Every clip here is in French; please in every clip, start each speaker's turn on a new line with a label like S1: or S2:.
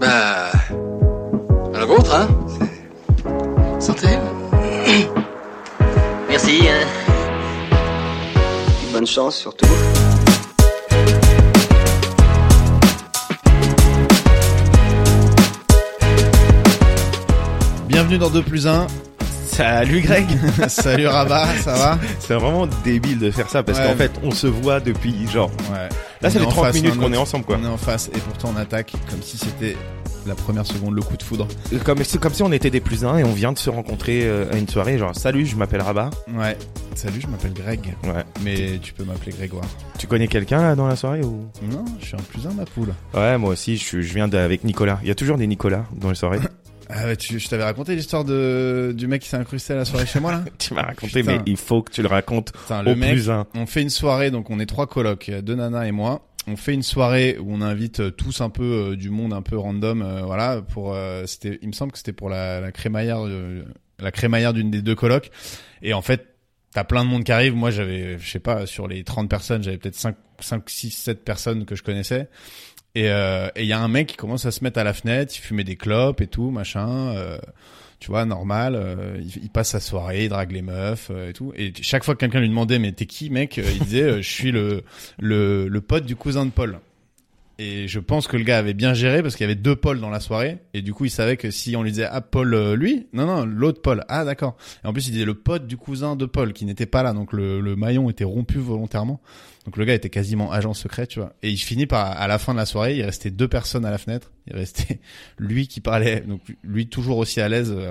S1: Bah. À la vôtre, hein C'est- Santé.
S2: Merci. hein.
S3: Bonne chance surtout.
S4: Bienvenue dans 2 plus 1.
S5: Salut Greg
S4: Salut Rava, ça va
S5: C'est vraiment débile de faire ça parce
S4: Ouais.
S5: qu'en fait on se voit depuis genre...
S4: Ouais.
S5: Là ça
S4: On est
S5: fait
S4: en
S5: 30
S4: face
S5: minutes
S4: l'un de
S5: qu'on est
S4: l'autre.
S5: ensemble quoi.
S4: On est en face et pourtant on attaque comme si c'était la première seconde le coup de foudre.
S5: Comme, c'est comme si on était des plus uns et on vient de se rencontrer euh, à une soirée genre salut je m'appelle Rabat.
S4: Ouais. Salut, je m'appelle Greg.
S5: Ouais.
S4: Mais tu peux m'appeler Grégoire.
S5: Tu connais quelqu'un là dans la soirée ou...
S4: Non, je suis un plus un ma poule.
S5: Ouais moi aussi je, suis- je viens d'avec Nicolas. Il y a toujours des Nicolas dans les soirées.
S4: Ah ouais, tu, je t'avais raconté l'histoire de du mec qui s'est incrusté à la soirée chez moi là.
S5: tu m'as raconté
S4: Putain.
S5: mais il faut que tu Ah, le racontes
S4: Putain,
S5: au
S4: le mec.
S5: plus un.
S4: On fait une soirée, donc on est trois colocs, euh, deux nanas et moi. On fait une soirée où on invite euh, tous un peu euh, du monde un peu random, euh, voilà. Pour euh, c'était, il me semble que c'était pour la, la crémaillère, euh, la crémaillère d'une des deux colocs. Et en fait, t'as plein de monde qui arrive. Moi, j'avais, je sais pas, sur les 30 personnes, j'avais peut-être 5, 5, 6, 7 personnes que je connaissais. Et euh, et il y a un mec qui commence à se mettre à la fenêtre, il fumait des clopes et tout, machin. euh, tu vois, normal, euh, il, il passe sa soirée, il drague les meufs euh, et tout. Et chaque fois que quelqu'un lui demandait mais t'es qui mec, Euh, il disait euh, je suis le, le le pote du cousin de Paul. Et je pense que le gars avait bien géré parce qu'il y avait deux Pauls dans la soirée et du coup il savait que si on lui disait ah Paul euh, lui, non non l'autre Paul, ah d'accord. Et en plus il disait le pote du cousin de Paul qui n'était pas là donc le, le maillon était rompu volontairement. Donc le gars était quasiment agent secret tu vois. Et il finit par à la fin de la soirée il restait deux personnes à la fenêtre, il restait lui qui parlait, donc lui toujours aussi à l'aise, euh,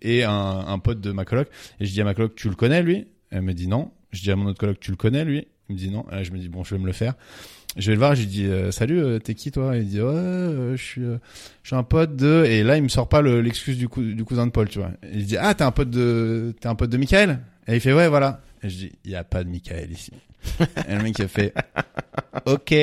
S4: et, et un, un pote de ma coloc. Et je dis à ma coloc, tu le connais lui Elle me dit non. Je dis à mon autre coloc, tu le connais lui Il me dit non. Et là, je me dis bon, je vais me le faire. Je vais le voir, je lui dis euh, salut, euh, t'es qui toi Il dit ouais, euh, je suis, euh, je suis un pote de. Et là, il me sort pas le- l'excuse du, cou- du cousin de Paul, tu vois. Et Il dit ah t'es un pote de, t'es un pote de Michael Et il fait ouais voilà. Et je dis il y a pas de Michael ici. et le mec il a fait ok,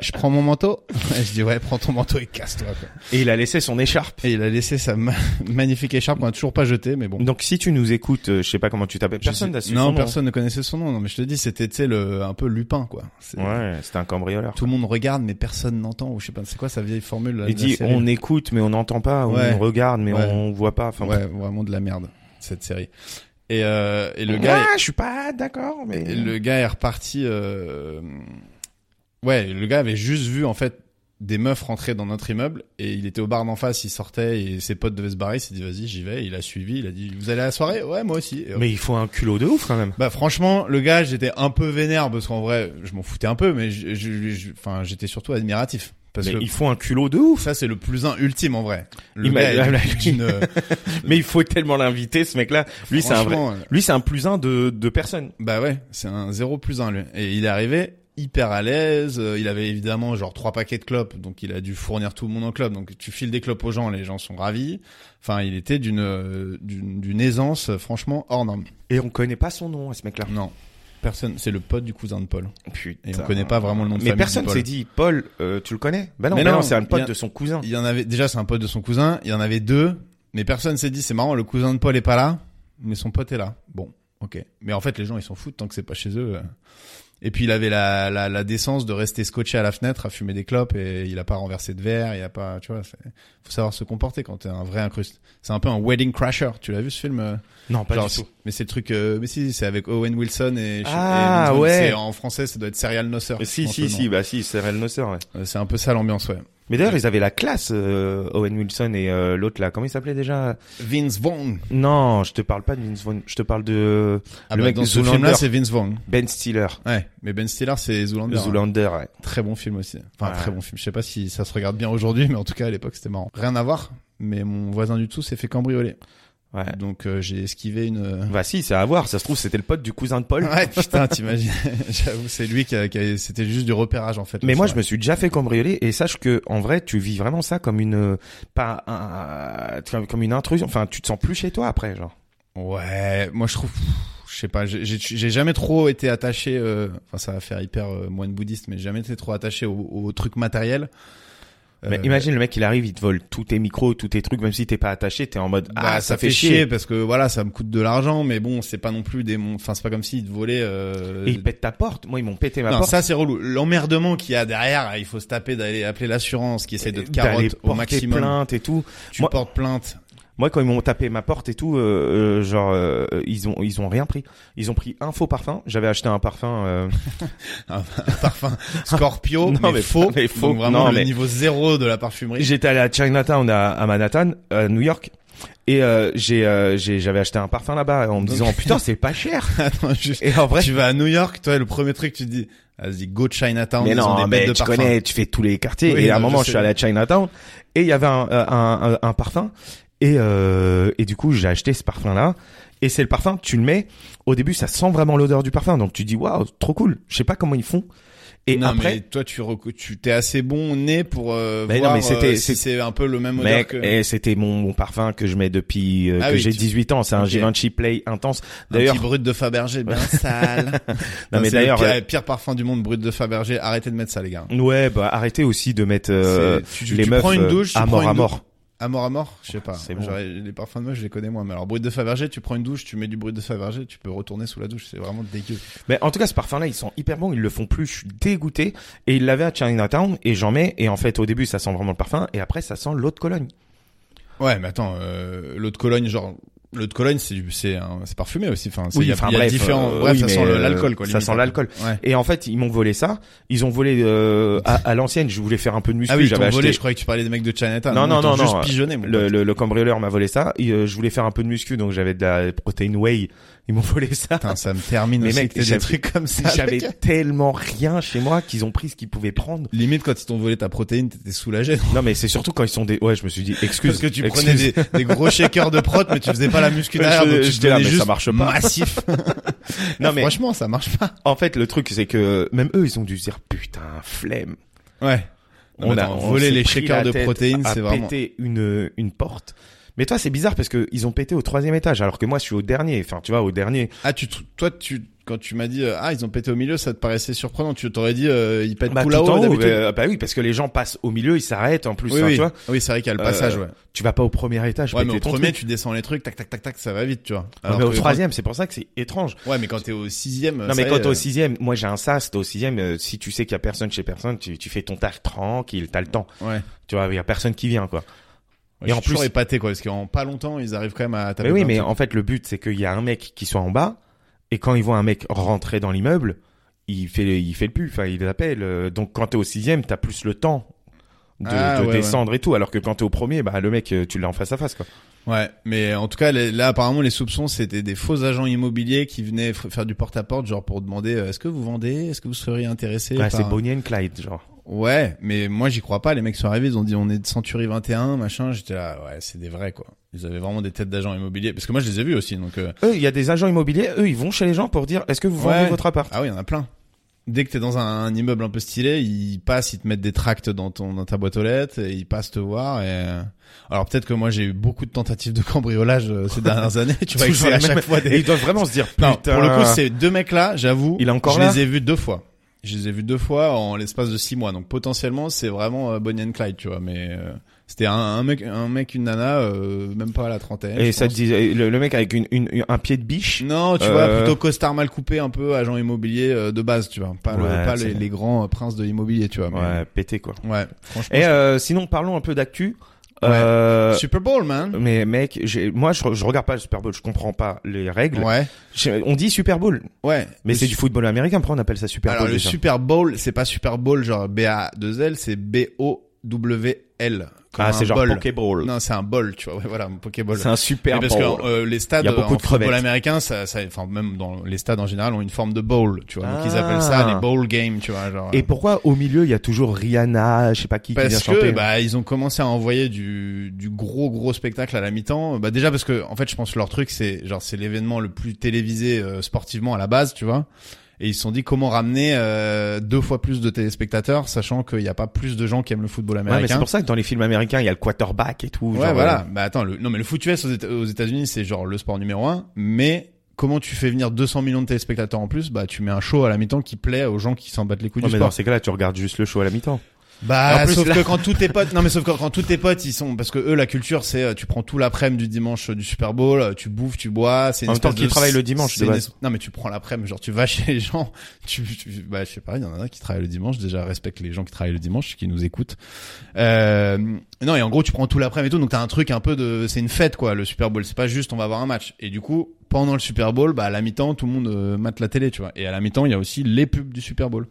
S4: je prends mon manteau. Et je dis ouais prends ton manteau et casse-toi. quoi.
S5: Et il a laissé son écharpe.
S4: Et il a laissé sa ma- magnifique écharpe qu'on a toujours pas jetée, mais bon.
S5: Donc si tu nous écoutes, euh, je sais pas comment tu t'appelles.
S4: Je
S5: Personne
S4: sais-
S5: n'a su
S4: Non,
S5: son nom. hein.
S4: personne ne connaissait son nom. Non, mais je te dis, c'était, tu sais, le, un peu Lupin, quoi. C'est-
S5: Ouais, c'était un cambrioleur.
S4: Tout le monde regarde, mais personne n'entend, ou je sais pas, c'est quoi sa vieille formule? là,
S5: Il
S4: de la
S5: dit
S4: série
S5: on écoute mais on n'entend pas,
S4: Ouais.
S5: on regarde mais
S4: Ouais.
S5: on voit pas. Enfin,
S4: Ouais, vraiment de la merde, cette série. Et, euh, et le
S5: Ah,
S4: gars,
S5: je suis pas d'accord, mais
S4: Et le gars est reparti. euh, Ouais, le gars avait juste vu en fait des meufs rentrer dans notre immeuble et il était au bar d'en face, il sortait et ses potes devaient se barrer, il s'est dit vas-y j'y vais, il a suivi, il a dit vous allez à la soirée Ouais moi aussi. Et hop.
S5: mais il faut un culot de ouf quand même.
S4: Bah franchement, le gars, j'étais un peu vénère parce qu'en vrai, je m'en foutais un peu, mais je- je- je- enfin, j'étais surtout admiratif parce
S5: Mais
S4: que
S5: il faut un culot de ouf.
S4: ça c'est le plus un ultime en vrai. Le
S5: Il m'a-
S4: gars est
S5: là,
S4: d'une- euh,
S5: Mais il faut tellement l'inviter ce mec là. Lui c'est un vrai.
S4: franchement, euh,
S5: Lui c'est un plus un de de personnes.
S4: Bah ouais, c'est un 0 plus 1 lui. Et il est arrivé hyper à l'aise, euh, il avait évidemment genre trois paquets de clopes, donc il a dû fournir tout le monde en clopes, donc tu files des clopes aux gens, les gens sont ravis. Enfin, il était d'une euh, d'une d'une aisance euh, franchement hors norme.
S5: Et on connaît pas son nom à ce mec là.
S4: Non. Personne, c'est le pote du cousin de Paul.
S5: Putain.
S4: Et on connaît pas vraiment le nom de
S5: Mais
S4: famille de
S5: personne
S4: Paul.
S5: s'est dit Paul, euh, tu le connais Bah non,
S4: Mais
S5: bah
S4: non,
S5: non, c'est un
S4: il y
S5: pote
S4: a-
S5: de son cousin.
S4: Il y en avait déjà c'est un pote de son cousin, il y en avait deux, mais personne s'est dit c'est marrant le cousin de Paul est pas là, mais son pote est là. Bon, OK. Mais en fait les gens ils s'en foutent tant que c'est pas chez eux. euh. Et puis il avait la, la, la décence de rester scotché à la fenêtre à fumer des clopes et il a pas renversé de verre, il a pas tu vois, c'est faut savoir se comporter quand t'es un vrai incruste. C'est un peu un wedding crasher, tu l'as vu ce film euh
S5: Non, pas
S4: Genre,
S5: du tout.
S4: Mais c'est le truc euh, mais si c'est avec Owen Wilson et et
S5: Ah,
S4: Vince Vaughn.
S5: ouais.
S4: C'est- en français ça doit être Serial Nosser. je
S5: Si
S4: pense,
S5: si
S4: le
S5: si, bah si, c'est Real Nosser. ouais.
S4: nom. Euh, C'est un peu ça l'ambiance ouais.
S5: Mais d'ailleurs, ils avaient la classe euh, Owen Wilson et euh, l'autre là, comment il s'appelait déjà
S4: Vince Vaughn.
S5: Non, je te parle pas de Vince Vaughn, je te parle de
S4: Ah
S5: Le
S4: bah,
S5: mec
S4: dans
S5: de
S4: ce film
S5: Zoolander.
S4: là c'est Vince Vaughn.
S5: Ben Stiller.
S4: Ouais, mais Ben Stiller, c'est Zoolander. hein.
S5: Zoolander, ouais.
S4: Très bon film aussi. Enfin,
S5: Ouais.
S4: très bon film. Je sais pas si ça se regarde bien aujourd'hui, mais en tout cas, à l'époque, c'était marrant. Rien à voir, mais mon voisin du tout s'est fait cambrioler.
S5: Ouais.
S4: Donc, euh, j'ai esquivé une...
S5: Bah si, c'est à voir. Ça se trouve, c'était le pote du cousin de Paul.
S4: Ouais, putain, t'imagines. J'avoue, c'est lui qui a... qui a- C'était juste du repérage, en fait.
S5: Mais moi, je me suis déjà fait cambrioler et sache que en vrai, tu vis vraiment ça comme une euh, pas un- un- comme une intrusion. Enfin, tu te sens plus chez toi après, genre.
S4: me... Ouais, moi, je trouve... Pff, Je sais pas, j'ai- j'ai j'ai jamais trop été attaché... euh, Enfin, ça va faire hyper euh, moine bouddhiste, mais j'ai jamais été trop attaché au, au truc matériel.
S5: Mais
S4: Euh,
S5: imagine le mec, il arrive, il te vole tous tes micros, tous tes trucs, même si t'es pas attaché, t'es en mode
S4: bah,
S5: ah
S4: ça, fait chier parce que voilà, ça me coûte de l'argent, mais bon, c'est pas non plus des, mon- enfin c'est pas comme s'ils te volaient. euh,
S5: Et ils pètent ta porte. Moi, ils m'ont pété ma
S4: Non,
S5: porte.
S4: ça c'est relou. L'emmerdement qu'il y a derrière, il faut se taper d'aller appeler l'assurance qui essaie de te
S5: Euh, D'aller
S4: carotte au
S5: porter
S4: maximum.
S5: plainte et tout.
S4: Tu
S5: Moi-
S4: portes plainte.
S5: Moi, quand ils m'ont tapé ma porte et tout, euh, euh, genre euh, ils ont ils ont rien pris. Ils ont pris un faux parfum. J'avais acheté un parfum. euh,
S4: Parfum Scorpio,
S5: Non,
S4: mais,
S5: mais-
S4: faux.
S5: mais faux.
S4: Donc vraiment
S5: Non,
S4: le
S5: mais-
S4: niveau zéro de la parfumerie.
S5: J'étais allé à Chinatown à, à Manhattan, à New York. Et euh, j'ai, euh, j'ai- j'avais acheté un parfum là-bas en me
S4: Donc-
S5: disant putain c'est pas cher.
S4: Attends, juste,
S5: Et en vrai,
S4: tu vas à New York, toi, le premier truc, tu te dis, vas-y, go Chinatown,
S5: mais
S4: ils ont
S5: non,
S4: des
S5: mais
S4: bêtes de
S5: tu
S4: parfum.
S5: connais, tu fais tous les quartiers.
S4: Oui,
S5: et à un
S4: non,
S5: moment,
S4: je
S5: je
S4: sais.
S5: suis allé à Chinatown et il y avait un, euh, un, un- un parfum. Et, euh, et du coup, j'ai acheté ce parfum-là. Et c'est le parfum, tu le mets. Au début, ça sent vraiment l'odeur du parfum. Donc tu dis waouh, trop cool. Je sais pas comment ils font. Et
S4: non,
S5: après,
S4: mais toi, tu rec- tu t'es assez bon au nez pour euh,
S5: Mais non,
S4: voir
S5: mais c'était-
S4: euh, si
S5: c'est-
S4: c'est un peu le même odeur
S5: Mec,
S4: que.
S5: eh, c'était mon, mon parfum que je mets depuis euh,
S4: Ah
S5: que
S4: oui,
S5: j'ai
S4: tu-
S5: 18 ans. C'est un
S4: Ok.
S5: Givenchy Play intense.
S4: D'ailleurs,
S5: D'ailleurs,
S4: petit brut de Fabergé bien sale.
S5: non mais
S4: C'est le
S5: d'ailleurs,
S4: pire, pire parfum du monde, brut de Fabergé. Arrêtez de mettre ça, les gars.
S5: euh, ouais, bah arrêtez aussi de mettre euh,
S4: C'est- tu, tu-
S5: les
S4: tu
S5: meufs
S4: prends une
S5: euh,
S4: douche, tu
S5: à
S4: prends
S5: mort
S4: une
S5: à
S4: dou-
S5: mort. Oh,
S4: À mort à mort, je sais pas.
S5: C'est bon.
S4: J'aurais- Les parfums de meufs, je les connais moi. Mais alors, brut de Fabergé, tu prends une douche, tu mets du brut de Fabergé, tu peux retourner sous la douche. C'est vraiment dégueu.
S5: Mais en tout cas, ce parfum-là, ils sont hyper bons. Ils le font plus. Je suis dégoûté. Et ils l'avaient à Chinatown et j'en mets. Et en fait, au début, ça sent vraiment le parfum et après, ça sent l'eau de Cologne.
S4: Ouais, mais attends, euh, l'eau de Cologne, genre. L'eau de Cologne, c'est du- c'est un- c'est parfumé aussi. Enfin, c'est- il y a,
S5: enfin,
S4: il y a
S5: bref,
S4: différents.
S5: euh,
S4: bref,
S5: oui,
S4: ça
S5: mais,
S4: sent
S5: euh,
S4: l'alcool, quoi.
S5: Ça
S4: limite.
S5: sent l'alcool.
S4: Ouais.
S5: Et en fait, ils m'ont volé ça. Ils ont volé euh, à, à l'ancienne. Je voulais faire un peu de muscu.
S4: Ah oui, ils
S5: j'avais
S4: t'ont volé,
S5: acheté.
S4: je croyais que tu parlais des mecs de Chinatown.
S5: Non, non,
S4: ils t'ont
S5: non,
S4: Juste
S5: non.
S4: pigeonné, mon
S5: le,
S4: pote.
S5: le, le cambrioleur m'a volé ça. Et, euh, je voulais faire un peu de muscu, donc j'avais de la protéine whey. Ils m'ont volé ça.
S4: Putain, ça me termine
S5: Mais
S4: aussi
S5: mec,
S4: que t'aies des
S5: j'avais-
S4: trucs comme ça.
S5: J'avais
S4: mec.
S5: tellement rien chez moi qu'ils ont pris ce qu'ils pouvaient prendre.
S4: Limite, quand ils t'ont volé ta protéine, t'étais soulagé.
S5: Non, mais c'est surtout quand ils sont des. Ouais, je me suis dit, excuse.
S4: Parce que tu
S5: excuse.
S4: prenais des, des gros shakers de prot, mais tu faisais pas la muscu derrière,
S5: Je-
S4: donc tu te
S5: j'étais là,
S4: donnais
S5: mais ça
S4: juste
S5: marche pas.
S4: massif.
S5: Non mais
S4: Franchement, ça marche pas.
S5: en fait, le truc c'est que même eux, ils ont dû se dire putain flemme.
S4: Ouais. Non, mais attends, voler
S5: s'est
S4: les
S5: pris
S4: shakers
S5: la
S4: de
S5: tête
S4: protéines,
S5: à
S4: c'est vraiment.
S5: péter une une porte. Mais toi, c'est bizarre parce que ils ont pété au troisième étage, alors que moi, je suis au dernier. Enfin, tu vois, au dernier.
S4: Ah, tu, tr- toi, tu, quand tu m'as dit, euh, ah, ils ont pété au milieu, ça te paraissait surprenant. Tu t'aurais dit, euh, ils pètent
S5: Bah,
S4: tout
S5: tout en
S4: là-haut
S5: haut,
S4: d'habitude.
S5: euh, bah oui, parce que les gens passent au milieu, ils s'arrêtent en plus.
S4: oui,
S5: hein,
S4: oui.
S5: Tu vois,
S4: oui, c'est vrai qu'il y a le passage, ouais.
S5: tu vas pas au premier étage.
S4: Ouais,
S5: péter
S4: mais au
S5: ton
S4: premier,
S5: truc.
S4: tu descends les trucs, tac, tac, tac, tac, ça va vite, tu vois.
S5: Non,
S4: Alors
S5: mais au
S4: que-
S5: troisième, c'est pour ça que c'est étrange.
S4: Ouais, mais quand t'es au sixième.
S5: Non
S4: ça
S5: mais
S4: y
S5: quand
S4: est,
S5: t'es au
S4: euh,
S5: sixième, moi j'ai un sas, t'es au sixième, euh, si tu sais qu'il y a personne chez personne, tu, tu fais ton taf tranquille, t'as le temps.
S4: Ouais.
S5: Tu vois, il y a personne qui vient quoi.
S4: Et en plus, toujours épaté, quoi, parce qu'en pas longtemps, ils arrivent quand même à taper.
S5: Mais oui,
S4: plein de
S5: mais
S4: trucs.
S5: en fait, le but, c'est qu'il y a un mec qui soit en bas, et quand ils voient un mec rentrer dans l'immeuble, il fait, il fait le pu, enfin, il appelle. Euh, Donc, quand t'es au sixième, t'as plus le temps de,
S4: Ah,
S5: de
S4: ouais,
S5: descendre et tout, alors que quand t'es au premier, bah, le mec, euh, tu l'as en face à face, quoi.
S4: Ouais, mais en tout cas, les- là, apparemment, les soupçons, c'était des faux agents immobiliers qui venaient f- faire du porte-à-porte, genre pour demander euh, est-ce que vous vendez, est-ce que vous seriez intéressé
S5: Ouais,
S4: par-
S5: c'est Bonnie and Clyde, genre.
S4: Ouais, mais moi, j'y crois pas. Les mecs sont arrivés, ils ont dit on est de Century 21, machin. J'étais là, ouais, c'est des vrais, quoi. Ils avaient vraiment des têtes d'agents immobiliers. Parce que moi, je les ai vus aussi, donc. euh,
S5: Eux, il y a des agents immobiliers, eux, ils vont chez les gens pour dire, est-ce que vous vendez
S4: Ouais.
S5: votre appart?
S4: Ah oui, il y en a plein. Dès que t'es dans un, un immeuble un peu stylé, ils passent, ils te mettent des tracts dans ton dans ta boîte aux lettres, et ils passent te voir. Et... euh, Alors peut-être que moi j'ai eu beaucoup de tentatives de cambriolage euh, ces dernières années. Tu vois, que
S5: Toujours
S4: c'est à
S5: les mêmes-
S4: chaque fois des,
S5: Et ils doivent vraiment se dire, putain.
S4: Non, pour le coup, ces deux mecs-là, j'avoue,
S5: Il est encore
S4: je
S5: là
S4: les ai vus deux fois. Je les ai vus deux fois en l'espace de six mois. Donc potentiellement, c'est vraiment euh, Bonnie and Clyde, tu vois. Mais euh, c'était un, un mec, un mec, une nana, euh, même pas à la trentaine.
S5: Et
S4: je
S5: ça te
S4: pense.
S5: disait, le, le mec avec une, une- une- un pied de biche.
S4: Non, tu
S5: Euh,
S4: vois, plutôt costard mal coupé, un peu agent immobilier euh, de base, tu vois. Pas, le-
S5: Ouais,
S4: pas
S5: c'est-
S4: les, les grands euh, princes de l'immobilier, tu vois. mais-
S5: Ouais, pété, quoi.
S4: ouais, franchement.
S5: Et, euh, sinon, parlons un peu d'actu.
S4: Ouais.
S5: Euh,
S4: Super Bowl, man.
S5: Mais mec, j'ai- moi je, je regarde pas le Super Bowl, je comprends pas les règles.
S4: Ouais,
S5: J'ai- On dit Super Bowl,
S4: ouais.
S5: Euh, mais
S4: Le
S5: c'est du football américain. Pourquoi on appelle ça Super
S4: Alors
S5: Bowl
S4: le
S5: déjà
S4: Super Bowl, c'est pas Super Bowl genre B A 2 L, c'est B O W L. comme
S5: Ah,
S4: un
S5: c'est genre
S4: bowl.
S5: Pokéball.
S4: Non, c'est un bol, tu vois. Ouais, voilà, un Pokéball.
S5: C'est un Super
S4: Mais parce que
S5: Bowl.
S4: euh, les stades
S5: Il y a
S4: euh,
S5: beaucoup
S4: en
S5: de
S4: football
S5: crevettes.
S4: américain, ça, ça, enfin même dans les stades en général ont une forme de bowl, tu vois. Donc ils
S5: Ah.
S4: appellent ça les bowl games, tu vois. Genre, euh,
S5: Et pourquoi au milieu il y a toujours Rihanna, je sais pas qui qui vient
S4: parce que
S5: chanter hein.
S4: bah ils ont commencé à envoyer du du gros gros spectacle à la mi-temps. Bah déjà parce que en fait je pense que leur truc c'est genre c'est l'événement le plus télévisé euh, sportivement à la base, tu vois. Et ils se sont dit comment ramener euh, deux fois plus de téléspectateurs, sachant qu'il n'y a pas plus de gens qui aiment le football
S5: Ouais, mais c'est
S4: américain.
S5: pour ça que dans les films américains il y a le quarterback et tout.
S4: Ouais,
S5: genre, euh,
S4: voilà. Bah attends, le... non mais le foot US aux, Éta- aux États-Unis c'est genre le sport numéro un, mais comment tu fais venir 200 millions de téléspectateurs en plus Bah tu mets un show à la mi-temps qui plaît aux gens qui s'en battent les couilles
S5: euh, Non,
S4: du
S5: mais dans
S4: sport.
S5: ces cas-là, tu regardes juste le show à la mi-temps.
S4: Bah
S5: En plus,
S4: sauf
S5: là-
S4: que quand tous tes potes non mais sauf que quand tous tes potes ils sont parce que eux la culture c'est euh, tu prends tout l'après-midi du dimanche euh, du Super Bowl, euh, tu bouffes, tu bois, c'est une
S5: En même temps
S4: espèce
S5: qu'ils
S4: de-
S5: travaillent le dimanche,
S4: c'est
S5: de
S4: une
S5: base.
S4: es- Non mais tu prends l'après-midi, genre tu vas chez les gens, tu, tu- bah je sais pas, il y en a qui travaillent le dimanche, déjà respecte les gens qui travaillent le dimanche qui nous écoutent. Euh, non et en gros tu prends tout l'après-midi et tout donc t'as un truc un peu de c'est une fête quoi le Super Bowl, c'est pas juste on va avoir un match et du coup pendant le Super Bowl, bah à la mi-temps tout le monde euh, mate la télé, tu vois. Et à la mi-temps, il y a aussi les pubs du Super Bowl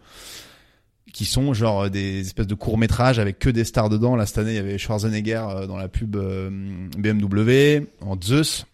S4: qui sont genre euh, des espèces de courts métrages avec que des stars dedans. Là cette année, il y avait Schwarzenegger euh, dans la pub euh, BMW en Zeus.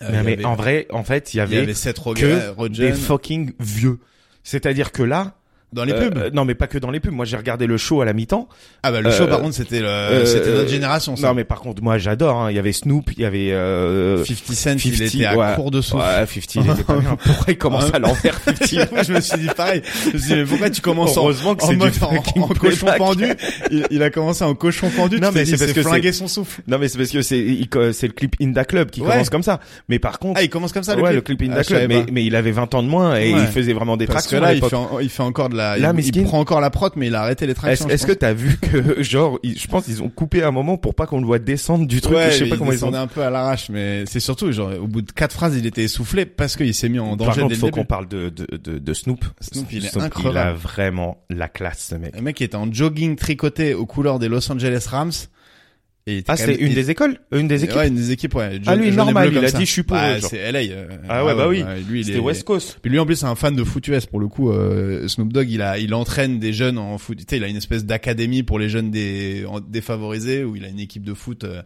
S4: Euh,
S5: mais
S4: il y
S5: mais
S4: avait-
S5: en vrai, en fait,
S4: il
S5: il y
S4: y
S5: avait
S4: avait Seth
S5: que
S4: Rogen, euh, Rogen
S5: des fucking vieux. C'est-à-dire que là,
S4: dans les
S5: euh,
S4: pubs.
S5: euh, non, mais pas que dans les pubs. Moi, j'ai regardé le show à la mi-temps.
S4: ah bah le
S5: euh,
S4: show par contre c'était le c'était
S5: euh,
S4: notre génération ça.
S5: Non, mais par contre, moi, j'adore. hein. Il y avait Snoop, il y avait. Euh...
S4: 50 Cent, il
S5: 50,
S4: était à
S5: ouais.
S4: court de souffle.
S5: Ouais, 50, il était pas bien. Pourquoi il commence à l'envers, 50
S4: je me suis dit pareil. Je me suis dit, mais pourquoi tu commences en,
S5: Heureusement que
S4: en
S5: c'est du
S4: mode en,
S5: fucking
S4: en cochon
S5: playback.
S4: pendu il, il a commencé en cochon pendu.
S5: Non,
S4: tu t'es
S5: mais
S4: dit,
S5: c'est
S4: il
S5: parce
S4: s'est
S5: que c'est-
S4: flingué son souffle.
S5: Non, mais c'est parce que c'est il co- c'est le clip Inda Club qui
S4: Ouais.
S5: commence comme ça. Mais par contre,
S4: Ah, il commence comme ça le
S5: ouais,
S4: clip.
S5: le clip Inda
S4: Ah, je savais
S5: Club. Mais,
S4: pas.
S5: mais il avait 20 ans de moins et
S4: Ouais.
S5: il faisait vraiment des
S4: Parce que
S5: tractions
S4: là,
S5: à
S4: il
S5: l'époque.
S4: fait, en- il fait encore de la,
S5: Là,
S4: il,
S5: Miskin-
S4: il prend encore la prot, mais il a arrêté les
S5: Est-ce
S4: tractions.
S5: est-ce que t'as vu que euh, genre ils- je pense ils ont coupé un moment pour pas qu'on le voit descendre du truc
S4: ouais,
S5: Je sais pas
S4: il
S5: comment ils ont.
S4: descendait un peu à l'arrache, mais c'est surtout genre au bout de quatre phrases, il était essoufflé parce qu'il s'est mis en
S5: Par
S4: danger
S5: contre,
S4: dès le
S5: faut qu'on
S4: début.
S5: parle de, de, de, de Snoop.
S4: Snoop, il est
S5: il a
S4: incroyable.
S5: vraiment la classe, ce mec.
S4: Le mec il était en jogging tricoté aux couleurs des Los Angeles Rams. Et il était
S5: Ah,
S4: quand
S5: c'est
S4: même-
S5: une
S4: il-
S5: des écoles, une des équipes.
S4: Ouais, une des équipes, ouais.
S5: Ah, lui,
S4: jaune et
S5: normal,
S4: bleu
S5: il
S4: comme
S5: a
S4: ça.
S5: dit, je suis pour
S4: Bah,
S5: eux, genre.
S4: c'est LA. euh,
S5: Ah ouais, bah oui.
S4: lui, il
S5: C'était
S4: est...
S5: West Coast.
S4: Puis lui en plus c'est un fan de foot US pour le coup. euh, Snoop Dogg il a il entraîne des jeunes en foot. Tu sais, il a une espèce d'académie pour les jeunes des, en- défavorisés où il a une équipe de foot euh,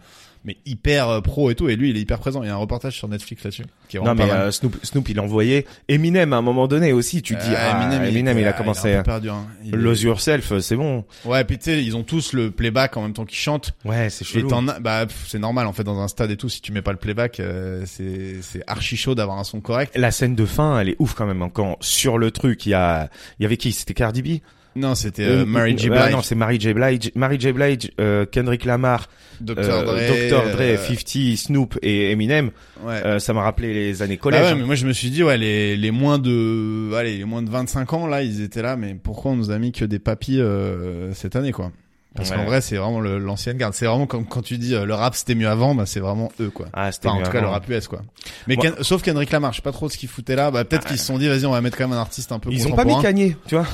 S4: mais hyper euh, pro et tout. Et lui il est hyper présent. Il y a un reportage sur Netflix là-dessus. qui est
S5: Non
S4: vraiment
S5: mais
S4: pas mal.
S5: euh, Snoop, Snoop, il envoyait Eminem à un moment donné aussi. Tu te dis,
S4: Euh,
S5: ah, Eminem,
S4: était-
S5: il a
S4: ah,
S5: commencé. euh,
S4: un peu
S5: à-
S4: perdu. hein. Il est-
S5: Lose yourself, euh, c'est bon.
S4: Ouais puis tu sais ils ont tous le playback en même temps qu'ils chantent.
S5: Ouais, c'est
S4: Et
S5: chelou.
S4: t'en as- bah pff, c'est normal en fait dans un stade et tout si tu mets pas le playback euh, c'est c'est archi chaud d'avoir un son correct.
S5: La scène de fin, elle est ouf quand même. hein, Quand sur le truc, il y a, il y avait qui C'était Cardi B.
S4: Non c'était euh,
S5: Euh,
S4: Mary J
S5: euh, ah
S4: Blige,
S5: non, c'est Mary J Blige. Mary J Blige, euh, Kendrick Lamar,
S4: Dr
S5: euh,
S4: Dre,
S5: Dr. Dre,
S4: euh,
S5: 50, Snoop et Eminem.
S4: ouais.
S5: Euh, ça m'a rappelé les années
S4: Bah
S5: collège. hein.
S4: ouais, mais moi je me suis dit ouais les les moins de allez les moins de 25 ans là ils étaient là mais pourquoi on nous a mis que des papis euh, cette année quoi parce
S5: Ouais.
S4: qu'en vrai c'est vraiment le- l'ancienne garde c'est vraiment comme quand tu dis euh, le rap c'était mieux avant bah c'est vraiment eux quoi
S5: Ah, c'était
S4: enfin en
S5: mieux
S4: tout cas le
S5: avant.
S4: rap US quoi mais
S5: Moi-
S4: Ken- sauf Kendrick Lamar je sais pas trop ce qu'ils foutaient là bah peut-être qu'ils se sont dit vas-y on va mettre quand même un artiste un peu
S5: Ah Ils ont pas
S4: contemporain
S5: mis Kanye, tu vois.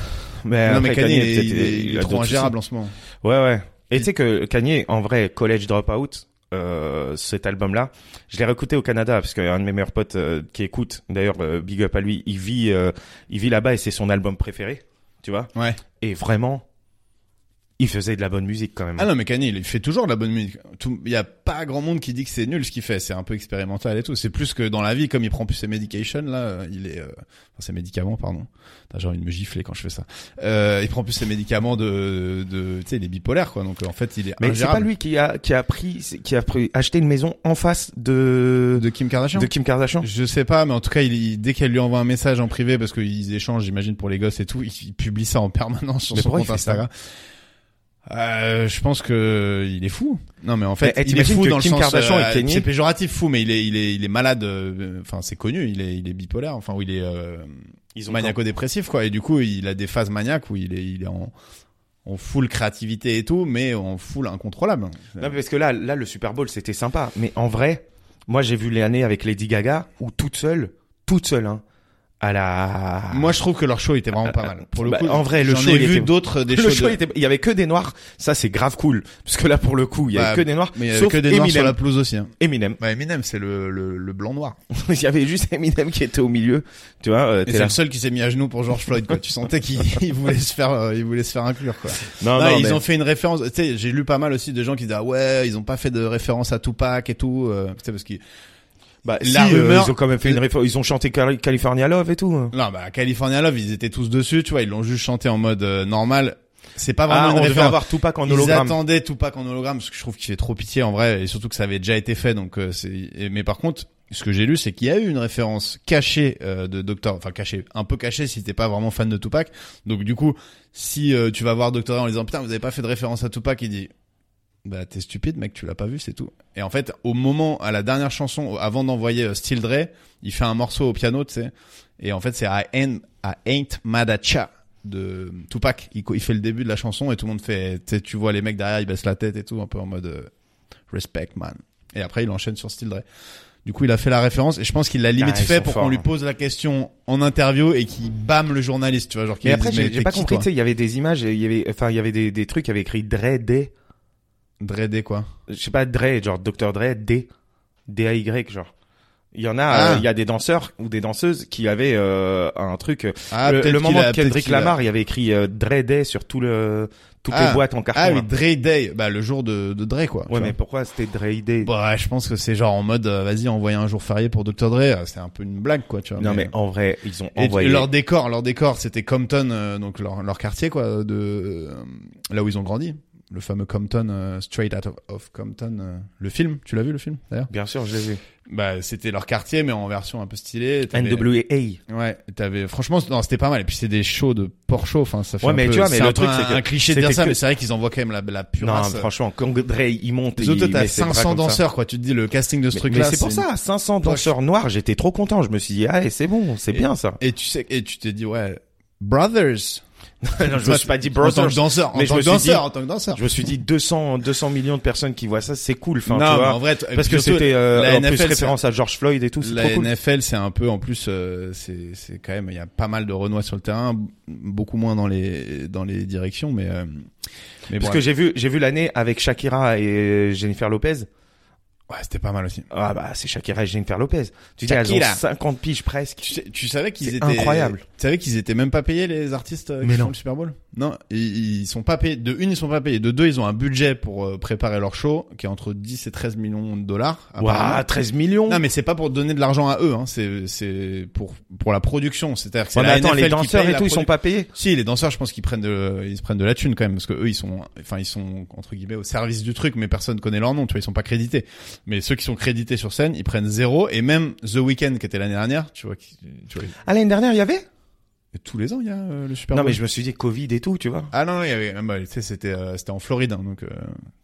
S5: Mais
S4: non
S5: après,
S4: mais Kanye, il, est-
S5: peut-être,
S4: il est- il
S5: a
S4: est trop
S5: d'autres
S4: ingérable en ce moment
S5: soucis. Ouais, ouais. Et tu sais que Kanye, en vrai, College Dropout, euh, cet album-là, je l'ai réécouté au Canada parce qu'un de mes meilleurs potes euh, qui écoute, d'ailleurs, euh, big up à lui, il vit, euh, il vit là-bas et c'est son album préféré, tu vois.
S4: ouais
S5: Et vraiment, il faisait de la bonne musique quand même.
S4: ah non mais Kanye il fait toujours de la bonne musique Tout- il y a pas grand monde qui dit que c'est nul ce qu'il fait c'est un peu expérimental et tout c'est plus que dans la vie comme il prend plus ses medications là euh, il est euh, enfin, ses médicaments pardon Putain, j'ai envie de me gifler quand je fais ça euh, il prend plus ses médicaments de de tu sais il est bipolaire quoi donc euh, en fait il est
S5: Mais c'est
S4: ingérable.
S5: pas lui qui a qui a pris c'est- qui a pris, acheté une maison en face euh, de
S4: de Kim Kardashian
S5: de Kim Kardashian.
S4: Je sais pas, mais en tout cas, il, il- dès qu'elle lui envoie un message en privé, parce qu'ils échangent, j'imagine, pour les gosses et tout, il, il publie ça en permanence sur
S5: Mais
S4: son
S5: pourquoi
S4: compte
S5: il fait ça
S4: Instagram. Euh, je pense que il est fou. Non, mais en fait,
S5: Mais, eh,
S4: il est
S5: t'imagines
S4: fou
S5: que
S4: dans le
S5: Kim
S4: sens.
S5: Kardashian
S4: euh,
S5: et Kanye-
S4: c'est péjoratif fou, mais il est, il est, il est malade. euh, Enfin, c'est connu. Il est, il est bipolaire. Enfin, où il est euh,
S5: Ils
S4: maniaco-dépressif, quoi. Et du coup, il a des phases maniaques où il est, il est en, en full créativité et tout, mais en full incontrôlable.
S5: Non, mais parce que là, là, le Super Bowl, c'était sympa. Mais en vrai, moi, j'ai vu les années avec Lady Gaga, où toute seule, toute seule, hein, à la...
S4: Moi, je trouve que leur show était vraiment pas mal. Pour le
S5: Bah,
S4: coup,
S5: en vrai, le
S4: j'en
S5: show,
S4: ai
S5: il
S4: vu
S5: était-
S4: d'autres euh, des
S5: le
S4: shows
S5: show,
S4: de-
S5: était- il y avait que des noirs. Ça, c'est grave cool. Parce que là, pour le coup, il y avait
S4: Bah,
S5: que des noirs.
S4: Mais il y avait
S5: sauf
S4: que des noirs sur
S5: Eminem.
S4: la pelouse aussi. Hein.
S5: Eminem.
S4: Bah Eminem, c'est le, le, le blanc noir.
S5: il y avait juste Eminem qui était au milieu. Tu vois, euh,
S4: Et
S5: t'es
S4: c'est
S5: là.
S4: le seul qui s'est mis à genoux pour George Floyd. Quoi. tu sentais qu'il il voulait se faire, euh, il voulait se faire inclure. Quoi.
S5: Ah, Non,
S4: Ouais,
S5: non,
S4: Bah, ils
S5: mais-
S4: ont fait une référence. Tu sais, j'ai lu pas mal aussi de gens qui disaient ah ouais, ils ont pas fait de référence à Tupac et tout. euh, tu sais parce que
S5: bah,
S4: la
S5: si, euh,
S4: rumeur-
S5: ils ont quand même fait une réforme. Ils ont chanté Cali- California Love et tout. hein.
S4: non, bah California Love, ils étaient tous dessus. Tu vois, ils l'ont juste chanté en mode euh, normal. C'est pas vraiment
S5: Ah,
S4: une
S5: on devait
S4: référence.
S5: avoir Tupac en
S4: Ils
S5: hologramme.
S4: attendaient Tupac en hologramme, parce que je trouve qu'il fait trop pitié en vrai, et surtout que ça avait déjà été fait. Donc, euh, c'est. et- Mais par contre, ce que j'ai lu, c'est qu'il y a eu une référence cachée euh, de Docteur, enfin cachée, un peu cachée si t'es pas vraiment fan de Tupac. Donc du coup, si euh, tu vas voir Docteur en lui disant putain, vous avez pas fait de référence à Tupac, il dit bah t'es stupide mec, tu l'as pas vu, c'est tout. Et en fait, au moment, à la dernière chanson, au- avant d'envoyer euh, Still Dre, il fait un morceau au piano, tu sais, et en fait c'est I ain't, I ain't mad at ya. de Tupac. Il, co- il fait le début de la chanson et tout le monde fait, tu sais, tu vois les mecs derrière, ils baissent la tête et tout, un peu en mode euh, respect man. Et après, il enchaîne sur Still Dre. Du coup, il a fait la référence et je pense qu'il l'a limite
S5: Ah, ils
S4: fait
S5: sont
S4: pour
S5: forts,
S4: qu'on lui
S5: hein.
S4: pose la question en interview et qu'il bâme le journaliste, tu vois, genre qu'il
S5: Mais après,
S4: dise,
S5: j'ai j'ai
S4: t'es
S5: pas
S4: qui,
S5: compris,
S4: toi
S5: tu sais, il y avait des images, et il y avait, enfin, il y avait des, des trucs, il y avait écrit Dre, D.
S4: Dre D, quoi.
S5: Je sais pas, Dre, genre Dr. Dre, D. D-A-Y, genre. Il y en a,
S4: Ah.
S5: euh, il y a des danseurs ou des danseuses qui avaient euh, un truc. euh,
S4: Ah,
S5: le,
S4: peut-être
S5: le
S4: qu'il
S5: moment
S4: a-
S5: de Kendrick
S4: peut-être qu'il a-
S5: Lamar, il y avait écrit euh, Dre, D sur tout le, toutes les
S4: Ah.
S5: boîtes en carton.
S4: Ah oui,
S5: là.
S4: Dre Day, bah le jour de, de Dre quoi. tu vois.
S5: Ouais, mais pourquoi c'était Dre, D
S4: Bah, je pense que c'est genre en mode, euh, vas-y, envoyer un jour férié pour Dr Dre. euh, C'est un peu une blague, quoi, tu vois.
S5: Non, mais en vrai, ils ont
S4: Et
S5: envoyé.
S4: leur décor, leur décor, c'était Compton, euh, donc leur, leur quartier, quoi, de euh, là où ils ont grandi. Le fameux Compton, euh, Straight Out of, of Compton, euh, le film. Tu l'as vu le film d'ailleurs
S5: Bien sûr, je l'ai vu.
S4: Bah, c'était leur quartier, mais en version un peu stylée. T'avais-
S5: NWA.
S4: Ouais, t'avais franchement, non, c'était pas mal. Et puis c'est des shows de porcho, enfin ça fait.
S5: Ouais,
S4: un
S5: mais
S4: peu-
S5: tu vois, mais
S4: c'est un
S5: le
S4: peu
S5: truc,
S4: un-
S5: c'est que
S4: un cliché de dire
S5: c'était
S4: ça,
S5: que-
S4: mais c'est vrai qu'ils envoient quand même la, la pure.
S5: Non, franchement, quand Dre, il monte.
S4: Les autres,
S5: il
S4: t'as
S5: met ses bras
S4: 500
S5: comme ça.
S4: danseurs, quoi. Tu te dis, le casting de ce
S5: Mais-
S4: truc-là.
S5: Mais c'est pour
S4: une-
S5: ça, 500 danseurs noirs, j'étais trop content. Je me suis dit, allez, c'est bon, c'est bien ça.
S4: Et tu sais, et tu t'es dit, ouais, brothers.
S5: non, je me suis pas dit
S4: En tant
S5: brothers.
S4: que danseur, en
S5: Mais je
S4: tant
S5: me
S4: que
S5: suis
S4: danseur,
S5: dit-
S4: en tant que danseur.
S5: Je me suis dit 200, 200 millions de personnes qui voient ça, c'est cool. Enfin,
S4: non,
S5: tu
S4: mais
S5: vois,
S4: en vrai, t- et
S5: parce
S4: puis
S5: que
S4: surtout,
S5: c'était euh,
S4: la
S5: en plus
S4: NFL,
S5: référence à George Floyd et tout, c'est
S4: la
S5: trop cool.
S4: NFL, c'est un peu, en plus, euh, c'est, c'est quand même, il y a pas mal de renois sur le terrain, b- beaucoup moins dans les, dans les directions, mais, euh, mais
S5: Parce
S4: bon,
S5: que j'ai vu, j'ai vu l'année avec Shakira et Jennifer Lopez.
S4: ouais, c'était pas mal aussi.
S5: Ah bah c'est Shakira et Jennifer Lopez. Tu dis elles
S4: Shakira.
S5: ont 50 piges presque.
S4: Tu, sais- tu savais qu'ils
S5: C'est
S4: étaient
S5: incroyable.
S4: Tu savais qu'ils étaient même pas payés les artistes euh, qui
S5: Mais non.
S4: font le Super Bowl Non, ils, ils sont pas payés. De une, ils sont pas payés. De deux, ils ont un budget pour euh, préparer leur show qui est entre 10 et 13 millions de dollars. apparemment.
S5: Waouh, 13 millions.
S4: Ah, bah, Non, mais c'est pas pour donner de l'argent à eux. Hein. C'est c'est pour pour la production. C'est-à-dire que c'est
S5: Ouais, mais
S4: la
S5: attends,
S4: NFL
S5: les
S4: qui
S5: danseurs
S4: paye
S5: et
S4: la
S5: tout, ils sont
S4: produ-
S5: pas payés.
S4: Si les danseurs, je pense qu'ils prennent de ils se prennent de la thune quand même parce que eux ils sont enfin ils sont entre guillemets au service du truc, mais personne connaît leur nom. Tu vois, ils sont pas crédités. Mais ceux qui sont crédités sur scène, ils prennent zéro. Et même The Weeknd qui était l'année dernière, tu vois, qui, tu vois
S5: Ah l'année dernière, il y avait
S4: et tous les ans, il y a euh, le Super
S5: Non
S4: Bowl.
S5: mais je me suis dit Covid et tout, tu vois.
S4: Ah non, non, il y avait, ah bah, tu sais, c'était, euh, c'était en Floride, hein, donc euh,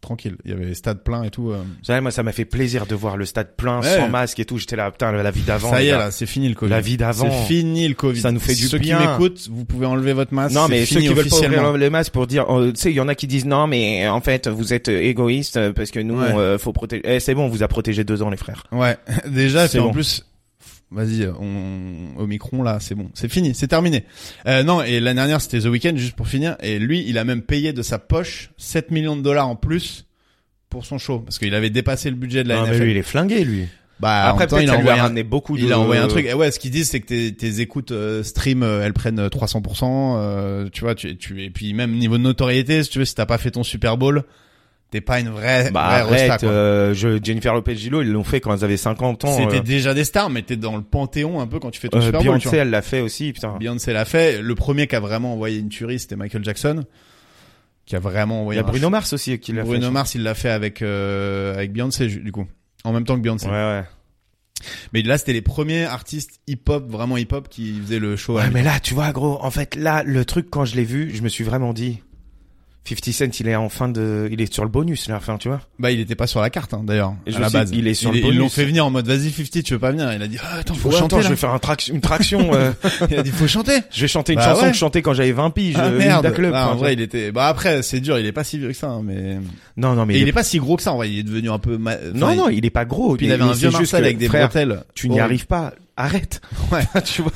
S4: tranquille. Il y avait stade plein et tout. euh.
S5: Vous savez, moi ça m'a fait plaisir de voir le stade plein
S4: Ouais.
S5: sans masque et tout, j'étais là putain la vie d'avant.
S4: Ça y
S5: les
S4: est,
S5: gars.
S4: là, c'est fini le Covid.
S5: La vie d'avant.
S4: C'est fini le Covid.
S5: Ça nous fait du
S4: ceux qui
S5: bien.
S4: m'écoutent, vous pouvez enlever votre masque. Ah,
S5: Non
S4: c'est
S5: mais ceux
S4: fini
S5: qui veulent pas
S4: officiellement.
S5: ouvrir le- le masque pour dire, euh, tu sais, il y en a qui disent non mais euh, en fait vous êtes euh, égoïste euh, parce que nous
S4: Ouais.
S5: on, euh, faut protéger. Eh, c'est bon, on vous a protégé deux ans les frères.
S4: Ouais, déjà,
S5: C'est
S4: puis en
S5: bon.
S4: plus, vas-y, on... Omicron, là, c'est bon, c'est fini, c'est terminé. Euh, non, et l'année dernière, c'était The Weeknd, juste pour finir, et lui, il a même payé de sa poche 7 millions de dollars en plus pour son show, parce qu'il avait dépassé le budget de la
S5: Ah, mais
S4: NFL.
S5: lui il est flingué lui.
S4: Bah,
S5: Après
S4: en même temps,
S5: peut-être
S4: il
S5: ça
S4: a
S5: lui a
S4: envoyé un-
S5: ramené beaucoup de.
S4: Il a envoyé un truc. Et ouais, ce qu'ils disent, c'est que tes, tes écoutes euh, stream, euh, elles prennent euh, 300%. euh, tu vois, tu, tu, et puis même niveau de notoriété, si tu veux, si t'as pas fait ton Super Bowl, t'es pas une vraie,
S5: Bah
S4: vraie
S5: arrête,
S4: resta, quoi.
S5: euh, je, Jennifer Lopez Gillo, ils l'ont fait quand elles avaient 50 ans.
S4: C'était
S5: euh,
S4: déjà des stars, mais t'es dans le panthéon un peu quand tu fais ton
S5: euh,
S4: Super Bowl. tu
S5: Beyoncé, hein.
S4: vois.
S5: elle l'a fait aussi, putain.
S4: Beyoncé l'a fait. Le premier qui a vraiment envoyé une tuerie, c'était Michael Jackson, qui a vraiment
S5: Il
S4: envoyé.
S5: y a
S4: un-
S5: Bruno Mars aussi qui l'a fait.
S4: Bruno Mars, il l'a fait avec euh, avec Beyoncé ju- du coup, en même temps que Beyoncé.
S5: Ouais, ouais.
S4: Mais là, c'était les premiers artistes hip-hop, vraiment hip-hop, qui faisaient le show. à la
S5: Ouais, mais là, tu vois, gros, en fait, là, le truc, quand je l'ai vu, je me suis vraiment dit, 50 Cent, il est en fin de, il est sur le bonus, là, enfin, tu vois.
S4: Bah, il était pas sur la carte, hein, d'ailleurs,
S5: Et je
S4: à la
S5: sais
S4: base.
S5: qu'il est sur le
S4: Ils
S5: bonus.
S4: l'ont fait venir en mode, vas-y, 50, tu veux pas venir? Il a dit, ah, attends, faut
S5: Ouais,
S4: chanter,
S5: attends,
S4: là.
S5: je vais faire un trac- une traction, euh,
S4: Il a dit, faut chanter.
S5: je vais chanter une
S4: Bah
S5: chanson
S4: ouais.
S5: que je chantais quand j'avais 20 piges,
S4: Ah,
S5: euh,
S4: merde.
S5: Linda Club,
S4: Bah,
S5: enfin,
S4: en
S5: tu
S4: vrai, il
S5: vois.
S4: était, bah après, c'est dur, il est pas si vieux que ça, hein, mais,
S5: Non, non, mais
S4: Et
S5: il
S4: il
S5: est-
S4: est pas si gros que ça, en vrai, il est devenu un peu, ma... enfin,
S5: non,
S4: il-
S5: non, il est pas gros.
S4: puis il avait un vieux
S5: juste
S4: Marcel avec des
S5: frères.
S4: bretelles.
S5: Tu n'y
S4: Oh.
S5: arrives pas. Arrête.
S4: Ouais.
S5: tu vois.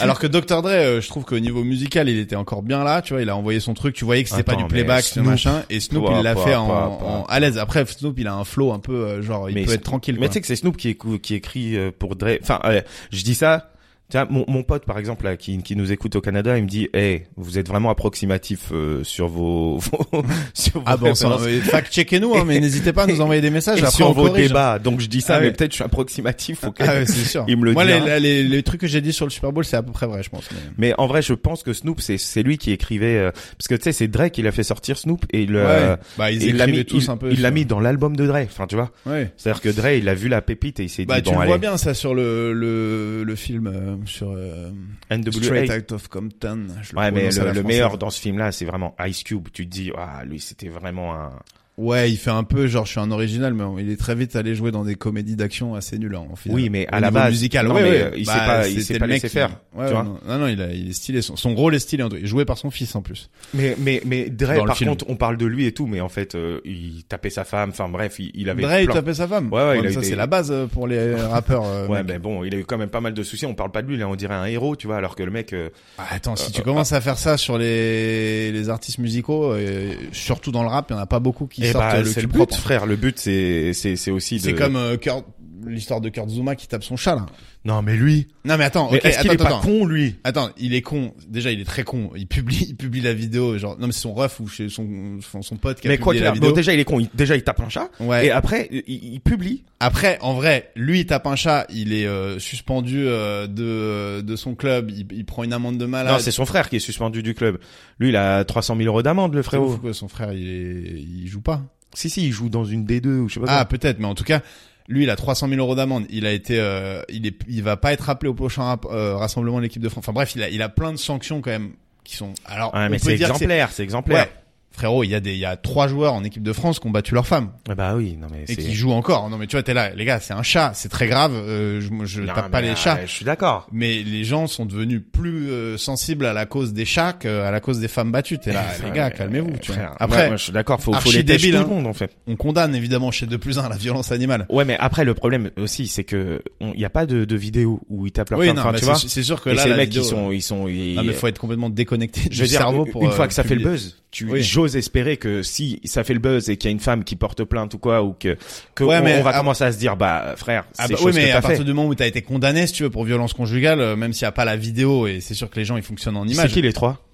S4: Alors que Dr. Dre, euh, je trouve qu'au niveau musical, il était encore bien là, tu vois, il a envoyé son truc, tu voyais que c'était pas
S5: Attends,
S4: du
S5: mais
S4: playback, ce
S5: Snoop.
S4: machin, et Snoop,
S5: Pouah,
S4: il l'a
S5: pouah,
S4: fait en,
S5: pouah, pouah.
S4: en- à l'aise. Après, Snoop, il a un flow un peu, euh, genre, il
S5: Mais
S4: peut
S5: Snoop-
S4: être tranquille,
S5: Mais
S4: quoi.
S5: tu sais que c'est Snoop qui, écou- qui écrit euh, pour Dre. Enfin, euh, je dis ça. Tu vois, mon, mon pote, par exemple, là, qui, qui nous écoute au Canada, il me dit hey, vous êtes vraiment approximatif euh, sur vos, vos- sur vos
S4: Ah bon,
S5: références
S4: fact checkez nous, hein, mais n'hésitez pas à nous envoyer des messages.
S5: et
S4: après,
S5: sur
S4: on
S5: vos
S4: corrige.
S5: débats. Donc je dis ça,
S4: Ah
S5: mais
S4: ouais.
S5: peut-être je suis approximatif. ok.
S4: Ah ouais, c'est sûr.
S5: Il me le
S4: Moi,
S5: dira.
S4: les, la- les, les trucs que j'ai dit sur le Super Bowl, c'est à peu près vrai, je pense. mais-
S5: Mais en vrai, je pense que Snoop, c'est c'est lui qui écrivait euh, parce que tu sais, c'est Dre qui l'a fait sortir Snoop et le.
S4: Ouais. Bah, ils
S5: il l'a
S4: écrivaient
S5: mis,
S4: tous
S5: il-
S4: un peu.
S5: il l'a
S4: sur-
S5: mis dans l'album de Dre. Enfin, tu vois.
S4: Ouais.
S5: C'est-à-dire que Dre, il a vu la pépite et il s'est
S4: Bah,
S5: dit
S4: tu
S5: bon,
S4: le
S5: allez.
S4: vois bien ça sur le le, le film euh, sur euh,
S5: NWA.
S4: Straight Out of Compton. Je
S5: Ouais, mais
S4: prononce à
S5: le,
S4: la
S5: le
S4: française.
S5: meilleur dans ce film-là, c'est vraiment Ice Cube. Tu te dis, ah, lui, c'était vraiment un,
S4: Ouais, il fait un peu genre je suis un original, mais il est très vite allé jouer dans des comédies d'action assez nulles hein, en final.
S5: Oui, mais à
S4: Au
S5: la
S4: niveau
S5: base,
S4: musical,
S5: non,
S4: ouais,
S5: mais,
S4: ouais.
S5: euh, il s'est
S4: Bah,
S5: pas- il
S4: c'était
S5: s'est
S4: le
S5: pas
S4: mec
S5: laissé
S4: qui-
S5: faire,
S4: Ouais,
S5: tu vois.
S4: non, non, non, il, a- il est stylé. Son, son rôle est stylé, en tout cas. Il est joué par son fils en plus.
S5: Mais mais mais Dre,
S4: Dans le
S5: par
S4: film.
S5: contre, on parle de lui et tout, mais en fait, euh, il tapait sa femme. Enfin bref, il, il avait.
S4: Dre, il
S5: plein-
S4: tapait sa femme.
S5: Ouais, ouais, il
S4: mais
S5: a eu
S4: ça
S5: des-
S4: c'est la base euh, pour les rappeurs. euh,
S5: Ouais,
S4: mec.
S5: mais bon, il a eu quand même pas mal de soucis. On parle pas de lui là, on dirait un héros, tu vois, alors que le mec. euh,
S4: Ah, Attends, si tu commences à faire ça sur les, les artistes musicaux, euh, surtout dans le rap, il y en a pas beaucoup qui
S5: eh
S4: sortent
S5: bah,
S4: euh, le
S5: c'est
S4: cul
S5: le but,
S4: propre.
S5: frère. Le but, c'est c'est c'est aussi.
S4: C'est
S5: de-
S4: comme euh, Kurt- l'histoire de Kurt Zuma qui tape son chat là.
S5: Non, mais lui.
S4: Non mais attends,
S5: Mais
S4: ok,
S5: est-ce qu'il est
S4: attends,
S5: pas
S4: attends.
S5: con lui
S4: Attends, il est con. Déjà, il est très con. Il publie, il publie la vidéo. Genre, non mais c'est son ref ou chez son son, son pote qui a
S5: Mais quoi
S4: publié
S5: qu'il
S4: la
S5: a,
S4: vidéo.
S5: bon, déjà il est con. Il- déjà il tape un chat.
S4: Ouais.
S5: Et après, il, il publie.
S4: Après, en vrai, lui il tape un chat, il est euh, suspendu euh, de de son club, il, il prend une amende de malade.
S5: non, c'est son frère qui est suspendu du club. Lui, il a 300 000 euros d'amende, le
S4: C'est ouf,
S5: frérot.
S4: quoi. Son frère, il est, il joue pas.
S5: Si si, il joue dans une D2 ou je sais pas.
S4: Ah,
S5: quoi.
S4: peut-être, mais en tout cas, lui, il a 300 000 euros d'amende. Il a été, euh, il est, il va pas être appelé au prochain rap- euh, rassemblement de l'équipe de France. Enfin bref, il a, il a plein de sanctions quand même qui sont. Alors,
S5: Ouais,
S4: on
S5: mais
S4: peut
S5: c'est
S4: dire que c'est-
S5: exemplaire, c'est exemplaire.
S4: Ouais, frérot, il y a des, il y a trois joueurs en équipe de France qui ont battu leur femme
S5: Ah Bah oui, non mais
S4: et
S5: c'est.
S4: qui jouent encore. Non, mais tu vois, t'es là, les gars, c'est un chat, c'est très grave. euh, je, moi, je
S5: Non,
S4: tape pas
S5: mais,
S4: les
S5: euh,
S4: chats.
S5: Je suis d'accord.
S4: Mais les gens sont devenus plus euh, sensibles à la cause des chats qu'à la cause des femmes battues. T'es là, Bah, les gars, calmez-vous. tu vois.
S5: Frère,
S4: Après,
S5: ouais, moi, je suis d'accord, faut, faut
S4: archi
S5: les têcher
S4: débile,
S5: tout
S4: hein.
S5: le monde en fait.
S4: on condamne évidemment chez 2 plus 1 la violence animale.
S5: Ouais, mais après le problème aussi, c'est que il y a pas de, de vidéo où ils tapent leur
S4: oui,
S5: femme,
S4: non,
S5: enfin,
S4: mais
S5: tu vois.
S4: c'est c'est sûr que
S5: Et
S4: là,
S5: c'est les
S4: la
S5: mecs qui
S4: vidéo, hein.
S5: sont, ils sont, ils-
S4: Non, mais faut être complètement déconnecté
S5: je
S4: du
S5: veux dire,
S4: cerveau
S5: une-
S4: pour.
S5: une
S4: euh,
S5: fois que ça fait le
S4: publier.
S5: buzz, tu,
S4: Oui.
S5: j'ose espérer que si ça fait le buzz et qu'il y a une femme qui porte plainte ou quoi, ou que, que
S4: Ouais,
S5: on,
S4: mais
S5: on va
S4: à-
S5: commencer à se dire, bah, frère,
S4: Ah
S5: c'est
S4: bah
S5: chose
S4: oui, mais
S5: que
S4: à
S5: t'as
S4: partir
S5: fait.
S4: du moment où t'as été condamné, si tu veux, pour violence conjugale, euh, même s'il n'y a pas la vidéo, et c'est sûr que les gens ils fonctionnent en
S5: C'est
S4: image.
S5: qui les trois?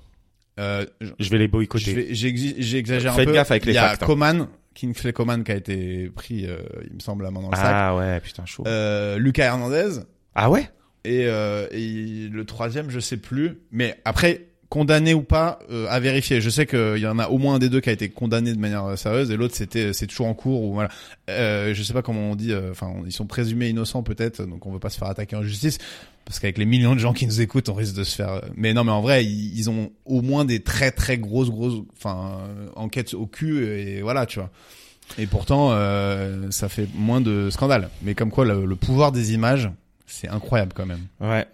S4: Euh, je-
S5: Je vais les
S4: je
S5: boycotter.
S4: vais- j'exi- J'exagère un
S5: Faites
S4: peu.
S5: gaffe avec les
S4: Il y a
S5: facts, hein.
S4: Coman, Kingsley Coman, qui a été pris, euh, il me semble, la main dans le sac.
S5: Ah ouais, putain, chaud.
S4: Euh, Lucas Hernandez.
S5: Ah ouais?
S4: Et, euh, et le troisième, je sais plus. Mais après, condamné ou pas, euh, à vérifier. Je sais qu'il y en a au moins un des deux qui a été condamné de manière euh, sérieuse, et l'autre c'était c'est toujours en cours ou voilà. Euh, je sais pas comment on dit. euh, Enfin, on- ils sont présumés innocents peut-être, donc on veut pas se faire attaquer en justice parce qu'avec les millions de gens qui nous écoutent, on risque de se faire. euh, Mais non, mais en vrai, ils, ils ont au moins des très très grosses grosses, enfin, euh, enquêtes au cul et voilà, tu vois. Et pourtant, euh, ça fait moins de scandales. Mais comme quoi, le- le pouvoir des images, c'est incroyable quand même.
S5: Ouais.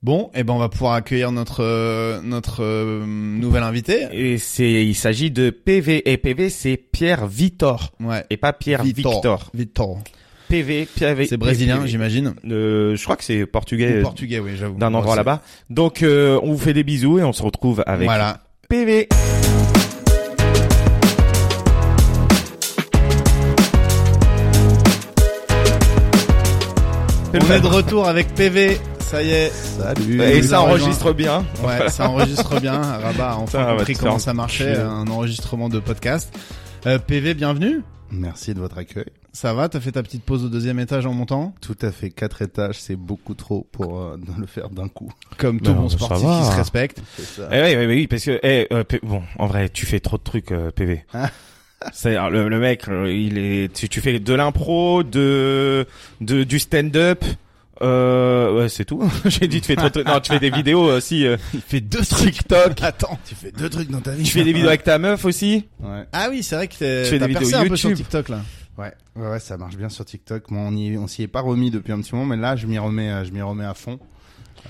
S4: Bon, eh ben on va pouvoir accueillir notre euh, notre euh, nouvel invité.
S5: Et c'est, il s'agit de PV. Et PV, c'est Pierre Vitor.
S4: Ouais.
S5: Et pas Pierre Victor.
S4: Victor.
S5: PV, Pierre
S4: C'est brésilien,
S5: PV.
S4: j'imagine.
S5: Euh, je crois que c'est portugais
S4: Ou
S5: euh,
S4: portugais, oui, j'avoue.
S5: d'un endroit
S4: Ouais,
S5: là-bas. Donc, euh, on vous fait des bisous et on se retrouve
S4: c'est-
S5: avec
S4: Voilà.
S5: PV.
S4: On est de retour avec PV. Ça y est. Salut.
S5: Et ça enregistre bien.
S4: Ouais, ça enregistre bien. Rabat a
S5: Ça
S4: enfin
S5: va
S4: compris
S5: te
S4: comment
S5: faire
S4: ça marchait,
S5: enculer.
S4: un enregistrement de podcast. Euh, PV, bienvenue.
S2: Merci de votre accueil.
S4: Ça va, t'as fait ta petite pause au deuxième étage en montant
S2: Tout à fait, quatre étages, c'est beaucoup trop pour euh, le faire d'un coup.
S4: Comme tout
S5: Non,
S4: bon
S5: ça
S4: sportif
S5: va.
S4: qui se respecte.
S2: C'est ça.
S5: Eh oui, oui, oui, parce que eh, euh, P- bon, en vrai, tu fais trop de trucs, euh, PV.
S2: Ah.
S5: C'est-à-dire le, le mec, euh, il est, tu, tu fais de l'impro, de, de du stand-up. Euh, ouais, c'est tout. J'ai dit tu fais trop de trucs. Non, tu fais des vidéos aussi. euh,
S4: Il fait deux trucs. TikTok. Attends.
S2: Tu fais deux trucs dans ta vie.
S5: tu fais des vidéos avec ta meuf aussi.
S2: Ouais.
S4: Ah oui, c'est vrai que t'es-
S5: Tu fais des
S4: t'as
S5: vidéos
S4: percé un peu sur
S5: YouTube.
S4: TikTok là.
S2: ouais, ouais, ouais, ça marche bien sur TikTok. Moi, on y, on s'y est pas remis depuis un petit moment, mais là, je m'y remets, euh, je m'y remets à fond.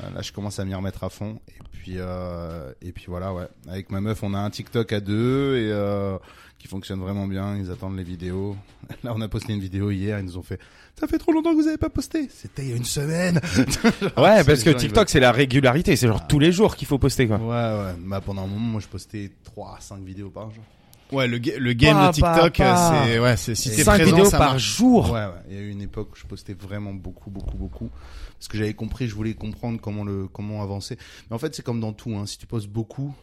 S2: Euh, là, je commence à m'y remettre à fond. Et puis, euh, et puis voilà, ouais. Avec ma meuf, on a un TikTok à deux et euh, qui fonctionne vraiment bien. Ils attendent les vidéos. Là, on a posté une vidéo hier. Ils nous ont fait. Ça fait trop longtemps que vous avez pas posté. C'était il y a une semaine.
S5: Ouais, parce que
S2: les gens, ils
S5: TikTok, c'est la régularité. C'est genre tous les jours qu'il faut poster quoi.
S2: Ouais, ouais. Bah, pendant un moment, moi, je postais 3 à 5 vidéos par jour.
S4: Ouais, le, ga- le game
S5: Pas,
S4: de TikTok,
S5: pas,
S4: euh, c'est ouais, c'est si t'es
S5: 5
S4: présent,
S5: vidéos
S4: ça
S5: par
S4: marche.
S5: jour.
S2: Ouais, ouais. Il y a eu une époque où je postais vraiment beaucoup, beaucoup, beaucoup. Parce que j'avais compris, je voulais comprendre comment le, comment avancer. Mais en fait, c'est comme dans tout, hein. Si tu postes beaucoup,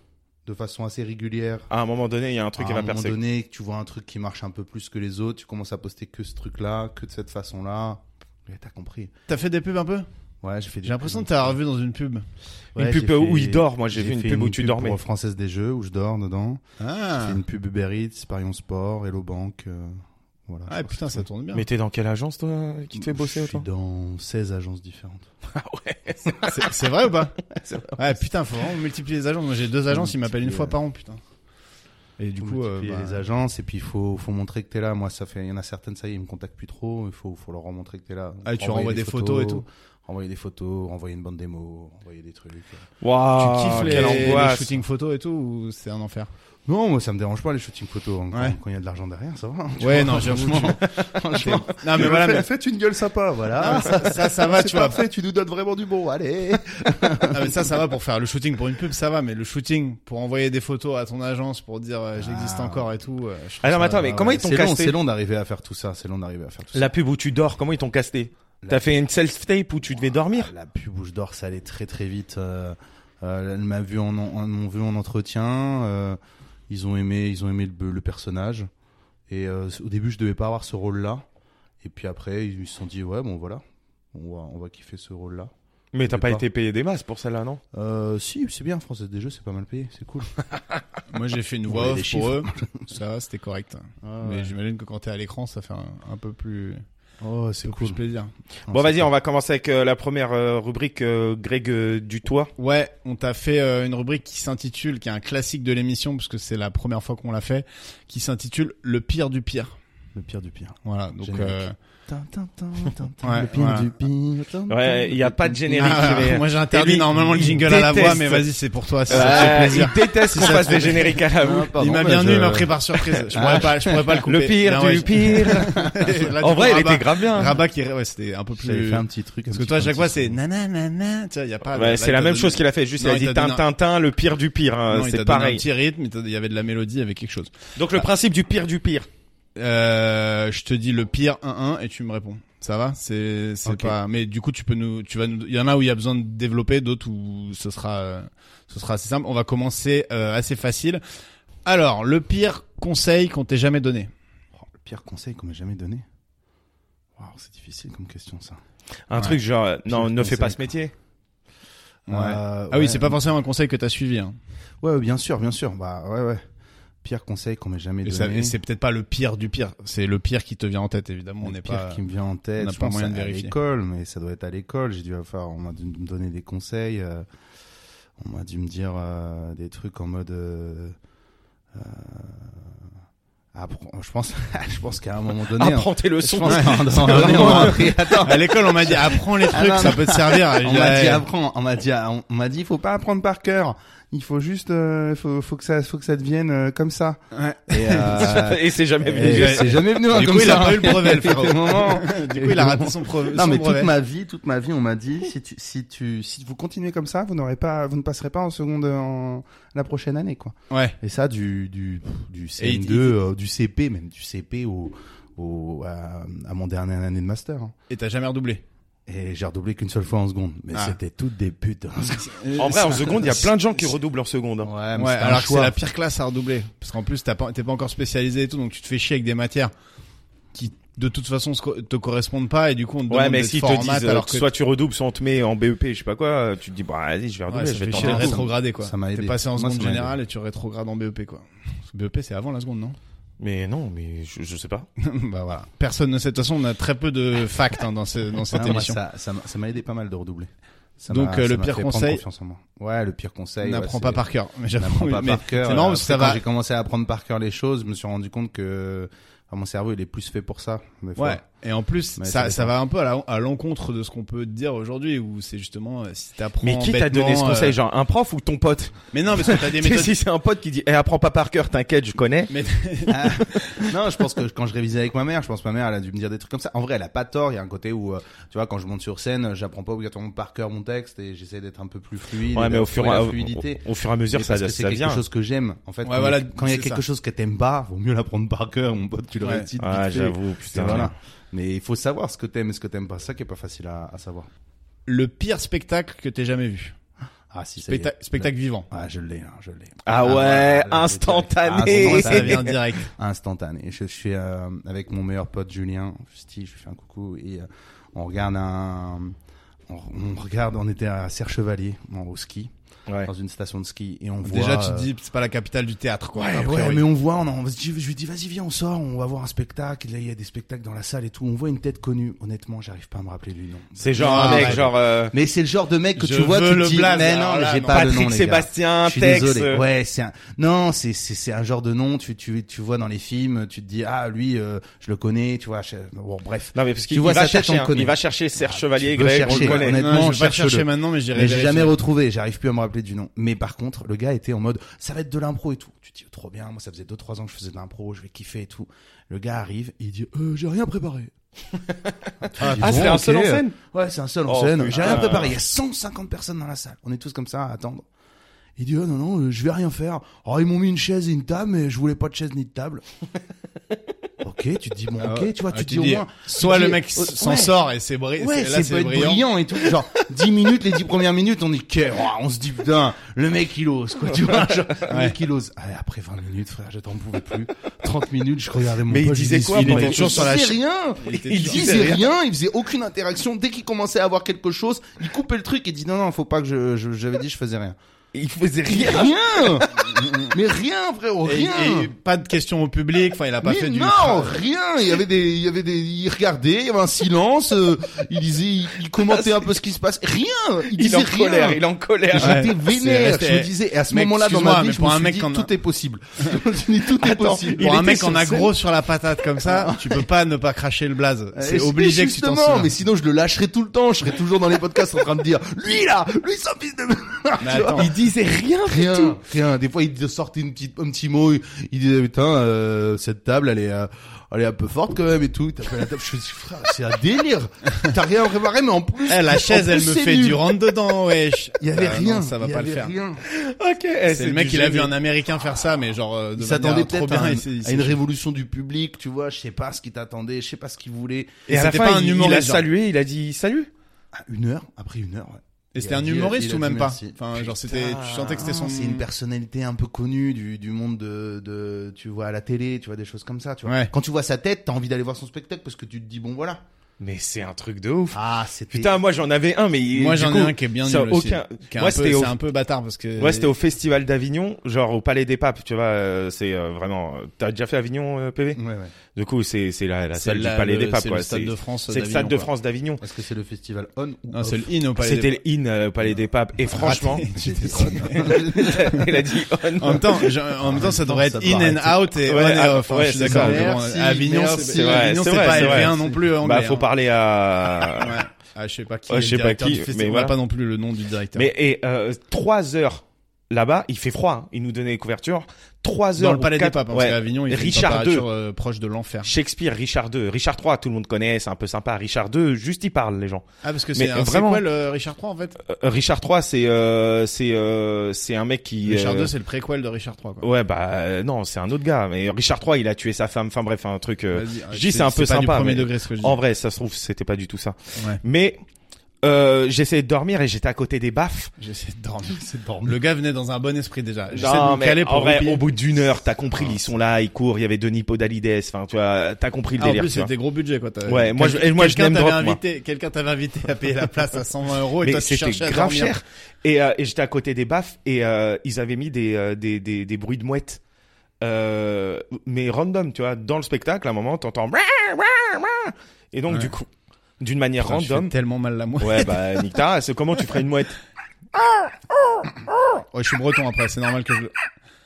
S2: de façon assez régulière,
S5: À un moment donné, il y a un truc qui
S2: à
S5: va
S2: un moment
S5: percer.
S2: donné, que tu vois un truc qui marche un peu plus que les autres, tu commences à poster que ce truc-là, que de cette façon-là. Mais T'as compris.
S4: T'as fait des pubs un peu
S2: Ouais, j'ai fait des
S4: J'ai l'impression
S2: pubs.
S4: de t'avoir revu dans une pub.
S2: Ouais,
S5: une pub
S2: j'ai
S5: où
S2: fait-
S5: il dort. Moi, j'ai vu une
S2: fait
S5: pub où tu dormais.
S2: Pour Française des Jeux, où je dors dedans. J'ai
S4: Ah,
S2: fait une pub Uber Eats, Parion Sport, Hello Bank. euh, voilà.
S4: ah putain, ça tourne bien.
S5: Mais t'es dans quelle agence toi qui te fait bosser
S2: Je suis
S5: autant
S2: dans 16 agences différentes.
S4: C'est- C'est vrai ou pas Ouais, putain, faut vraiment multiplier les agences. Moi, j'ai deux agences, ils m'appellent une fois par an, putain. Et du
S2: Faut
S4: coup, euh,
S2: multiplier
S4: bah,
S2: les agences et puis il faut, faut montrer que t'es là. Moi, ça fait, il y en a certaines, ça y est, ils me contactent plus trop. Il faut, faut leur remontrer que t'es là.
S4: Ah, et tu
S2: Renvoyer
S4: renvoies des photos et tout.
S2: Renvoyer des photos, renvoyer une bande démo, renvoyer des trucs.
S5: Waouh,
S4: tu kiffes les,
S5: quelle
S4: les
S5: angoisse.
S4: shootings photos et tout ou c'est un enfer
S2: Non, moi, ça me dérange pas les shootings photos. hein. Quand-
S4: Ouais.
S2: Quand il y a de l'argent derrière, ça va. tu
S4: Ouais,
S2: vois.
S4: non, franchement.
S2: franchement.
S4: non, mais voilà, mais-
S2: Faites une gueule sympa, voilà.
S4: ça, ça, ça va,
S2: C'est
S4: tu vois.
S2: parfait, tu nous donnes vraiment du bon, allez.
S4: Ah, mais ça, ça va pour faire le shooting pour une pub, ça va, mais le shooting pour envoyer des photos à ton agence pour dire euh, j'existe
S2: Ah.
S4: encore et tout. euh, je trouve
S5: Ah non, mais
S4: ça-
S5: attends, mais comment ils t'ont
S2: C'est long,
S5: casté
S2: c'est long d'arriver à faire tout ça. C'est long d'arriver à faire tout ça.
S5: La pub où tu dors, comment ils t'ont casté
S2: La-
S5: T'as fait une self-tape où tu devais dormir
S2: Ah, La pub où je dors, ça allait très très vite. Euh, euh, elle m'a vu en, en- en- m'ont vu en entretien. euh, ils ont aimé, ils ont aimé le, le personnage. Et euh, au début, je devais pas avoir ce rôle-là. Et puis après, ils se sont dit ouais, bon voilà, on va, on va kiffer ce rôle-là.
S5: Mais t'as
S2: Je sais
S5: pas
S2: pas.
S5: été payé des masses pour celle-là, non
S2: Euh, si, c'est bien, Française des Jeux, c'est pas mal payé, c'est cool.
S4: Moi, j'ai fait une
S2: On
S4: voix
S2: avait
S4: off
S2: des
S4: pour eux. Ça va, c'était correct.
S2: Ouais.
S4: Mais j'imagine que quand t'es à l'écran, ça fait un, un peu plus,
S2: Oh, c'est
S4: un peu plus
S2: cool.
S4: plaisir.
S5: Bon, vas-y, on va commencer avec euh, la première euh, rubrique, euh, Greg euh, Dutoit.
S4: Ouais, on t'a fait euh, une rubrique qui s'intitule, qui est un classique de l'émission, parce que c'est la première fois qu'on l'a fait, qui s'intitule Le pire du pire.
S2: Le pire du pire.
S4: Voilà, donc
S2: Générique.
S4: euh,
S2: Tin, tin, tin, tin, tin,
S4: Ouais,
S2: le pire
S4: voilà.
S2: du pire. tin, tin,
S5: Ouais, il y a
S2: tin,
S5: pas
S2: tin.
S5: de générique.
S4: ah,
S5: mais-
S4: moi j'ai interdit
S5: lui,
S4: normalement le
S5: il
S4: jingle à la voix,
S5: déteste.
S4: mais vas-y, c'est pour toi, si ça te fait
S5: Euh,
S4: plaisir.
S5: il déteste qu'on
S4: ça
S5: fasse
S4: te
S5: des génériques à la voix.
S2: Ah, pardon,
S4: il m'a
S2: mais
S4: bien
S2: je-
S4: eu, il m'a pris par surprise. Je pourrais pas, je pourrais pas le couper.
S5: Ah. Le pire
S4: Non, ouais,
S5: du
S4: je-
S5: pire.
S4: Là, du
S5: en
S4: coup,
S5: vrai, il
S4: Rabat-
S5: était grave bien.
S4: Rabat qui, ouais, c'était un peu
S2: J'avais
S4: plus.
S2: fait un petit truc. un
S4: Parce que
S2: petit-
S4: toi, à
S2: un
S4: chaque
S2: petit
S4: fois,
S2: truc.
S4: c'est nanana, tu vois, y a pas.
S5: Ouais,
S4: là,
S5: c'est
S4: il
S5: la
S4: t'a
S5: même
S4: donné-
S5: chose qu'il a fait. Juste,
S4: Non,
S5: il a
S4: il t'a
S5: dit
S4: donné un-
S5: Tintin, le pire du pire. hein,
S4: Non, il t'a
S5: c'est
S4: donné Un
S5: pareil.
S4: petit rythme, il t'a- il y avait de la mélodie avec quelque chose.
S5: Donc le principe du pire du pire.
S4: Euh, je te dis le pire 1-1 et tu me réponds. Ça va C'est c'est
S2: Ok.
S4: pas. Mais du coup, tu peux nous, tu vas nous. Il y en a où il y a besoin de développer, d'autres où ce sera, euh, ce sera assez simple. On va commencer euh, assez facile. Alors, le pire conseil qu'on t'ait jamais donné.
S2: Oh, le pire conseil qu'on m'a jamais donné. Waouh, c'est difficile comme question ça.
S5: Un
S4: Ouais.
S5: truc genre, euh, non,
S2: Je
S5: ne fais pas
S2: conseille,
S5: ce métier.
S4: Ouais.
S2: Euh,
S4: ah
S2: ouais.
S4: oui, c'est pas forcément un conseil que t'as suivi. Hein.
S2: Ouais, ouais, bien sûr, bien sûr. Bah ouais, ouais. Pire conseil qu'on m'ait jamais
S4: Et,
S2: donné.
S4: ça- et c'est peut-être pas le pire du pire. C'est le pire qui te vient en tête, évidemment.
S2: Le
S4: On n'est
S2: pire
S4: pas.
S2: qui me vient en
S4: on
S2: tête.
S4: n'a
S2: je
S4: pas
S2: pense
S4: moyen de
S2: à
S4: vérifier.
S2: l'école, mais ça doit être à l'école. J'ai dû avoir, on m'a dû me donner des conseils. euh, on m'a dû me dire euh, des trucs en mode. euh, euh, appre- je pense, je pense qu'à un moment donné. hein,
S5: Apprends tes
S2: je
S5: leçons.
S2: pense qu'à un moment
S4: Ouais.
S2: donné, on m'a appris- Attends,
S4: À l'école, on m'a dit apprends les trucs,
S2: non,
S4: ça peut te servir.
S2: On m'a dit apprends, on m'a dit on m'a dit faut pas apprendre par cœur, il faut juste euh, faut faut que ça faut que ça devienne euh, comme ça.
S4: Ouais.
S2: Et, euh,
S5: Et c'est jamais
S2: et
S5: venu.
S2: c'est jamais venu hein,
S4: Du
S2: comme
S4: coup, il
S2: ça.
S4: a pas eu le brevet, le
S2: C'était
S4: frérot.
S2: au moment.
S4: Du coup, il a raté son brevet.
S2: Non
S4: son
S2: mais toute
S4: brevet.
S2: ma vie, toute ma vie, on m'a dit si tu si tu si vous continuez comme ça, vous n'aurez pas vous ne passerez pas en seconde en la prochaine année quoi.
S4: Ouais.
S2: Et ça du du du
S4: Et il-
S2: CM2, euh, du CP même du CP au au à, à mon dernière année de master. hein.
S4: Et t'as jamais redoublé.
S2: Et j'ai redoublé qu'une seule fois en seconde, mais
S4: Ah.
S2: c'était toutes des putes. hein.
S5: En vrai, en seconde, il y a plein de gens qui
S4: c'est-
S5: redoublent en seconde. hein.
S2: Ouais,
S4: Ouais, alors que c'est la pire classe à redoubler. Parce qu'en plus, t'as pas- t'es pas, encore spécialisé et tout, donc tu te fais chier avec des matières qui, de toute façon, se co- te correspondent pas et du coup, on te
S5: Ouais,
S4: demande
S5: mais
S4: d'être
S5: s'ils
S4: fort en
S5: te
S4: maths
S5: disent, euh,
S4: alors que
S5: soit tu redoubles, soit on te met en BEP, je sais pas quoi, euh, tu te dis, bah, vas-y, je vais
S4: ouais,
S5: redoubler,
S4: ça
S5: je vais
S4: fait
S5: tenter
S4: chier de
S5: un coup.
S4: rétrograder quoi.
S2: Ça m'a
S4: T'es
S2: aidé.
S4: passé en
S2: Moi, ça
S4: seconde
S2: m'a aidé.
S4: générale et tu rétrogrades en BEP quoi. Parce que BEP, c'est avant la seconde, non
S5: Mais non, mais je, je sais pas.
S4: Bah voilà. Personne ne sait. De toute façon, on a très peu de facts hein, dans, ce- dans cette
S2: Ah, moi,
S4: émission.
S2: ça, ça m'a- ça m'a aidé pas mal de redoubler. Ça
S4: Donc, euh,
S2: m'a- ça
S4: le
S2: m'a
S4: pire
S2: fait prendre
S4: conseil-
S2: confiance en moi. Ouais, le pire conseil.
S4: N'apprends
S2: ouais,
S4: pas
S2: c'est-
S4: par cœur. Mais
S2: n'apprends
S4: j'apprends
S2: pas
S4: mais
S2: par cœur.
S4: C'est marrant
S2: Euh,
S4: parce que ça
S2: après, quand
S4: va.
S2: J'ai commencé à apprendre par cœur les choses. Je me suis rendu compte que enfin, mon cerveau il est plus fait pour ça. des fois.
S4: Ouais. Et en plus,
S2: Mais
S4: ça,
S2: ça
S4: ça
S2: dépend.
S4: va un peu à la- à l'encontre de ce qu'on peut dire aujourd'hui, où c'est justement euh, si t'apprends.
S5: Mais qui t'a donné ce
S4: bêtement, euh,
S5: conseil Genre un prof ou ton pote
S4: Mais non, parce que t'as des
S5: Tu sais,
S4: méthodes.
S5: Si c'est un pote qui dit, eh, apprends pas par cœur, t'inquiète, je connais.
S4: Mais
S2: Ah, non, je pense que quand je révisais avec ma mère, je pense que ma mère elle a dû me dire des trucs comme ça. En vrai, elle a pas tort. Il y a un côté où, euh, tu vois, quand je monte sur scène, j'apprends pas obligatoirement par cœur mon texte et j'essaie d'être un peu plus fluide.
S5: Ouais,
S2: et
S5: mais au fur
S2: d'assurer
S5: et à,
S2: la
S5: au,
S2: fluidité.
S5: au fur et à mesure,
S2: Mais
S5: ça,
S2: parce que c'est
S5: ça
S2: quelque
S5: vient.
S2: chose que j'aime. En fait,
S4: Ouais,
S2: quand il y a-
S4: voilà,
S2: quand il y a
S4: c'est
S2: quelque
S4: ça.
S2: chose que t'aimes pas, vaut mieux l'apprendre par cœur, mon pote, tu le
S4: Ouais.
S2: récites vite
S5: Ah,
S2: fait.
S5: j'avoue,
S2: Et
S5: putain.
S2: voilà. Mais il faut savoir ce que t'aimes et ce que t'aimes pas. C'est ça qui est pas facile à, à savoir.
S4: le pire spectacle que t'aies jamais vu.
S2: Ah si, ça y est.
S4: Specta- spectacle vivant.
S2: Ah, je l'ai, hein, je l'ai.
S5: Ah ouais,
S2: voilà, là, je l'ai direct.
S5: instantané.
S2: Ah,
S4: Ouais, ça vient direct.
S2: instantané. Je, je suis euh, avec mon meilleur pote Julien, Fusti, je lui fais un coucou et euh, on regarde un on, on regarde, on était à Serre Chevalier en- au ski
S5: Ouais.
S2: dans une station de ski et on voit
S4: Déjà, tu
S2: euh,
S4: te dis, c'est pas la capitale du théâtre, quoi. a
S2: Ouais, ouais,
S4: priori.
S2: mais on voit, on, en- on se dit- je lui dis, vas-y, viens, on sort, on va voir un spectacle. Là, il y a des spectacles dans la salle et tout. On voit une tête connue. Honnêtement, j'arrive pas à me rappeler du nom.
S5: C'est genre
S4: Ah,
S5: un mec,
S4: ouais.
S5: genre euh,
S2: Mais c'est le genre de mec que
S4: Je
S2: tu vois,
S4: veux
S2: tu te
S4: le
S2: dis,
S4: blaze.
S2: mais non,
S4: Alors là,
S2: j'ai
S4: non.
S2: pas de nom,
S5: Patrick
S2: les gars.
S5: Sébastien,
S2: Je suis
S5: Tex.
S2: désolé.
S5: euh,
S2: Ouais, c'est un, non, c'est, c'est, c'est un genre de nom, tu, tu, tu vois dans les films, tu te dis, ah, lui, euh, je le connais, tu vois, je- bon, bref.
S5: Non mais parce qu'il
S2: vois
S5: il va
S2: sa tête,
S5: chercher,
S2: on
S5: hein.
S2: connaît.
S5: il va chercher
S4: Ah,
S5: Serge Chevalier,
S2: tu peux
S5: Greg, on
S2: chercher,
S5: le connaît.
S2: honnêtement,
S4: Non, je vais pas
S2: cherche-le.
S4: chercher maintenant, mais j'irai
S2: Mais j'ai
S4: vérifier.
S2: jamais retrouvé, j'arrive plus à me rappeler du nom. Mais par contre, le gars était en mode, ça va être de l'impro et tout. Tu te dis, oh, trop bien, moi ça faisait 2-3 ans que je faisais de l'impro, je vais kiffer et tout. Le gars arrive, il dit, euh, j'ai rien préparé.
S4: Ah,
S5: Ah,
S2: Bon,
S5: c'est un seul en
S2: ok.
S5: scène.
S2: Ouais, c'est un seul en
S5: Oh,
S2: scène,
S5: putain.
S2: j'ai rien préparé, il y a 150 personnes dans la salle. On est tous comme ça à attendre. Il dit, oh non, non, euh, je vais rien faire. Oh, ils m'ont mis une chaise et une table, mais je voulais pas de chaise ni de table. ok, tu te dis, bon,
S4: Ah,
S2: ok, tu vois,
S4: ah,
S2: tu te dis au moins.
S4: Soit
S2: tu
S4: le
S2: dis,
S4: mec
S2: oh,
S4: s- s'en
S2: ouais.
S4: sort et c'est bri-
S2: Ouais,
S4: c'est- là
S2: c'est
S4: c'est
S2: peut être
S4: brillant.
S2: brillant et tout. Genre, 10 minutes, les 10 premières minutes, on est que, ouah, on se dit, putain, le mec, il ose, quoi, tu vois, genre, le mec, il ose. Ah, après 20 minutes, frère, je t'en pouvais plus. 30 minutes, je regardais mon
S5: Mais il
S2: pote, je
S5: disait
S2: dis,
S5: quoi
S2: il
S5: pendant
S2: était
S5: tout
S2: toujours
S5: ce
S2: sur
S5: temps
S2: la
S5: Il
S2: chaîne rien.
S4: Il était
S2: Il
S4: toujours-
S2: disait rien, il faisait aucune interaction. Dès qu'il commençait à avoir quelque chose, il coupait le truc et dit, non, non, faut pas que je, je- j'avais dit, je faisais rien.
S5: Il faisait rien.
S2: Rien! Mais rien, frérot,
S4: Et-
S2: rien!
S4: et pas de questions au public, enfin il a pas
S2: mais
S4: fait Ah bah, du
S2: non, rien. Il y avait des, il y avait des, il regardait, il y avait un silence. euh, il disait, il, il commentait un peu ce qui se passe. Rien. Il
S5: Il est
S2: disait
S5: en
S2: rien.
S5: colère, il est en colère.
S4: Ouais.
S2: J'étais vénère.
S4: C'est-
S2: Je me disais, et à ce
S4: Mec,
S2: moment-là dans ma
S4: excuse-moi,
S2: vie,
S4: mais
S2: je
S4: pour
S2: me
S4: un
S2: suis
S4: mec
S2: dit,
S4: en a-
S2: tout est possible. Je me suis dit, tout est
S5: Attends,
S2: possible.
S5: il
S4: Pour un
S5: était
S4: mec
S5: sur
S4: en agro
S5: scène.
S4: sur la patate comme ça, tu peux pas ne pas cracher le blaze. C'est
S2: Et
S4: obligé que tu t'en
S2: Euh, justement,
S4: souviens.
S2: mais sinon je le lâcherais tout le temps, je serais toujours dans les podcasts en train de dire lui là, lui son fils de
S4: Mais
S2: Tu vois
S4: Ah, attends.
S5: Il disait rien du
S2: rien,
S5: tout.
S2: rien. Des fois, il te sortait une petite, un petit mot. Il, il disait putain, euh, cette table, elle est, euh, elle est un peu forte quand même et tout. Il tapait la table. Je me dis frère, c'est un délire. T'as rien préparé, mais en plus,
S4: Eh, la chaise,
S2: en
S4: elle
S2: plus,
S4: me
S2: c'est
S4: fait
S2: nul.
S4: du rentre dedans, wesh.
S2: Il y avait
S4: Ah, non,
S2: rien.
S4: ça va
S2: il y
S4: pas le
S2: avait
S4: faire.
S2: rien.
S5: Ok. eh,
S4: C'est le mec, il a vu
S5: génie.
S4: un américain faire ça, mais genre, euh, de
S2: Il
S4: manière
S2: s'attendait
S4: trop
S2: peut-être
S4: bien.
S2: à, un-
S4: il s'est- il
S2: à
S4: s'est-
S2: une révolution du public, tu vois. Je sais pas ce qu'il t'attendait, je sais pas ce qu'il voulait.
S5: Et à la
S4: C'était pas
S5: fin,
S4: un
S5: il, il a
S4: humoriste, genre.
S5: salué, il a dit salut.
S2: À Ah, une heure, après une heure. Ouais.
S4: Et c'était
S2: Il a
S4: un
S2: dit-
S4: humoriste
S2: il a
S4: ou
S2: dit
S4: même pas?
S2: merci.
S4: Enfin, genre, c'était, tu sentais que c'était Mm. son.
S2: Ah, C'est une personnalité un peu connue du, du monde de, de, tu vois, à la télé, tu vois, des choses comme ça, tu vois.
S4: Ouais.
S2: Quand tu vois sa tête, t'as envie d'aller voir son spectacle parce que tu te dis, bon, voilà.
S5: Mais c'est un truc de ouf.
S2: Ah, c'était.
S5: Putain, moi j'en avais un, mais il-
S4: Moi,
S5: du
S4: j'en
S5: coup,
S4: ai un qui est bien
S5: ça
S4: nul
S5: a
S4: aussi.
S5: aucun-
S4: Qui est
S5: Moi,
S4: un peu-
S5: c'était au-
S4: c'est un peu bâtard parce que.
S5: Ouais, c'était au Festival d'Avignon, genre au Palais des Papes, tu vois, euh, c'est euh, vraiment... T'as déjà fait Avignon, euh, PV
S2: Ouais, ouais.
S5: Du coup, c'est c'est la, la
S4: Mm. c'est
S5: salle
S4: la-
S5: du Palais
S4: le-
S5: des Papes,
S4: c'est
S5: quoi.
S4: le stade
S5: C'est-
S4: de France.
S5: C'est le
S4: d'Avignon,
S5: Stade de
S4: quoi.
S5: France d'Avignon.
S2: Est-ce que c'est le festival on ou
S4: Non, c'est
S2: off
S4: le in au Palais
S5: C'était
S4: des
S5: le in euh, au Palais des Papes. Et franchement, il a dit oh non.
S4: En même temps, je- en même temps, ça devrait
S2: ça
S4: être in
S2: devrait
S4: and out et
S5: Ouais,
S4: on et
S5: ah,
S4: off. hein,
S5: ouais,
S4: je suis
S5: c'est
S4: d'accord.
S5: ça.
S4: mais bon,
S2: Merci,
S4: à Avignon,
S2: merci.
S4: c'est
S5: C'est vrai,
S4: Avignon,
S5: c'est
S4: c'est
S5: vrai,
S4: pas
S5: c'est vrai.
S4: rien non plus euh, anglais.
S5: Bah, faut
S4: hein.
S5: parler à...
S4: Ouais. Ah, je sais pas qui.
S5: Ouais,
S4: est
S5: je
S4: le
S5: sais pas
S4: directeur
S5: qui,
S4: du festival.
S5: mais
S4: On a
S5: voilà.
S4: pas non plus le nom du directeur.
S5: Mais et euh, trois heures là-bas, il fait froid. hein. Il nous donnait les couvertures. Trois heures.
S4: dans le
S5: ou
S4: Palais des
S5: quatre-
S4: Papes, hein, parce
S5: ouais.
S4: qu'à Avignon, il fait une
S5: Richard II.
S4: température euh, proche de l'enfer.
S5: Shakespeare, Richard II, Richard III, tout le monde connaît, c'est un peu sympa. Richard II, juste il parle les gens.
S4: Ah, parce que
S5: Mais
S4: c'est un
S5: vraiment-
S4: préquel, euh, Richard III, en fait.
S5: Euh, Richard III, c'est euh, c'est euh, c'est un mec qui.
S4: Richard
S5: euh,
S4: II, c'est le préquel de Richard III, quoi.
S5: Ouais bah euh, non, c'est un autre gars. Mais Richard III, il a tué sa femme. Enfin bref, un truc. euh,
S4: Vas-y,
S5: je dis, c'est un peu
S4: pas du
S5: sympa,
S4: premier
S5: mais-
S4: degré, ce que je dis.
S5: En vrai, ça se trouve, c'était pas du tout ça.
S4: Ouais.
S5: Mais euh, j'essayais de dormir et j'étais à côté des baffes.
S4: J'essaie de dormir. Le gars venait dans un bon esprit, déjà. J'essaie de
S5: Non,
S4: me
S5: mais
S4: caler
S5: en
S4: pour Ah.
S5: vrai,
S4: oublier.
S5: au bout d'une heure, t'as compris, ils sont là, ils courent. Il y avait Denis Podalides. Enfin, tu vois, t'as compris le
S4: Ah, en
S5: délire.
S4: plus,
S5: tu vois.
S4: c'était gros budget, quoi. T'as-
S5: Ouais, moi, je-
S4: Quelqu'un-
S5: et moi, je
S4: quelqu'un
S5: name
S4: t'avait
S5: drop, moi.
S4: invité, quelqu'un t'avait invité à payer la place à 120 euros et
S5: mais
S4: toi, tu
S5: c'était
S4: cherchais à
S5: grave
S4: dormir.
S5: cher. Et, euh, et j'étais à côté des baffes et euh, ils avaient mis des, euh, des, des, des bruits de mouettes. Euh, mais random, tu vois. Dans le spectacle, à un moment, t'entends. Ouah, ouah, ouah Et donc,
S4: Ouais.
S5: du coup, d'une manière
S4: Putain, je fais
S5: random.
S4: tellement mal la moi.
S5: Ouais, bah, nique ta race, Comment tu ferais une mouette
S4: Ouais, je suis breton après, c'est normal que je.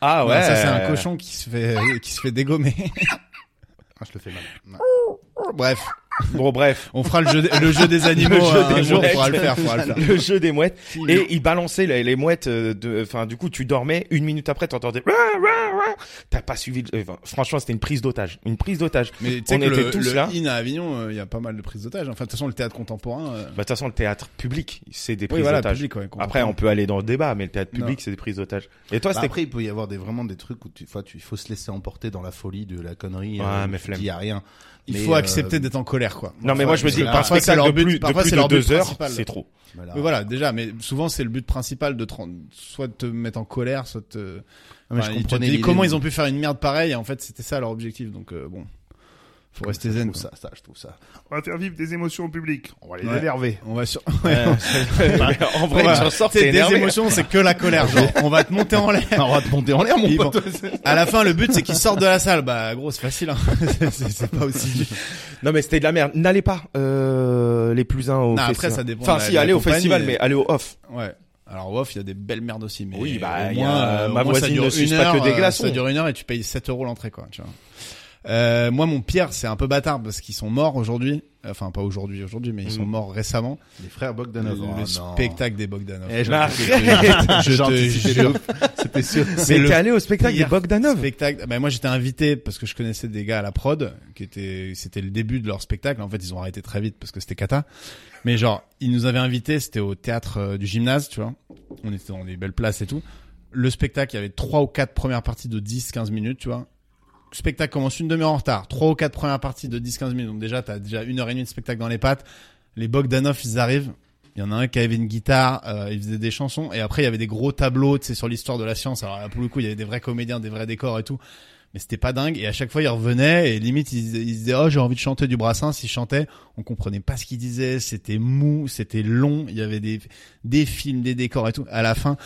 S5: Ah ouais.
S4: Non, ça c'est un cochon qui se fait euh, qui se fait dégommer.
S2: Ah, je le fais mal. Ouais.
S4: Bref,
S5: Bon, bref.
S4: on fera le jeu des- le jeu des animaux
S5: Le jeu
S4: un
S5: des
S4: jour, on
S5: mouettes.
S4: pourra le faire, faudra le faire.
S5: Le jeu des mouettes. Et ils balançaient les, les mouettes. euh, de- Enfin, du coup, tu dormais. Une minute après, t'entendais. ouah, ouah, ouah. T'as pas suivi. le- enfin, franchement, c'était une prise d'otage. Une prise d'otage.
S4: Mais tu sais
S5: On
S4: que
S5: était
S4: le,
S5: tous
S4: le
S5: là.
S4: in à Avignon, euh, il y a pas mal de prises d'otages. Enfin, de toute façon, le théâtre contemporain. euh,
S5: Bah, De toute façon, le théâtre public, c'est des prises
S4: oui, voilà,
S5: d'otages.
S4: public, ouais, contemporain.
S5: Après, on peut aller dans le débat, mais le théâtre public,
S4: Non.
S5: c'est des prises d'otages. Et toi,
S2: Bah,
S5: c'était
S2: après, il peut y avoir des, vraiment des trucs où tu, enfin, tu, il faut se laisser emporter dans la folie de la connerie. euh,
S5: Ouais, mais
S2: tu
S5: flemme.
S2: dis, y a rien.
S4: il
S2: Mais,
S4: faut
S2: euh,
S4: accepter d'être en colère, quoi.
S5: Non, mais
S4: Enfin,
S5: moi, je me dis,
S4: voilà.
S5: par
S4: Parfois, c'est
S5: spectacle
S4: leur
S5: de
S4: but-
S5: plus, de
S4: parfois,
S5: plus
S4: c'est
S5: de
S4: leur but
S5: deux heures,
S4: principal.
S5: c'est trop.
S2: voilà.
S4: Mais voilà, déjà, mais souvent c'est le but principal de te rendre- soit de te mettre en colère, soit de te.
S2: Ah, mais je
S4: Enfin, ils te
S2: comprenais
S4: disent
S2: l'idée
S4: comment
S2: de-
S4: ils ont pu faire une merde pareille. Et en fait, c'était ça leur objectif. Donc euh, bon, Faut rester
S2: ça, je
S4: zen.
S2: trouve ça, ça, je trouve ça. On va faire vivre des émotions au public. On va les
S4: Ouais.
S2: énerver.
S4: On va sur.
S5: Bah, en
S4: On va-
S5: t'es
S4: t'sais, des
S5: énervé.
S4: émotions, c'est que la colère. Genre, on va te monter en l'air.
S2: on va te monter en l'air, mon
S4: Ils
S2: pote.
S4: À la fin, le but c'est qu'ils sortent de la salle. Bah, gros, c'est facile. Hein. C'est- c'est c'est pas aussi dur.
S5: Non mais c'était de la merde. N'allez pas euh, les plus uns au
S4: Non,
S5: festival.
S4: après, ça dépend
S5: Enfin
S4: de la-
S5: si,
S4: de la
S5: allez au
S4: compagnie,
S5: festival,
S4: mais-
S5: mais allez au off.
S4: Ouais. Alors off, il y a des belles merdes aussi, mais
S5: Oui, bah,
S4: au
S5: il y a,
S4: moins,
S5: euh,
S4: au
S5: ma
S4: moins, ça
S5: voisine
S4: dure
S5: ne suce
S4: une
S5: pas
S4: heure,
S5: que des
S4: euh,
S5: glaçons.
S4: Ça dure une heure et tu payes 7 euros l'entrée, quoi. Tu vois. Euh, moi, mon pire, c'est un peu bâtard parce qu'ils sont morts aujourd'hui. Enfin, pas aujourd'hui, aujourd'hui, mais ils sont
S5: Mhm.
S4: morts récemment.
S2: Les frères
S4: Le,
S2: Bogdanov.
S4: le
S2: Oh, non.
S4: spectacle des Bogdanov.
S2: Eh,
S5: Bah,
S4: je te
S2: J'anticipais
S4: jure.
S2: C'était sûr.
S4: C'est
S5: Mais
S4: le
S5: t'es allé au spectacle des
S4: pire
S5: Bogdanov.
S4: Spectacle. Bah, moi, j'étais invité parce que je connaissais des gars à la prod, qui étaient, c'était le début de leur spectacle. En fait, ils ont arrêté très vite parce que c'était cata. Mais genre, ils nous avaient invités, c'était au théâtre euh, du gymnase, tu vois. On était dans des belles places et tout. Le spectacle, il y avait trois ou quatre premières parties de 10, 15 minutes, tu vois. Le spectacle commence une demi-heure en retard. Trois ou quatre premières parties de 10, 15 minutes. Donc déjà, t'as déjà une heure et demie de spectacle dans les pattes. Les Bogdanov, ils arrivent. Il y en a un qui avait une guitare, euh, il faisait des chansons, et après il y avait des gros tableaux, tu sais, sur l'histoire de la science. Alors là, pour le coup, il y avait des vrais comédiens, des vrais décors et tout, mais c'était pas dingue. Et à chaque fois, ils revenaient et limite ils, ils se disaient oh j'ai envie de chanter du Brassens. Ils chantaient, on comprenait pas ce qu'ils disaient, c'était mou, c'était long. Il y avait des des films, des décors et tout. À la fin,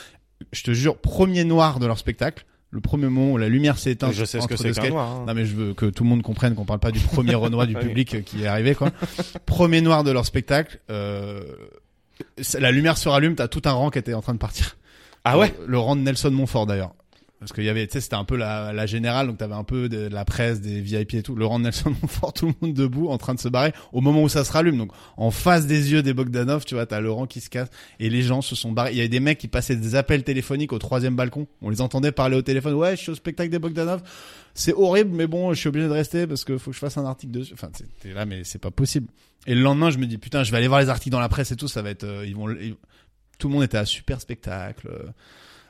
S4: je te jure, premier noir de leur spectacle, le premier moment où la lumière s'est éteinte.
S5: Je sais ce
S4: entre
S5: que
S4: deux
S5: c'est qu'un
S4: skates.
S5: noir. hein.
S4: Non mais je veux que tout le monde comprenne qu'on parle pas du premier Renoir du
S5: Ah oui.
S4: public euh, qui est arrivé quoi. Premier noir de leur spectacle. euh, ça- la lumière se rallume, t'as tout un rang qui était en train de partir.
S5: Ah ouais.
S4: Le, le rang de Nelson Montfort d'ailleurs. Parce qu'il y avait, tu sais, c'était un peu la, la générale, donc t'avais un peu de, de la presse, des VIP et tout. Le rang de Nelson Montfort, tout le monde debout, en train de se barrer, au moment où ça se rallume. Donc, en face des yeux des Bogdanov, tu vois, t'as le rang qui se casse et les gens se sont barrés. Il y avait des mecs qui passaient des appels téléphoniques au troisième balcon. On les entendait parler au téléphone. Ouais, je suis au spectacle des Bogdanov. C'est horrible, mais bon, je suis obligé de rester parce que faut que je fasse un article dessus. Enfin, t'es- t'es là, mais c'est pas possible. Et le lendemain, je me dis putain, je vais aller voir les articles dans la presse et tout. Ça va être, euh, ils vont, ils- tout le monde était à super spectacle. euh,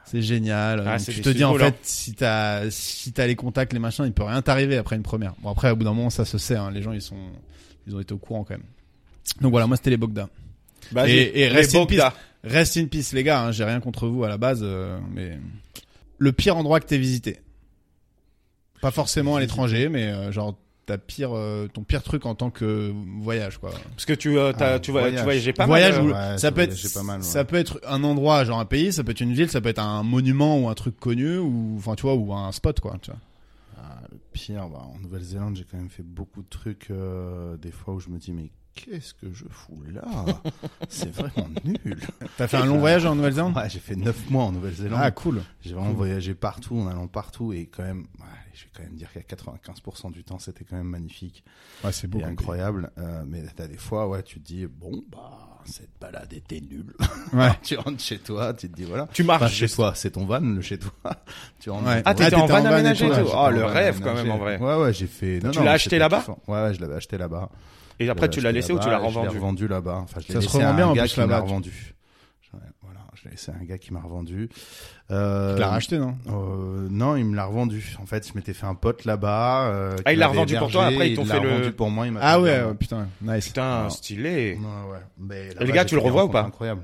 S4: C'est génial.
S5: Ah,
S4: Donc,
S5: c'est
S4: tu
S5: des
S4: te dis en
S5: sous-couleurs.
S4: fait, si t'as, si t'as les contacts, les machins, il peut rien t'arriver après une première. Bon après, au bout d'un moment, ça se sait. hein. Les gens, ils sont, ils ont été au courant quand même. Donc voilà, moi c'était les Bogdan.
S5: Vas-y.
S4: Et- et
S5: Les
S4: reste une
S5: Bogda.
S4: Rest in peace, les gars. hein, J'ai rien contre vous à la base, euh, mais le pire endroit que t'aies visité. Pas forcément à l'étranger, mais euh, genre ta pire, euh, ton pire truc en tant que voyage, quoi.
S5: Parce que tu euh, t'as-
S2: Ah,
S5: tu vois
S2: voyage.
S5: tu voyageais pas
S4: voyage,
S5: mal.
S2: ouais.
S5: euh,
S4: ou-
S2: Ouais,
S4: ça
S2: j'ai
S4: peut
S2: voyagé
S4: être,
S2: pas mal, ouais.
S4: ça peut être un endroit, genre un pays, ça peut être une ville, ça peut être un monument ou un truc connu, ou enfin tu vois, ou un spot, quoi. Tu vois.
S2: Ah, le pire, bah, en Nouvelle-Zélande, j'ai quand même fait beaucoup de trucs euh, des fois où je me dis mais qu'est-ce que je fous là C'est vraiment nul.
S4: T'as fait un long voyage en Nouvelle-Zélande.
S2: Ouais, j'ai fait 9 mois en Nouvelle-Zélande.
S4: Ah cool.
S2: j'ai vraiment voyagé partout, en allant partout et quand même, ouais, je vais quand même dire qu'à 95% du temps, c'était quand même magnifique
S4: Ouais, c'est beau.
S2: et incroyable. Euh, mais t'as des fois, ouais, tu te dis bon bah cette balade était nulle.
S4: Ouais.
S2: tu rentres chez toi, tu te dis voilà.
S5: Tu
S2: Enfin,
S5: marches.
S2: chez toi, c'est ton van, le chez toi. tu rentres.
S4: Ouais.
S2: dans ton
S5: Ah,
S2: van.
S5: t'étais en van aménagé
S4: et tout. Ah,
S5: et
S2: Ouais, j'étais
S5: tout.
S2: en
S5: Oh, le
S2: van
S5: rêve quand
S2: aménagé.
S5: même en vrai.
S2: Ouais, ouais, j'ai fait. non,
S5: Tu
S2: non,
S5: l'as
S2: mais
S5: acheté
S2: c'était
S5: là-bas
S2: kiffant. Ouais, ouais, je l'avais acheté là-bas.
S5: Et
S2: Je
S5: après
S2: l'avais
S5: tu l'as
S2: acheté
S5: laissé ou tu l'as
S2: là-bas et Je l'ai
S5: revendu
S2: revendu là-bas. Enfin, je l'ai
S4: Ça se
S2: laissé à
S4: revend bien,
S2: un
S4: en
S2: gars
S4: plus,
S2: qui me l'a
S4: là-bas.
S2: revendu. Ouais, Voilà, je l'ai laissé à un gars qui m'a revendu. Euh,
S4: Tu l'as racheté, non
S2: euh, non, il me l'a revendu. En fait, je m'étais fait un pote là-bas. euh,
S5: Ah,
S2: qui
S5: il l'a
S2: m'avait
S5: revendu pour toi,
S2: hébergé,
S5: après, ils
S2: il
S5: t'ont
S2: l'a
S5: fait le-
S2: revendu pour moi. il m'a
S4: Ah
S2: fait
S4: ouais,
S2: le-
S4: ouais, putain, nice.
S5: Putain,
S2: Non.
S5: stylé.
S2: Ouais, ouais. Mais
S5: Et le
S2: là-bas,
S5: gars,
S2: j'ai
S5: tu le
S2: fait des
S5: revois ou
S2: rencontres
S5: pas
S2: Incroyable.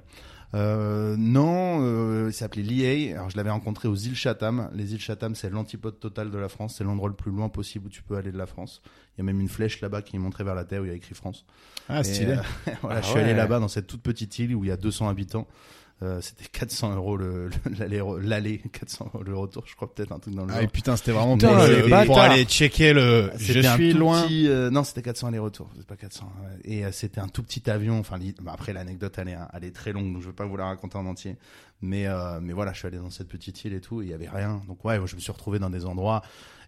S2: Euh, non, euh, il s'appelait Lié. Alors je l'avais rencontré aux îles Chatham. Les îles Chatham, c'est l'antipode total de la France. C'est l'endroit le plus loin possible où tu peux aller de la France. Il y a même une flèche là-bas qui est montrée vers la terre où il y a écrit France.
S4: Ah
S2: Et,
S4: stylé.
S2: euh, voilà,
S5: Ah
S2: je suis allé
S5: ouais.
S2: là-bas dans cette toute petite île où il y a 200 habitants. Euh, c'était 400 euros le- le- l'aller, l'aller, 400 euros le retour, je crois peut-être un truc dans le.
S4: Ah,
S2: genre.
S4: et putain, c'était vraiment
S5: Putain,
S4: pour,
S5: les
S4: le-
S5: bâtards.
S4: pour aller checker le. Je
S2: Euh, Ah, C'était un
S4: suis
S2: tout
S4: loin.
S2: petit, euh, non, c'était 400 aller-retour. C'est pas 400. ouais. Et euh, c'était un tout petit avion. Enfin, li- bah, après l'anecdote, elle est, elle est très longue, donc je vais pas vous la raconter en entier. Mais euh, mais voilà, je suis allé dans cette petite île et tout. et Il y avait rien. Donc ouais, je me suis retrouvé dans des endroits.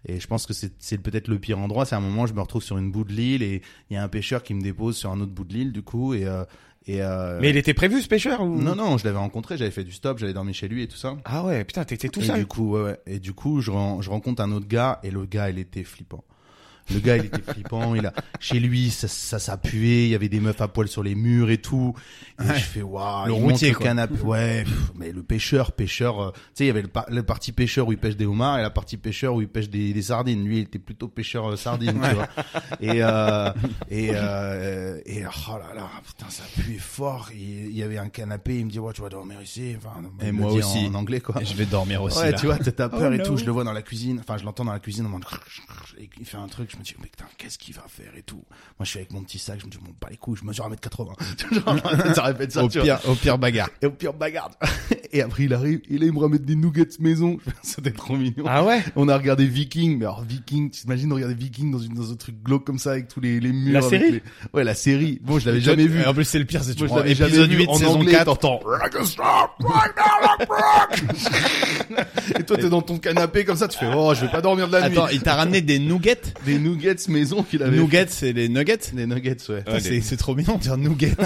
S2: Et je pense que c'est c'est peut-être le pire endroit. C'est un moment, je me retrouve sur une bout de l'île et il y a un pêcheur qui me dépose sur un autre bout de l'île du coup. Et euh, et euh,
S5: Mais il était prévu ce pêcheur ou
S2: non non, je l'avais rencontré. J'avais fait du stop. J'avais dormi chez lui et tout ça.
S5: Ah ouais, putain, t'étais tout
S2: et
S5: seul.
S2: du coup, ouais, ouais. Et du coup, je, ren- je rencontre un autre gars et le gars, il était flippant. Le gars, il était flippant. Il a chez lui, ça, ça, ça puait. Il y avait des meufs à poil sur les murs et tout. Et je fais waouh.
S4: Le
S2: il monte
S4: routier,
S2: le
S4: quoi.
S2: canapé. Ouais, pff, mais le pêcheur, pêcheur. euh, tu sais, il y avait le, par- le parti pêcheur où il pêche des homards et la partie pêcheur où il pêche des, des sardines. Lui, il était plutôt pêcheur euh, sardine, tu vois. Et euh, et euh, et oh là là, putain, ça puait fort. Et Il y avait un canapé. Il me dit ouais, tu vas dormir ici. Enfin, il
S4: Et
S2: me
S4: moi
S2: le dit en-
S4: aussi.
S2: En anglais, quoi.
S4: Et Je vais dormir aussi.
S2: Ouais,
S4: là.
S2: tu vois, t'as t'as peur
S4: Oh
S2: et
S4: no.
S2: tout. Je le vois dans la cuisine. Enfin, je l'entends dans la cuisine. en mode et Il fait un truc. Je me me dis, oh, mais putain, qu'est-ce qu'il va faire et tout. Moi, je suis avec mon petit sac, je me dis, bon, pas les couilles, je mesure 1m80. Genre, ça répète ça,
S4: au
S2: tu vois.
S4: pire, au pire bagarre.
S2: Et au pire, bagarde. et après, il arrive, et là, il me ramène des nuggets maison. C'était trop mignon.
S5: Ah ouais
S2: On a regardé Viking, mais alors Viking, t'imagines regarder Viking dans, une, dans un truc glauque comme ça avec tous les, les murs.
S5: La
S2: avec
S5: série
S2: les- Ouais, la série. Bon, je l'avais jamais vu.
S4: Et En plus, c'est le pire, c'est que tu
S2: Moi, je
S4: prends
S2: l'avais jamais
S4: épisode
S2: vu
S4: 8,
S2: en
S4: saison
S2: anglais,
S4: 4.
S2: t'entends Like a star, right now, like rock. Et toi, t'es dans ton canapé comme ça, tu fais Oh, je vais pas dormir de la
S4: Attends,
S2: nuit.
S4: il t'a ramené des nuggets
S2: Des nuggets maison qu'il avait.
S4: Nuggets, c'est les nuggets
S2: Des nuggets, ouais.
S4: Putain, c'est- C'est trop mignon de dire nuggets.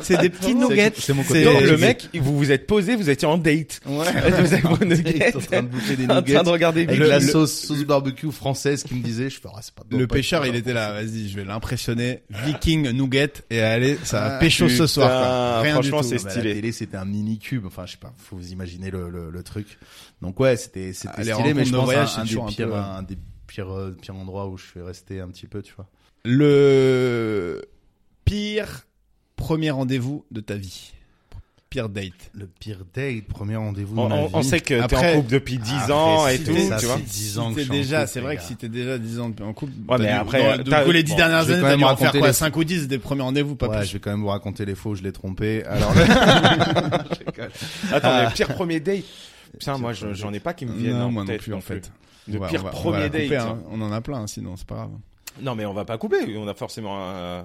S4: c'est des petits
S2: C'est-
S4: nuggets.
S2: c'est mon
S5: C'est
S2: côté.
S5: Donc,
S2: Et-
S5: le mec, vous vous êtes posé, vous étiez en date.
S2: Ouais.
S5: Vous avez vos
S2: T'es
S5: nuggets,
S2: en train de bouffer des
S5: en train
S2: nuggets.
S5: de regarder
S2: Avec
S5: le-
S2: la
S5: le-
S2: sauce, sauce barbecue française qui me disait, je fais, ah, c'est pas
S4: Le pêcheur, il était là. Vas-y, je vais l'impressionner. Viking nugget et allez, ça va pécho ce
S5: putain,
S4: soir. quoi. Rien
S5: franchement,
S4: du tout.
S5: c'est
S2: Ah bah,
S5: stylé.
S2: La télé, c'était un mini cube. Enfin, je sais pas, faut vous imaginer le, le, le truc. Donc ouais, c'était c'était
S4: Ah, les
S2: stylé, mais
S4: rencontres
S2: je
S4: de
S2: pense
S4: voyage,
S2: un, un
S4: c'est toujours un
S2: des pires,
S4: peu, ouais.
S2: un des pires, euh, pires endroits où je suis resté un petit peu, tu vois.
S4: Le pire premier rendez-vous de ta vie. Pire date.
S2: Le pire date, premier rendez-vous de
S5: On,
S2: ma
S5: on-
S2: vie.
S5: on sait que t'es
S4: Après-
S5: en couple depuis 10
S2: Ah,
S5: ans
S2: mais
S5: et
S2: si,
S5: tout,
S2: mais ça,
S5: tu vois.
S2: c'est 10 ans
S4: Si
S2: que
S4: t'es
S2: je suis en
S4: déjà,
S2: couple,
S4: c'est
S2: les
S4: vrai que
S2: gars.
S4: si t'es déjà 10 ans en couple,
S5: Ouais,
S4: t'as
S5: mais
S4: dû-
S5: après,
S4: dans-
S5: t'as-
S4: du coup, les 10
S5: bon,
S2: euh, je
S4: dernières
S2: vais
S4: années,
S2: quand
S4: t'as
S2: même
S4: dû en faire
S2: raconter
S4: quoi,
S2: les-
S4: 5 ou 10 des premiers rendez-vous, pas
S2: ouais,
S4: plus.
S2: je vais quand même vous raconter les faux, je l'ai trompé. Alors, Je rigole.
S5: Attends,
S2: Ah.
S5: mais pire premier date. Putain, moi, je- j'en ai pas qui me viennent
S4: Non,
S5: en
S4: moi non
S5: tête
S4: plus, en fait.
S5: Le
S4: Ouais,
S5: pire
S4: on va- on va
S5: premier
S4: la
S5: date.
S4: couper,
S5: hein.
S4: hein. On en a plein, hein, sinon, c'est pas grave.
S5: Non, mais on va pas couper. On a forcément un.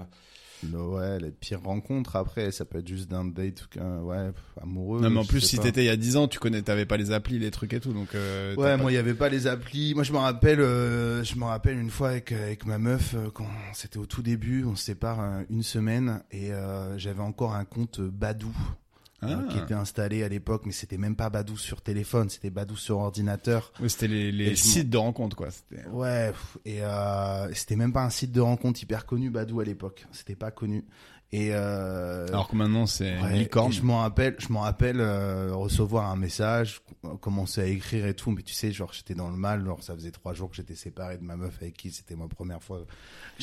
S2: Le- ouais, les pires rencontres après, ça peut être juste d'un date, ou qu'un- ouais, pff, amoureux.
S4: Non, mais en
S2: je
S4: plus,
S2: sais
S4: si
S2: pas.
S4: t'étais il y a 10 ans, tu connais, t'avais pas les applis, les trucs et tout, donc, euh,
S2: Ouais,
S4: t'as
S2: moi il y avait pas les applis. Moi je me rappelle, euh, je me rappelle une fois avec avec ma meuf euh, quand c'était au tout début, on se sépare euh, une semaine et euh, j'avais encore un compte euh, Badou
S4: pas-
S2: euh,
S4: Ah.
S2: qui était installé à l'époque, mais c'était même pas Badou sur téléphone, c'était Badou sur ordinateur.
S4: Ouais, c'était les, les
S2: Et je
S4: sites de rencontres, quoi. C'était-
S2: Ouais, pff, et euh, c'était même pas un site de rencontre hyper connu Badou à l'époque, c'était pas connu. Et euh,
S4: Alors que maintenant, c'est
S2: Ouais,
S4: une licorne.
S2: et Je m'en rappelle, je m'en rappelle euh, recevoir un message, com- commencer à écrire et tout, mais tu sais, genre j'étais dans le mal, genre ça faisait trois jours que j'étais séparé de ma meuf avec qui c'était ma première fois, que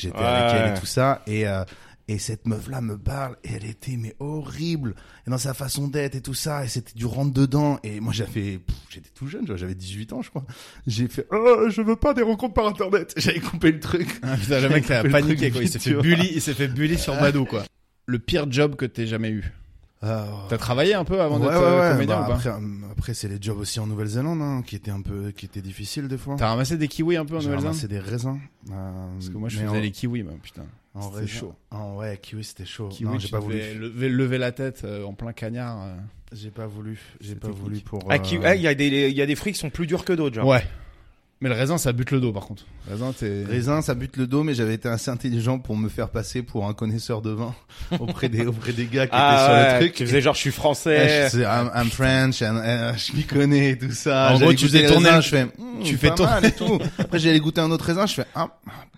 S2: j'étais
S5: Ouais.
S2: avec elle et tout ça, et euh, et cette meuf là me parle et elle était mais horrible et dans sa façon d'être et tout ça et c'était du rentre dedans et moi j'avais pff, j'étais tout jeune, tu vois, j'avais 18 ans je crois, j'ai fait oh, je veux pas des rencontres par internet, j'avais coupé le truc.
S4: Ah, Putain, le mec, il a
S2: Le
S4: paniqué,
S2: truc
S4: quoi. Il s'est fait
S2: vidéo.
S4: bully, il s'est fait bully sur Badou, quoi. Le pire job que t'aies jamais eu.
S2: Euh,
S4: T'as travaillé un peu avant
S2: Ouais,
S4: d'être
S2: ouais,
S4: euh,
S2: ouais.
S4: comédien
S2: Bah,
S4: ou pas
S2: après, euh, après, c'est les jobs aussi en Nouvelle-Zélande hein, qui étaient un peu, qui étaient difficiles des fois.
S4: T'as ramassé des kiwis un peu en
S2: J'ai
S4: Nouvelle-Zélande
S2: ramassé des raisins. euh,
S4: Parce que moi, je
S2: mais
S4: faisais
S2: en,
S4: les kiwis, bah, putain.
S2: en
S4: c'était
S2: raisin.
S4: chaud.
S2: Ah ouais, kiwi c'était chaud.
S4: Kiwis,
S2: non, j'ai
S4: tu
S2: pas voulu.
S4: devais Lever, lever la tête euh, en plein cagnard. euh.
S2: J'ai pas voulu. J'ai
S4: C'est
S2: pas
S4: technique.
S2: voulu pour.
S5: Ah, qui-
S2: euh,
S5: ah, il y a des, il y a des fruits qui sont plus durs que d'autres, genre.
S4: Ouais. Mais le raisin, ça bute le dos, par contre. Le raisin, t'es...
S2: Raisin, ça bute le dos, mais j'avais été assez intelligent pour me faire passer pour un connaisseur de vin auprès des auprès des gars qui étaient sur
S5: Ah,
S2: le
S5: ouais,
S2: truc.
S5: tu faisais genre je suis
S2: Eh,
S5: français.
S2: je sais, I'm, I'm French, and, eh, je m'y connais et tout ça.
S4: En
S2: J'allais
S4: gros, tu
S2: goûter
S4: faisais
S2: les
S4: tourner
S2: raisins,
S4: le-
S2: je fais, hmm,
S4: tu fais
S2: pas
S4: tourner-
S2: mal et tout. Après, j'allais goûter un autre raisin, je fais, ah,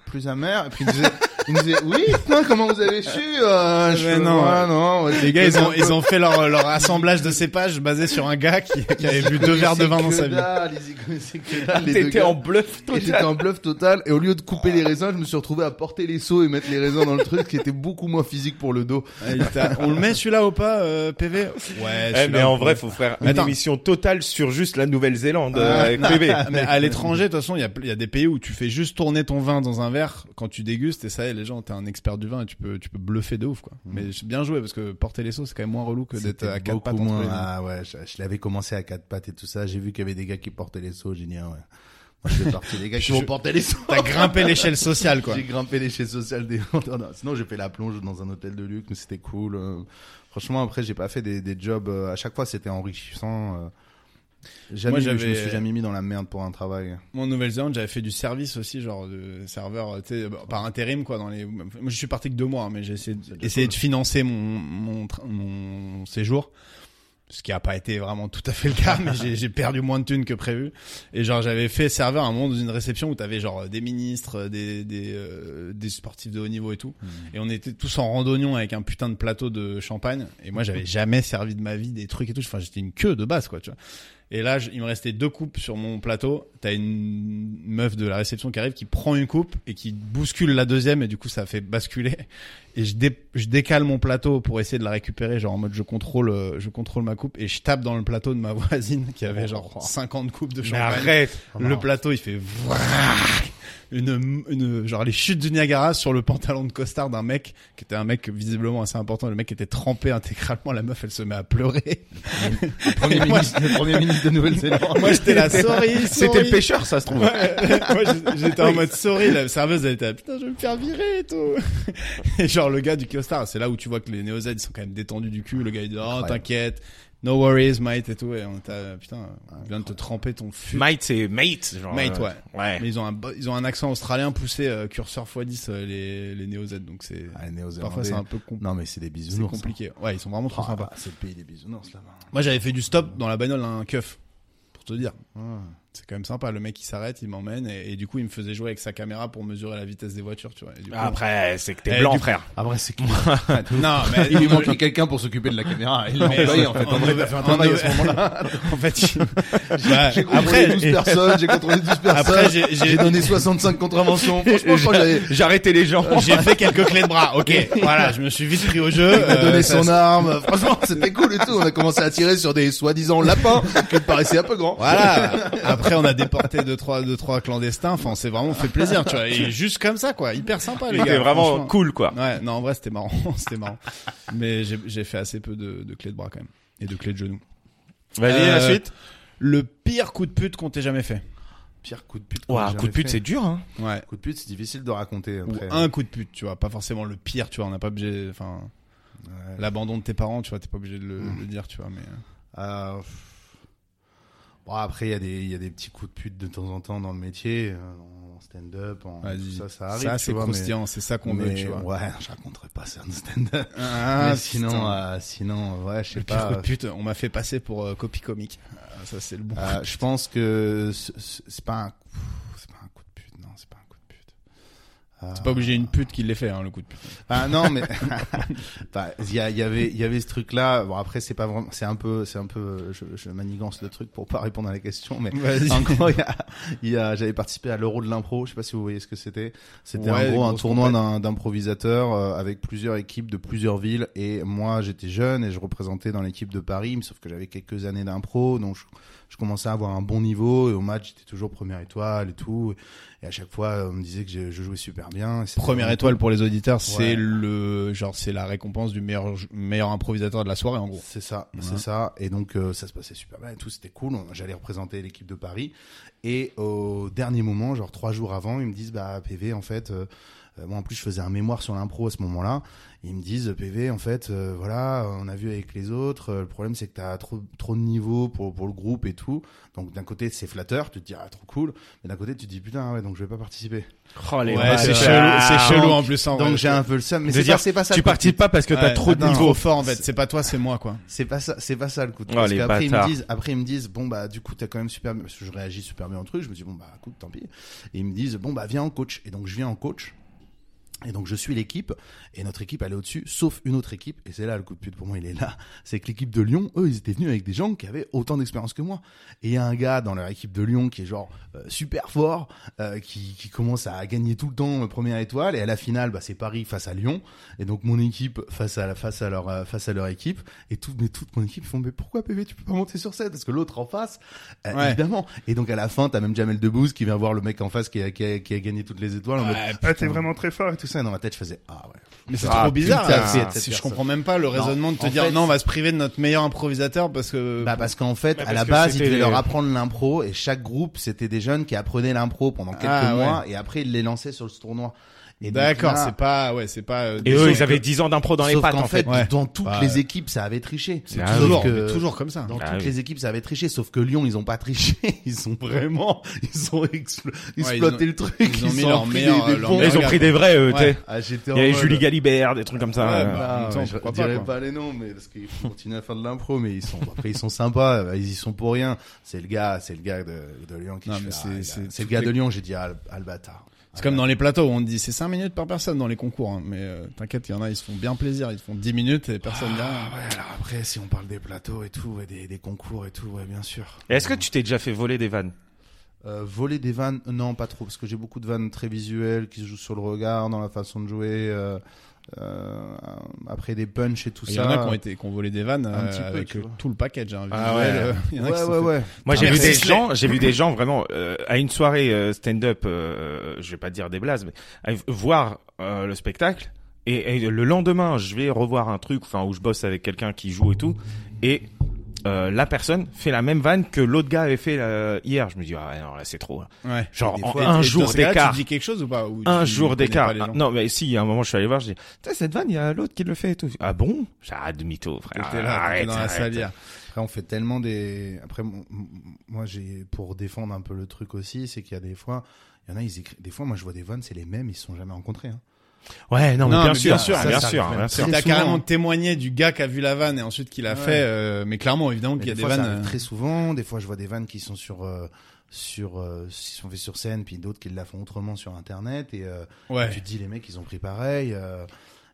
S2: plus amer. Et puis, il me disait, il me disait oui, putain, comment vous avez su, euh, je
S4: Mais
S2: fais,
S4: non.
S2: ouais, non, ouais,
S4: Les
S2: je
S4: gars,
S2: connais
S4: ils ont,
S2: un
S4: ils ont fait leur, leur assemblage de cépages basé sur un gars qui, qui avait bu deux verres de vin dans sa vie.
S2: vie. Ils y connaissaient que dalle, les deux
S5: T'étais
S2: gars.
S5: en bluff
S2: Et j'étais
S5: total.
S2: en bluff total. Et au lieu de couper les raisins, je me suis retrouvé à porter les seaux et mettre les raisins dans le truc, qui était beaucoup moins physique pour le dos.
S4: Ah, il t'a- On le met celui-là ou pas, euh, PV Ouais,
S5: Eh, mais
S4: celui-là,
S5: en
S4: on peut-
S5: vrai, faut faire une
S4: Attends.
S5: émission totale sur juste la Nouvelle-Zélande
S4: Ah,
S5: euh, avec
S4: non,
S5: PV.
S4: mais à l'étranger, de toute façon, il y a, il y a des pays où tu fais juste tourner ton vin dans un verre quand tu dégustes et ça, y est, les gens, t'es un expert du vin et tu peux, tu peux bluffer de ouf, quoi.
S5: Mm.
S4: Mais c'est bien joué parce que porter les sauces, c'est quand même moins relou que d'être
S2: C'était
S4: à quatre
S2: beaucoup
S4: pattes entre
S2: moins-
S4: les mains.
S2: Ah ouais, je, je l'avais commencé à quatre pattes et tout ça. J'ai vu qu'il y avait des gars qui portaient les seaux. J'ai dit, ah ouais. Moi, je fais partie des gars qui
S4: Je-
S2: vont porter les seaux.
S4: T'as grimpé l'échelle sociale, quoi.
S2: J'ai grimpé les chaises sociales des vendeurs. Non, Sinon, j'ai fait la plonge dans un hôtel de luxe, mais c'était cool. Euh, Franchement, après, j'ai pas fait des, des jobs. euh, À chaque fois, c'était enrichissant. euh. Jamais,
S4: Moi,
S2: je me
S4: j'avais-
S2: suis jamais mis dans la merde pour un travail.
S4: Moi, en Nouvelle-Zélande, j'avais fait du service aussi, genre de serveur, tu sais, bah, par intérim, quoi. Dans les... Moi, je suis parti que deux mois, hein, mais j'ai essayé, de- essayé de financer mon, mon, tra- mon séjour. Ce qui a pas été vraiment tout à fait le cas, mais j'ai- j'ai perdu moins de thunes que prévu. Et genre, j'avais fait serveur à un moment dans une réception où t'avais genre des ministres, des, des, euh, des sportifs de haut niveau et tout. Et on était tous en randonnion avec un putain de plateau de champagne. Et moi, j'avais jamais servi de ma vie des trucs et tout. Enfin, j'étais une queue de base, quoi, tu vois. Et là, je- il me restait deux coupes sur mon plateau. T'as une meuf de la réception qui arrive, qui prend une coupe et qui bouscule la deuxième, et du coup, ça fait basculer. Et je, dé- je décale mon plateau pour essayer de la récupérer, genre en mode je contrôle, euh, je contrôle ma coupe, et je tape dans le plateau de ma voisine qui avait genre 50 coupes de
S5: Mais
S4: champagne.
S5: arrête.
S4: Le plateau, il fait. vrrrrrrr. une, une genre les chutes du Niagara sur le pantalon de costard d'un mec qui était un mec visiblement assez important. Le mec était trempé intégralement. La meuf, elle se met à pleurer.
S2: Le premier, ministre, le premier ministre de Nouvelle-Zélande.
S4: Moi, j'étais là, sorry,
S5: C'était le
S4: sorry.
S5: pêcheur, ça se trouve.
S4: Ouais, moi j'- j'étais en mode sorry, la serveuse elle était là, putain je vais me faire virer et tout. Et genre le gars du costard, c'est là où tu vois que les néo-z ils sont quand même détendus du cul, le gars il dit oh
S2: Incroyable.
S4: t'inquiète, no worries mate et tout, et on t'a, putain, on vient de te tremper ton fut.
S5: Mate, c'est mate, genre. euh,
S4: Mate, ouais.
S5: Ouais.
S4: Mais ils ont un, bo- ils ont un accent australien poussé euh, curseur x10 euh, les, les néo-z donc c'est,
S2: Ah, les Néo-Zélandais.
S4: parfois c'est un peu com-
S2: Non, mais c'est des
S4: c'est
S2: bisounours.
S4: compliqué. Ouais, ils sont vraiment trop
S2: Ah,
S4: sympas.
S2: bah, c'est le pays des bisounours là-bas.
S4: Moi j'avais fait du stop dans la bagnole à un keuf, pour te dire. C'est quand même sympa, le mec il s'arrête, il m'emmène et, et du coup il me faisait jouer avec sa caméra pour mesurer la vitesse des voitures, tu vois. Et du
S2: Ah,
S4: coup,
S5: Après, c'est que t'es
S4: Eh,
S5: blanc,
S4: du-
S5: frère.
S2: Après, c'est
S4: Non, mais
S2: Il lui manquait quelqu'un pour s'occuper de la caméra. Il l'a
S4: Mais
S2: employé,
S4: en-
S2: en fait.
S4: en-
S2: En vrai, t'as fait un travail à ce moment-là.
S4: en fait, il- Ouais,
S2: J'ai contrôlé
S4: après,
S2: 12 personnes, j'ai contrôlé 12
S4: après,
S2: personnes.
S4: j'ai-
S2: J'ai
S4: j'ai
S2: donné 65 contraventions. Franchement, je crois que j'avais-
S5: J'ai arrêté les gens.
S4: j'ai fait quelques clés de bras. Ok, voilà, je me suis vite pris au jeu.
S2: Il m'a donné
S4: euh,
S2: son
S4: ça-
S2: arme. Franchement, c'était cool et tout. On a commencé à tirer sur des soi-disant lapins qui me paraissaient un peu grands.
S4: Voilà. Après, on a déporté deux trois deux trois clandestins. Enfin, on s'est vraiment fait plaisir, tu vois. Et juste comme ça, quoi. Hyper sympa, Ah, les gars.
S5: C'était vraiment
S4: franchement.
S5: cool, quoi.
S4: Ouais, non, en vrai, c'était marrant. c'était marrant. Mais j'ai- j'ai fait assez peu de, de clés de bras quand même et de clés de genoux.
S5: Vas-y,
S4: Euh,
S5: la suite.
S4: Le pire coup de pute qu'on t'ait jamais fait.
S2: Pire coup de pute.
S5: Ouah, coup de pute, c'est dur, hein.
S4: Ouais. euh,
S2: Coup de pute, c'est difficile de raconter
S4: Ou
S2: après.
S4: un coup de pute, tu vois. Pas forcément le pire, tu vois. On n'a pas obligé. Enfin.
S2: Ouais.
S4: l'abandon de tes parents, tu vois, t'es pas obligé de le, le dire, tu vois, mais euh,
S2: Euh, pff. Bon, après, il y, a des- il y a des petits coups de pute de temps en temps dans le métier, euh, en stand-up, en tout
S4: vas-y.
S2: ça, ça arrive.
S4: Ça,
S2: tu
S4: c'est
S2: vois, mais-
S4: croustillant, c'est ça qu'on veut,
S2: mais
S4: tu vois.
S2: Ouais, je raconterai pas ça en stand-up.
S4: Ah,
S2: Mais
S4: putain.
S2: sinon, euh, sinon, ouais, je sais
S4: le pire
S2: pas.
S4: coup de pute, on m'a fait passer pour euh, copie comique. euh, Ah, ça, c'est le bon.
S2: Euh, je pense que c- c- c'est pas un, coup- c'est pas un coup de pute, non, c'est pas un coup de pute. Euh,
S4: C'est pas obligé une pute qui l'ait fait, hein, le coup de pute.
S2: Ah non mais Attends, il y, a- il y avait il y avait ce truc là bon après c'est pas vraiment c'est un peu c'est un peu je, je manigance le truc pour pas répondre à la question mais
S4: Vas-y.
S2: en gros il y a, il y a- j'avais participé à l'Euro de l'impro je sais pas si vous voyez ce que c'était c'était
S4: Ouais,
S2: en gros un
S4: grosse
S2: tournoi
S4: compète.
S2: d'un- d'improvisateurs euh, avec plusieurs équipes de plusieurs villes et moi j'étais jeune et je représentais dans l'équipe de Paris mais sauf que j'avais quelques années d'impro donc je, je commençais à avoir un bon niveau et au match j'étais toujours première étoile et tout et à chaque fois on me disait que je, je jouais super bien et c'était
S4: Première
S2: vraiment
S4: étoile pour les auditeurs, c'est
S2: Ouais.
S4: le genre, c'est la récompense du meilleur jou- meilleur improvisateur de la soirée, en gros.
S2: C'est ça,
S5: Hein.
S2: c'est ça. Et donc euh, ça se passait super bien et tout, c'était cool. On- J'allais représenter l'équipe de Paris. Et au dernier moment, genre trois jours avant, ils me disent bah PV en fait, euh, euh, moi en plus je faisais un mémoire sur l'impro à ce moment-là. Ils me disent PV en fait, euh, voilà, on a vu avec les autres. euh, le problème c'est que t'as trop trop de niveau pour pour le groupe et tout. Donc d'un côté c'est flatteur, tu te dis ah trop cool, mais d'un côté tu te dis putain ouais donc je vais pas participer.
S5: Oh, les
S4: Ouais, c'est
S5: vaches.
S4: chelou, c'est
S5: Ah,
S4: chelou en plus. En
S2: donc
S4: vrai.
S2: j'ai un peu le seum. Mais
S5: De
S2: c'est
S5: dire,
S2: pas, c'est pas ça.
S5: Tu
S2: le coup de
S5: participes pas parce que t'as
S4: Ouais,
S5: trop de
S4: attends,
S5: niveau.
S4: trop fort en fait. C'est pas toi, c'est moi quoi.
S2: C'est pas ça, c'est pas ça le coup de
S5: hein. Oh,
S2: parce
S5: les
S2: qu'après ils me
S5: bâtards.
S2: disent, après ils me disent, bon bah du coup t'as quand même super bien, parce que je réagis super bien au truc, je me dis bon bah écoute tant pis, et ils me disent bon bah viens en coach, et donc je viens en coach, et donc je suis l'équipe, et notre équipe elle est au-dessus, sauf une autre équipe, et c'est là le coup de pute pour moi il est là, c'est que l'équipe de Lyon, eux ils étaient venus avec des gens qui avaient autant d'expérience que moi, et il y a un gars dans leur équipe de Lyon qui est genre euh, super fort, euh, qui, qui commence à gagner tout le temps euh, première étoile, et à la finale bah c'est Paris face à Lyon, et donc mon équipe face à la face à leur euh, face à leur équipe et tout mais toute mon équipe font mais pourquoi PV tu peux pas monter sur scène parce que l'autre en face euh,
S4: Ouais.
S2: évidemment et donc à la fin t'as même Jamel Debbouze qui vient voir le mec en face qui a qui a, qui a gagné toutes les étoiles en mode,
S4: Ouais,
S2: ah, t'es vraiment très fort et tout ça et dans ma tête je faisais ah ouais
S4: Mais c'est
S5: Ah,
S4: trop bizarre.
S2: putain,
S4: là.
S2: c'est- cette
S4: Si je
S2: personne.
S4: comprends même pas le raisonnement de te
S2: en
S4: dire
S2: fait-
S4: non, on va se priver de notre meilleur improvisateur parce que
S2: bah parce qu'en fait
S5: Bah,
S2: à
S5: parce
S2: la
S5: que
S2: base ils
S5: c'était
S2: devaient
S5: les-
S2: leur apprendre l'impro et chaque groupe c'était des jeunes qui apprenaient l'impro pendant quelques
S4: Ah,
S2: mois et après ils les lançaient sur ce tournoi Et donc
S4: D'accord,
S2: là-
S4: c'est pas, ouais, c'est pas. euh,
S5: Et
S4: des
S5: eux,
S4: choses
S5: ils avaient
S4: que-
S5: 10 ans d'impro dans les
S2: Sauf
S5: pattes,
S2: qu'en
S5: en fait.
S4: fait. Ouais.
S2: dans toutes
S4: Bah,
S2: les équipes, ça avait triché.
S5: C'est
S2: Sauf
S5: Ah,
S4: toujours,
S2: que-
S4: mais toujours comme ça.
S2: Dans
S5: Ah
S2: toutes
S5: oui.
S2: les équipes, ça avait triché, sauf que Lyon, ils ont pas triché. Ils ont vraiment, ils ont explo-
S4: ils
S2: exploité
S4: ont-
S2: le truc.
S4: ils ont mis
S2: ont
S4: leur
S2: pris
S4: meilleur-
S2: des- des
S4: leur
S2: ponts.
S5: Là, ils ont
S4: Regarde.
S5: pris des vrais, euh, tu
S4: Ouais.
S5: sais.
S2: Ah,
S5: Il y
S2: j'étais en
S5: avait
S2: mode-
S5: Julie Galibert, des trucs comme ça.
S4: Ouais,
S5: euh.
S4: bah, en même
S2: Ah,
S4: temps,
S2: mais je
S4: pourquoi
S2: dirais
S4: pas, quoi.
S2: pas les noms, mais parce qu'ils continuent à faire de l'impro, mais ils sont après ils sont sympas, euh, ils y sont pour rien. C'est le gars, c'est le gars de, de Lyon qui.
S4: Non,
S2: je
S4: mais
S2: fais,
S4: c'est-
S2: ah, il a-
S4: c'est
S2: c'est le
S4: toutes
S2: gars de
S4: les-
S2: Lyon. J'ai dit ah, le- ah, le bâtard.
S4: C'est comme dans les plateaux où on te dit c'est 5 minutes par personne dans les concours, hein. mais euh, t'inquiète, il y en a, ils se font bien plaisir, ils se font 10 minutes et personne ne dit
S2: Ah,
S4: rien.
S2: ouais, alors après, si on parle des plateaux et tout, ouais, des, des concours et tout, ouais, bien sûr.
S5: Et Est-ce que tu t'es déjà fait voler des vannes
S2: Euh, voler des vannes, non, pas trop, parce que j'ai beaucoup de vannes très visuelles qui se jouent sur le regard, dans la façon de jouer. euh, euh, après des punchs et tout
S4: Il y
S2: ça.
S4: en a qui ont été qui ont volé des vannes
S2: Un
S4: euh,
S2: petit peu,
S4: avec
S2: tu
S4: euh,
S2: vois.
S4: tout le package. Hein,
S5: Ah
S4: visuel,
S5: ouais.
S4: euh, il y en a qui
S2: Ouais,
S4: se sont
S2: ouais,
S4: fait-
S2: ouais.
S5: Moi, j'ai
S4: Ah,
S5: vu des
S4: merci.
S5: gens, j'ai vu des gens vraiment euh, à une soirée euh, stand-up, euh, je vais pas dire des blazes, mais à v- voir euh, le spectacle et, et le lendemain, je vais revoir un truc, enfin où je bosse avec quelqu'un qui joue et tout, et euh, la personne fait la même vanne que l'autre gars avait fait euh, hier. Je me dis ah ouais, non là c'est trop. là.
S4: Ouais.
S5: Genre
S2: Des
S5: en
S2: fois,
S5: un
S4: Et- et dans
S5: jour
S4: ce cas-là,
S5: d'écart.
S4: Tu dis quelque chose ou pas Ou
S5: Un
S4: tu
S5: jour
S4: connais pas
S5: d'écart.
S4: les
S5: Ah,
S4: gens
S5: Non, mais si, à un moment, je suis allé voir, je dis, Putain, cette vanne, il y a l'autre qui le fait et tout. Ah bon? J'arrête demi-tôt, frère.
S4: T'étais là, t'étais
S5: arrête,
S4: dans la
S5: arrête.
S4: salle hier.
S2: Après, on fait tellement des. Après, mon- mon- moi, j'ai pour défendre un peu le truc aussi, c'est qu'il y a des fois, il y en a, ils écrivent. Des fois, moi, je vois des vannes, c'est les mêmes, ils se sont jamais rencontrés. Hein.
S5: Ouais, non, mais
S4: Non,
S5: bien
S4: mais
S5: sûr,
S4: bien sûr,
S2: ça,
S5: bien
S2: ça
S5: sûr,
S2: arrive
S5: bien
S2: même.
S5: sûr.
S4: Si
S2: Très
S4: t'as
S2: souvent.
S4: carrément témoigné du gars qui a vu la vanne et ensuite qu'il a
S2: Ouais.
S4: fait, euh, mais clairement, évidemment qu'il y a
S2: des,
S4: des
S2: fois, ça
S4: vannes.
S2: arrive
S4: euh,
S2: très souvent. Des fois, je vois des vannes qui sont sur. euh, sur euh, qui sont faits sur scène puis d'autres qui la font autrement sur internet et euh,
S4: Ouais.
S2: tu te dis les mecs ils ont pris pareil euh,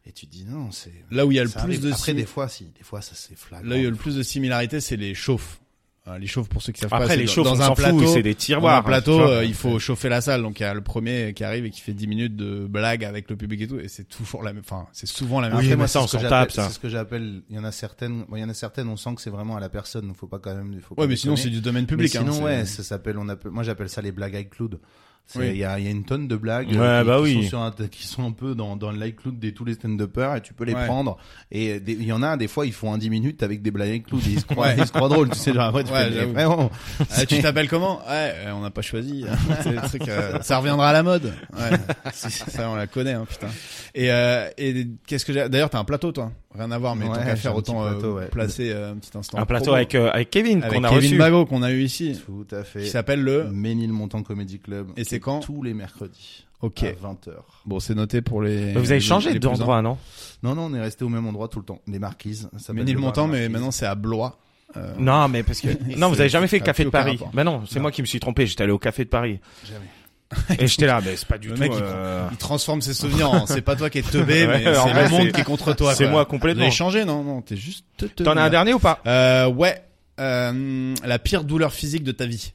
S2: et tu te dis non c'est
S4: Là où il y a le
S2: ça
S4: plus
S2: arrive.
S4: de
S2: après
S4: sim-
S2: des fois si des fois ça c'est flagrant
S4: là où il y a le plus de similarités, c'est les chauffes. Euh, Les chauffes pour ceux qui savent pas.
S5: Après,
S4: c'est
S5: les
S4: dans-
S5: chauffes,
S4: dans
S5: on
S4: un
S5: s'en
S4: plateau,
S5: fout, c'est des tiroirs.
S4: Dans un
S5: hein,
S4: plateau,
S5: tu vois.
S4: euh, il faut chauffer la salle. Donc il y a le premier qui arrive et qui fait 10 minutes de blague avec le public et tout. Et c'est toujours la même. Enfin, c'est souvent la même.
S5: Oui,
S2: Après,
S5: mais
S2: moi,
S5: ça,
S2: c'est
S5: on
S2: ce que
S5: s'en
S2: j'appelle-
S5: tape, ça.
S2: C'est ce que j'appelle. Il y en a certaines. bon, il y en a certaines. On sent que c'est vraiment à la personne. Il faut pas quand même. Faut pas
S4: Ouais, mais sinon
S2: déconner.
S4: c'est du domaine
S2: Mais
S4: public. hein,
S2: sinon,
S4: c'est-
S2: ouais, ça s'appelle. On appelle. Moi, j'appelle ça les blagues iCloud. C'est- Il
S4: Oui.
S2: y, a, il y a une tonne de blagues
S5: Ouais,
S2: euh, qui,
S5: bah
S2: qui
S5: oui.
S2: sont sur un- qui sont un peu dans, dans l'iCloud de tous les stand-uppers et tu peux les
S4: Ouais.
S2: prendre. Et des- il y en a, des fois, ils font un 10 minutes avec des blagues iCloud et ils se croient,
S4: Ouais.
S2: ils se croient drôles. Tu sais, genre après, tu
S4: Ouais,
S2: fais, mais
S4: j'avoue.
S2: vraiment,
S4: Euh, tu t'appelles comment Ouais, euh, on n'a pas choisi. C'est le truc, euh, ça reviendra à la mode. Ouais, ça on la connaît, hein, putain. Et, euh, et qu'est-ce que j'ai D'ailleurs, t'as un plateau, toi. Rien à voir, mais
S2: Ouais,
S4: tant qu'à
S2: j'ai
S4: faire,
S2: un petit
S4: autant euh,
S2: plateau, ouais.
S4: placer euh, un petit instant.
S5: Un plateau
S4: promo
S5: avec, euh, avec Kevin
S4: avec
S5: qu'on a
S4: Kevin
S5: reçu.
S4: Bago qu'on a eu ici,
S2: Tout à
S4: qui
S2: fait.
S4: s'appelle le.
S2: Ménil Montant Comedy Club.
S4: Et c'est quand
S2: Tous les mercredis.
S4: Ok.
S2: À 20h.
S4: Bon, c'est noté pour les.
S5: Mais vous avez changé
S4: les plus
S5: d'endroit, non
S2: Non, non, on est resté au même endroit tout le temps. Les marquises. ça
S4: en-
S2: s'appelle le
S4: Ménilmontant,
S2: bar des
S4: mais
S2: Marquises.
S4: maintenant c'est à Blois. Euh,
S5: Non, mais parce que non, vous avez jamais fait
S4: ça
S5: le
S4: a
S5: café
S4: plus
S5: de
S4: aucun
S5: Paris.
S4: rapport.
S5: Bah non, c'est
S4: Non.
S5: moi qui me suis trompé. J'étais allé au café de Paris
S2: Jamais.
S5: et j'étais là, mais c'est pas du
S4: Le
S5: tout.
S4: mec, il
S5: euh,
S4: Il transforme ses souvenirs en c'est pas toi qui es teubé, mais
S5: Ouais, en
S4: c'est
S5: vrai,
S4: le monde
S5: c'est-
S4: qui est contre toi.
S5: c'est
S4: quoi.
S5: moi
S4: Vous
S5: complètement.
S4: avez changé, non Non, t'es juste teubé.
S5: T'en as un dernier ou pas
S4: Euh, ouais. Euh, la pire douleur physique de ta vie.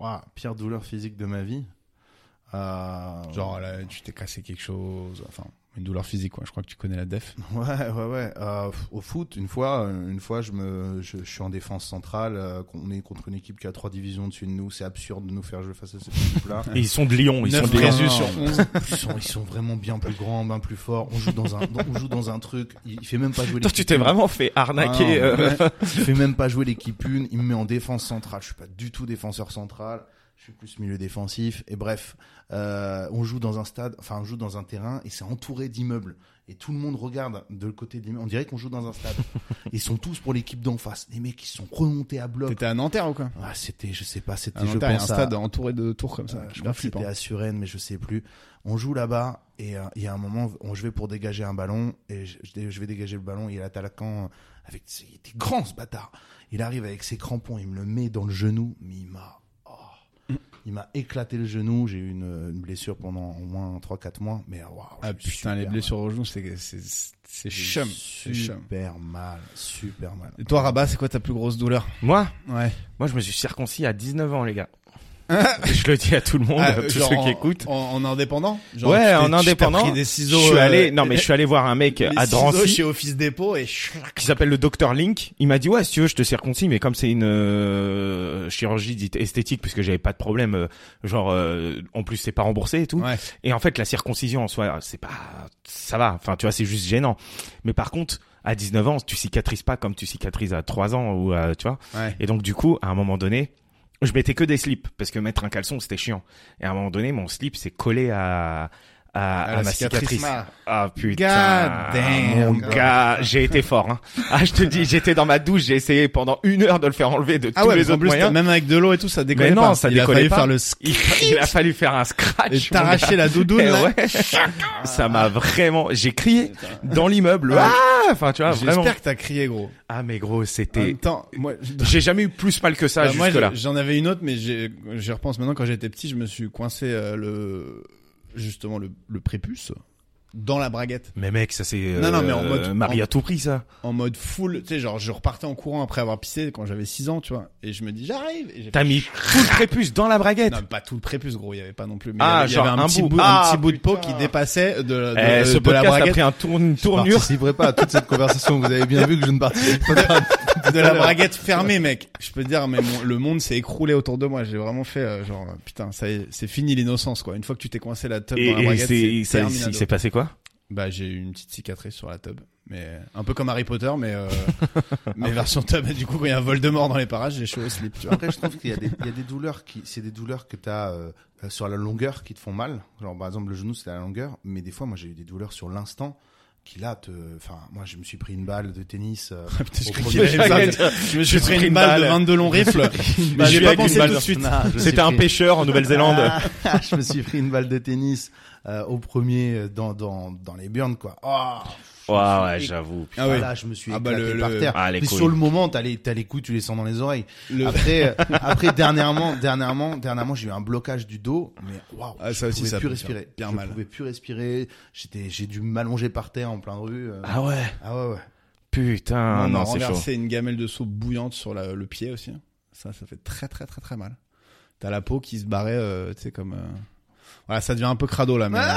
S2: Ouah, pire douleur physique de ma vie. Euh,
S4: Genre, là, tu t'es cassé quelque chose. Enfin, une douleur physique, quoi. Je crois que tu connais la def.
S2: Ouais, ouais, ouais. Euh, pff, au foot, une fois, euh, une fois, je me, je, je suis en défense centrale. euh, qu'on- on est contre une équipe qui a trois divisions dessus de nous. C'est absurde de nous faire jouer face à cette équipe-là.
S5: Ils sont de Lyon. Ils sont
S4: Neuf
S5: de Lyon.
S4: Présus
S2: Non,
S4: sur
S2: non,
S4: 11.
S2: ils, sont, ils sont vraiment bien plus grands, bien plus forts. On joue dans un, on joue dans un truc. Il, il fait même pas jouer.
S5: Toi, tu
S2: l'équipe
S5: t'es
S2: une.
S5: vraiment fait arnaquer.
S2: Ah, non,
S5: euh,
S2: Il fait même pas jouer l'équipe une. Il me met en défense centrale. Je suis pas du tout défenseur central. Je suis plus milieu défensif. Et bref, euh, on joue dans un stade, enfin on joue dans un terrain et c'est entouré d'immeubles. Et tout le monde regarde de le côté des On dirait qu'on joue dans un stade. Ils sont tous pour l'équipe d'en face. Les mecs, ils sont remontés à bloc.
S4: T'étais à Nanterre ou quoi
S2: Ah, c'était, je sais pas, c'était,
S4: À
S2: je
S4: Nanterre, il y a un
S2: pense à-
S4: stade entouré de tours comme ça.
S2: euh,
S4: qui
S2: je
S4: est
S2: crois
S4: bien
S2: que c'était
S4: flippant.
S2: à Suresnes, mais je sais plus. On joue là-bas et euh, il y a un moment, on, je vais pour dégager un ballon et je, je dé- je vais dégager le ballon. Il y a l'attaquant avec, ses- il était grand ce bâtard. Il arrive avec ses crampons, il me le met dans le genou, mais il m'a, oh,
S4: Mm.
S2: il m'a éclaté le genou. J'ai eu une, une blessure pendant au moins 3-4 mois, mais oh, waouh. j'ai
S4: Ah
S2: eu
S4: putain, les
S2: super
S4: blessures au genou, c'est c'est- c'est
S2: mal. J'ai eu
S4: chum. C'est chum.
S2: Super mal, super mal.
S4: Et toi, Rabat, c'est quoi ta plus grosse douleur
S5: Moi,
S4: Ouais.
S5: moi, je me suis circoncis à 19 ans, les gars. je le dis à tout le monde, à
S4: Ah,
S5: tous
S4: genre
S5: ceux
S4: en-
S5: qui écoutent.
S4: En, en indépendant Genre, tu
S5: Ouais,
S4: t'es-
S5: en
S4: tu t'as
S5: indépendant.
S4: pris des ciseaux,
S5: je suis allé,
S4: euh,
S5: non mais je suis allé voir un mec
S4: des ciseaux
S5: à Drancy.
S4: chez Office Depot et
S5: qui s'appelle le docteur Link. Il m'a dit ouais si tu veux je te circoncis mais comme c'est une euh, chirurgie dite esthétique puisque j'avais pas de problème euh, genre euh, en plus c'est pas remboursé et tout.
S4: Ouais.
S5: Et en fait la circoncision en soi c'est pas ça va enfin tu vois c'est juste gênant. Mais par contre à 19 ans tu cicatrises pas comme tu cicatrises à 3 ans ou à, tu vois.
S4: Ouais.
S5: Et donc du coup à un moment donné je mettais que des slips parce que mettre un caleçon c'était chiant. Et à un moment donné mon slip s'est collé à à, à
S4: la
S5: ma cicatrice. Ah putain,
S4: God damn.
S5: mon gars, j'ai été fort. Hein. Ah, je te dis, j'étais dans ma douche, j'ai essayé pendant une heure de le faire enlever de
S4: Ah
S5: tous
S4: ouais, en
S5: les autres
S4: plus,
S5: moyens.
S4: même avec de l'eau et tout, ça décollait
S5: Mais non,
S4: pas.
S5: ça
S4: il
S5: décollait
S4: a fallu
S5: pas.
S4: faire le
S5: Il, il a fallu faire un
S4: et
S5: scratch. mon
S4: t'arracher
S5: gars.
S4: la doudoune.
S5: Eh
S4: là.
S5: ouais. ça m'a vraiment. J'ai crié dans l'immeuble. Ah, enfin, tu vois, vraiment.
S4: J'espère que t'as crié gros.
S5: Ah, mais gros,
S4: En
S5: c'était.
S4: même temps, moi, je-
S5: J'ai jamais eu plus mal que ça
S4: Bah, moi,
S5: jusque là.
S4: j'ai- j'en avais une autre, mais j'ai- j'y repense maintenant. Quand j'étais petit, je me suis coincé euh, le justement le, le prépuce. dans la braguette
S5: Mais mec, ça c'est
S4: Non, non,
S5: euh,
S4: mais en mode-
S5: mari
S4: en-
S5: à tout prix ça.
S4: en mode full. Tu sais, genre, je repartais en courant après avoir pissé quand j'avais 6 ans, tu vois. Et je me dis, j'arrive. Et j'ai
S5: T'as mis tout le prépuce dans la braguette.
S4: Non, mais pas tout le prépuce, gros. Il y avait pas non plus. Mais
S5: Ah,
S4: il y avait- il y
S5: genre
S4: avait un,
S5: un
S4: petit
S5: bout.
S4: bout,
S5: Ah,
S4: un petit bout de peau qui
S5: putain.
S4: dépassait de, de,
S5: Eh, ce
S4: de la
S5: podcast a
S4: braguette,
S5: pris un tourne- une
S2: Je
S5: tournure.
S2: participerai pas à toute cette conversation. Vous avez bien vu que je ne participe pas.
S4: de la braguette fermée, mec. Je peux te dire, mais mon- le monde s'est écroulé autour de moi. J'ai vraiment fait, euh, genre, putain, ça y est, c'est fini l'innocence, quoi. Une fois que tu t'es coincé la teub
S5: Et,
S4: dans la
S5: et
S4: braguette,
S5: c'est,
S4: c'est
S5: ça, il
S4: terminado.
S5: s'est passé quoi
S4: Bah, j'ai eu une petite cicatrice sur la teub. Mais euh, un peu comme Harry Potter, mais, euh, mais version teub. Et Du coup, quand il y a un vol de mort dans les parages, j'ai chaud au slip, tu vois.
S2: Après, je trouve qu'il y a des, il y a des douleurs qui, c'est des douleurs que t'as euh, euh, sur la longueur qui te font mal. Genre, par exemple, le genou, c'est à la longueur. Mais des fois, moi, j'ai eu des douleurs sur l'instant qui là te, enfin, moi, je me suis pris une balle de tennis. euh,
S4: Putain, je
S2: au
S4: crois
S2: premier
S4: qu'il avait
S2: choc.
S4: pas- Je me suis pris une balle de 22 longs rifles. Bah,
S5: je
S4: j'ai
S5: suis
S4: pas
S5: avec
S4: pensé
S5: une
S4: tout
S5: balle
S4: de
S5: dans-
S4: suite.
S2: Je me suis
S5: C'était un
S2: pris-
S5: pêcheur en Nouvelle-Zélande.
S2: Ah, je me suis pris une balle de tennis euh, au premier euh, dans dans dans les burnes quoi. Ah,
S5: ouais, ouais, j'avoue.
S4: Ah ouais.
S2: Là, je me suis
S4: Ah bah,
S2: éclaté
S4: le-
S2: par
S4: le-
S2: terre.
S5: Ah, les
S2: Mais
S5: couilles.
S2: sur le moment, t'as les t'as les coups, tu les sens dans les oreilles.
S4: Le-
S2: Après euh, après dernièrement dernièrement dernièrement j'ai eu un blocage du dos mais waouh
S4: Ah, ça
S2: je
S4: aussi,
S2: pouvais
S4: ça
S2: plus
S4: peut faire
S2: respirer
S4: bien
S2: je
S4: mal.
S2: pouvais plus respirer j'étais j'ai dû m'allonger par terre en plein rue euh.
S5: Ah ouais.
S2: ah ouais ouais
S5: Putain,
S4: On
S5: Ah, non,
S4: a
S5: c'est chaud.
S4: renversé une gamelle de soupe bouillante sur la- le pied aussi. hein. Ça, ça fait très très très très mal. T'as la peau qui se barrait, euh, tu sais, comme... euh, Voilà, ça devient un peu crado là, mais...
S2: Ah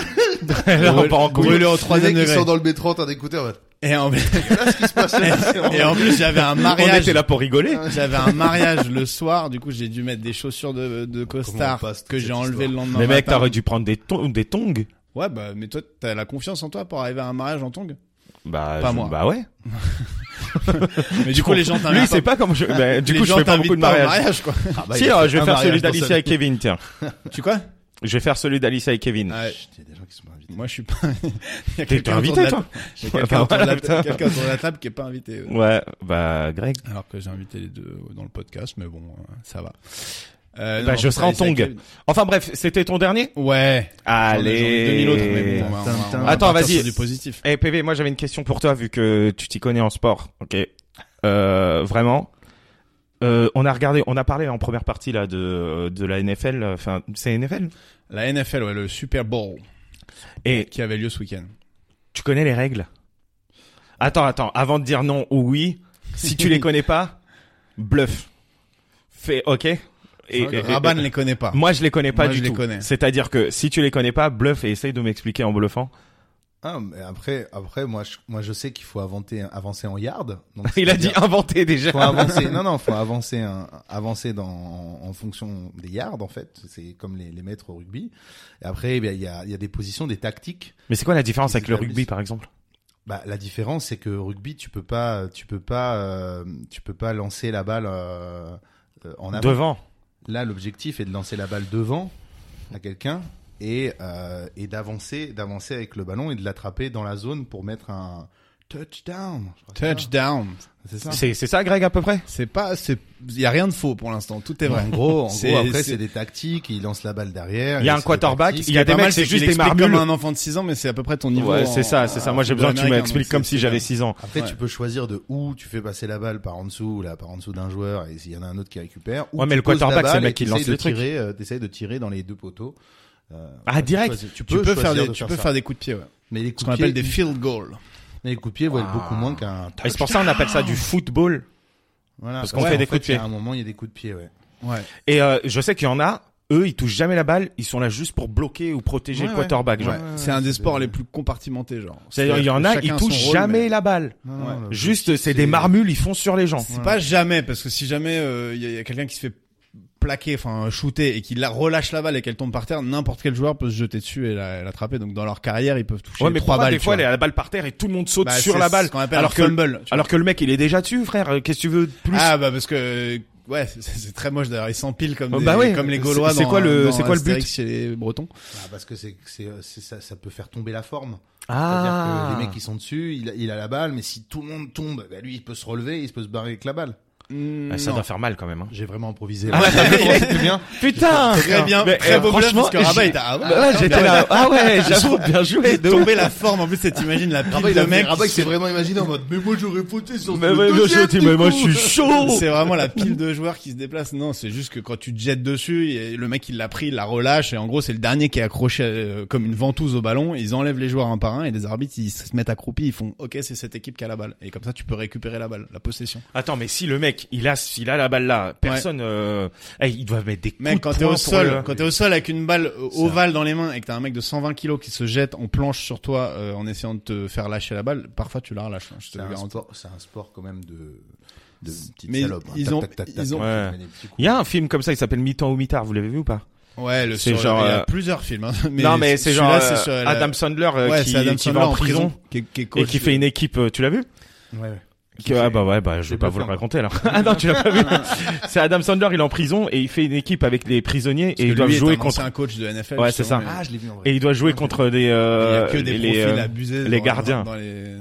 S4: euh,
S5: Là, on part en couille.
S4: brûlé au
S2: les
S4: troisième
S2: mecs qui
S4: degré.
S2: sont dans le métro t'as des écouteurs ouais.
S4: Et en,
S2: qu'est-ce qui se passe là C'est vraiment-
S4: et en plus, j'avais un
S5: On
S4: mariage. Euh,
S5: était là pour rigoler.
S4: J'avais un mariage le soir, du coup, j'ai dû mettre des chaussures de, de
S2: Comment on
S4: costard
S2: passe toute
S4: que
S2: cette
S4: j'ai enlevé
S2: histoire
S4: le lendemain
S5: mais mec,
S4: matin.
S5: t'aurais dû prendre des, ton- des tongs.
S4: Ouais, bah, mais toi, t'as la confiance en toi pour arriver à un mariage en tongue.
S5: Bah,
S4: Pas
S5: je-
S4: moi.
S5: Bah ouais.
S4: Mais du coup, les gens
S5: Lui,
S4: t'invitent
S5: il sait pas comment je. bah, du
S4: les
S5: coup, je
S4: gens
S5: fais pas
S4: t'invitent
S5: beaucoup de
S4: pas au
S5: mariages.
S4: mariage, quoi.
S2: Ah bah,
S5: si,
S2: il y a
S5: alors, je vais
S2: un
S5: faire
S2: mariage
S5: celui
S2: dans
S5: d'Alice
S2: sa
S5: avec
S2: vie.
S5: Kevin, tiens.
S4: tu quoi
S5: Je vais faire celui d'Alice avec Kevin.
S4: Ouais.
S2: Chut, il y a des gens qui sont pas invités
S4: Moi, je suis pas. Il y a
S5: T'es
S4: quelqu'un autour de
S5: invité,
S4: la-
S5: toi
S4: il y a Quelqu'un
S5: Enfin,
S4: autour de la-
S5: bah voilà, putain.
S4: quelqu'un autour de la table qui est pas invité. ouais.
S5: Ouais, bah, Greg.
S4: Alors que j'ai invité les deux dans le podcast, mais bon, euh, ça va. Euh,
S5: Bah, je
S4: on
S5: serai en
S4: va essayer
S5: tongue.
S4: avec-
S5: Enfin bref, c'était ton dernier
S4: Ouais. J'en ai- j'en ai
S5: Allez.
S4: 2000 autres, mais bon, on va- on va- on va
S5: Attends,
S4: partir
S5: vas-y.
S4: sur du positif.
S5: Eh PV, moi j'avais une question pour toi vu que tu t'y connais en sport. Ok. Euh, vraiment. Euh, on a regardé, on a parlé en première partie là de de la NFL. Enfin, c'est NFL.
S4: La NFL, ouais, le Super Bowl
S5: Et
S4: qui avait lieu ce week-end.
S5: tu connais les règles. Attends, attends. Avant de dire non ou oui, si tu les connais pas, bluff. Fais ok. Et, et-
S4: Raban
S5: et-
S4: ne les connaît pas.
S5: Moi je les connais pas
S4: Moi,
S5: du
S4: je les
S5: tout.
S4: connais.
S5: C'est-à-dire que si tu les connais pas, bluff et essaye de m'expliquer en bluffant.
S2: ah mais après après moi je, moi je sais qu'il faut inventer avancer en yard donc
S5: Il a dit inventer déjà.
S2: faut avancer. Non, non, faut avancer, un- avancer dans, en fonction des yards en fait. C'est comme les, les mètres au rugby. Et après, eh bien, il y a, il y a des positions, des tactiques.
S5: Mais c'est quoi la différence avec le
S2: Ils
S5: rugby
S2: établissent.
S5: par exemple
S2: Bah, la différence, c'est que au rugby, tu peux pas, tu peux pas, euh, tu peux pas lancer la balle euh, euh, en avant.
S5: Devant.
S2: Là, l'objectif est de lancer la balle devant à quelqu'un et, euh, et d'avancer, d'avancer avec le ballon et de l'attraper dans la zone pour mettre un touchdown. Je crois que c'est ça.
S4: Touchdown.
S2: C'est ça.
S5: C'est c'est ça, Greg à peu près.
S4: C'est pas, c'est, y a rien de faux pour l'instant. Tout est vrai.
S2: En gros, en
S4: C'est-
S2: gros, après,
S4: c'est-
S2: c'est des tactiques, il lance la balle derrière.
S5: Il y a un
S2: et c'est des
S5: quarterback,
S2: tactiques.
S5: il y a
S4: Ce qui est
S5: des
S4: pas
S5: mecs,
S4: mal,
S5: c'est
S4: qu'il
S5: juste des
S4: explique
S5: marmules.
S4: comme un enfant de 6 ans, mais c'est à peu près ton niveau.
S5: Ouais,
S4: en-
S5: c'est ça, c'est ça.
S4: en
S5: Moi, j'ai besoin que tu
S4: football
S5: m'expliques
S4: américain,
S5: comme
S4: donc
S5: si
S4: c'est-
S5: j'avais
S4: c'est
S5: 6 ans.
S2: Après,
S4: Ouais.
S2: tu peux choisir de où tu fais passer la balle par en dessous, là, par en dessous d'un joueur, et s'il y en a un autre qui récupère. Ou
S5: Ouais, mais
S2: tu
S5: le
S2: poses la
S5: quarterback, c'est le
S2: balle
S5: mec
S2: et
S5: qui
S2: t'essayes
S5: lance
S2: de
S5: le truc.
S2: Tirer, euh, t'essayes de tirer dans les deux poteaux. Euh,
S5: Ah,
S2: tu
S5: direct.
S2: choisis- Tu
S4: Tu
S2: peux,
S4: peux faire
S2: choisir
S4: des,
S2: de
S4: tu peux faire des coups de pied, ouais.
S2: ça. Mais les
S4: Ce qu'on
S2: coups de
S4: appelle
S2: pied,
S4: des field goals.
S2: mais les coups de pied valent
S5: Ah.
S2: beaucoup moins qu'un. touch.
S5: Et c'est pour ça on appelle ça du football.
S2: Voilà.
S5: parce qu'on
S2: qu'en
S5: fait des coups de
S2: il y a
S5: pied.
S2: un moment, il y a des coups de pied, ouais.
S4: Ouais.
S5: Et euh, je sais qu'il y en a, eux, ils touchent jamais la balle, ils sont là juste pour bloquer ou protéger
S2: Ouais,
S5: le
S2: ouais.
S5: quarterback. genre.
S4: Ouais. C'est un des sports
S2: des-
S4: les plus compartimentés, genre.
S5: C'est-à-dire, il y en a, ils
S4: Chacun son
S5: touchent
S4: rôle,
S5: jamais
S4: mais- Bah,
S5: la balle.
S2: Non, non,
S4: Ouais.
S2: le-
S5: Juste, c'est des marmules, ils foncent sur les gens.
S4: C'est pas jamais, parce que si jamais euh, il y a, il y a quelqu'un qui se fait plaquer, enfin shooter, et qui la relâche la balle et qu'elle tombe par terre, n'importe quel joueur peut se jeter dessus et la- l'attraper. Donc dans leur carrière, ils peuvent toucher
S5: Ouais, mais
S4: trois
S5: pourquoi
S4: balles.
S5: des
S4: tu
S5: fois,
S4: vois.
S5: elle a la balle par terre et tout le monde saute
S4: Bah,
S5: sur
S4: c'est
S5: la balle.
S4: ce qu'on appelle
S5: alors
S4: un
S5: que,
S4: fumble, tu
S5: alors que le mec, il est déjà dessus, frère. euh, Qu'est-ce que tu veux de plus?
S4: Ah bah parce que euh, ouais, c'est- c'est c'est très moche d'ailleurs, ils s'empilent comme
S5: Oh,
S4: des-
S5: bah ouais.
S4: comme les Gaulois.
S5: C'est- c'est
S4: dans-
S5: quoi le-
S4: dans
S5: c'est quoi le but
S4: Astérix chez les Bretons
S2: Ah, parce que c'est, c'est, c'est- ça, ça peut faire tomber la forme.
S5: Ah.
S2: C'est-à-dire que les mecs qui sont dessus, il a, il a la balle, mais si tout le monde tombe, bah, lui, il peut se relever, il peut se barrer avec la balle.
S5: Ah, ça doit faire mal quand même. hein.
S2: J'ai vraiment improvisé.
S5: Ah ouais, t'as vu comment
S2: c'était bien.
S5: Putain
S4: Très bien,
S5: Mais,
S4: très
S5: euh,
S4: beau bluff
S5: franchement,
S4: parce que Rabat
S5: j'ai-
S4: était ah ouais,
S5: Bah ouais, j'étais là. Ah ouais, j'avoue, bien joué. de ouf.
S4: tombé la forme en plus, c'est t'imagines la pile de mecs.
S2: il s'est vraiment imaginé en mode, mais moi j'aurais poté sur
S5: Mais ouais, mais j'étais- mais moi je suis chaud.
S4: C'est vraiment la pile de joueurs qui se déplacent. Non, c'est juste que quand tu te jettes dessus, et le mec il l'a pris, il la relâche et en gros c'est le dernier qui est accroché euh, comme une ventouse au ballon. Ils enlèvent les joueurs un par un et les arbitres ils se mettent accroupis, ils font OK c'est cette équipe qui a la balle et comme ça tu peux récupérer la balle, la possession.
S5: Attends, mais si le mec, il a, s'il a la balle là, personne, euh, eh, ils doivent mettre des coups
S4: Mec
S5: de
S4: quand t'es
S5: poing
S4: au
S5: pour
S4: sol,
S5: le-
S4: quand t'es au sol avec une balle euh, ovale dans les mains et que t'as un mec de 120 kilos qui se jette en planche sur toi euh, en essayant de te faire lâcher la balle, parfois tu la relâches. hein, je te
S2: C'est
S4: le
S2: un
S4: garantis.
S2: sport, c'est un sport quand même de, de petites
S4: Mais
S2: salopes. hein.
S4: ils
S2: Tac,
S4: ont-
S2: tac, tac,
S4: ils
S2: tac,
S4: ont-
S2: tac,
S5: Ouais.
S2: tu mets des petits coups.
S5: Il y a un film comme ça qui s'appelle Mi-temps ou Mi-tard, vous l'avez vu ou pas
S4: Ouais, le
S5: C'est
S4: sur-
S5: genre,
S4: il y a
S5: euh,
S4: plusieurs films. hein, mais
S5: Non, mais c'est genre
S4: celui-là,
S5: euh,
S4: c'est sur la-
S5: Adam Sandler euh,
S4: Ouais,
S5: qui,
S4: c'est Adam
S5: qui
S4: Sandler
S5: va en prison,
S4: qui, est- qui est
S5: et
S4: coach
S5: qui fait une équipe. euh, tu l'as vu
S2: Ouais, ouais.
S5: Que- Ah bah ouais, bah je vais
S2: pas
S5: pas vous le
S2: fait
S5: raconter alors. ah non, tu l'as pas vu. c'est Adam Sandler, il est en prison et il fait une équipe avec les prisonniers
S4: Parce
S5: et
S4: que
S5: ils doivent
S4: lui est
S5: jouer
S4: un
S5: contre.
S4: ancien coach de NFL.
S5: Ouais, c'est
S4: justement,
S5: ça.
S2: Ah, je l'ai vu en vrai.
S5: Et il doit jouer contre des.
S4: Il y a
S5: Euh,
S4: que des
S5: les,
S4: profils
S5: euh,
S4: abusés.
S5: les
S4: dans- dans-
S5: gardiens.
S4: Dans les,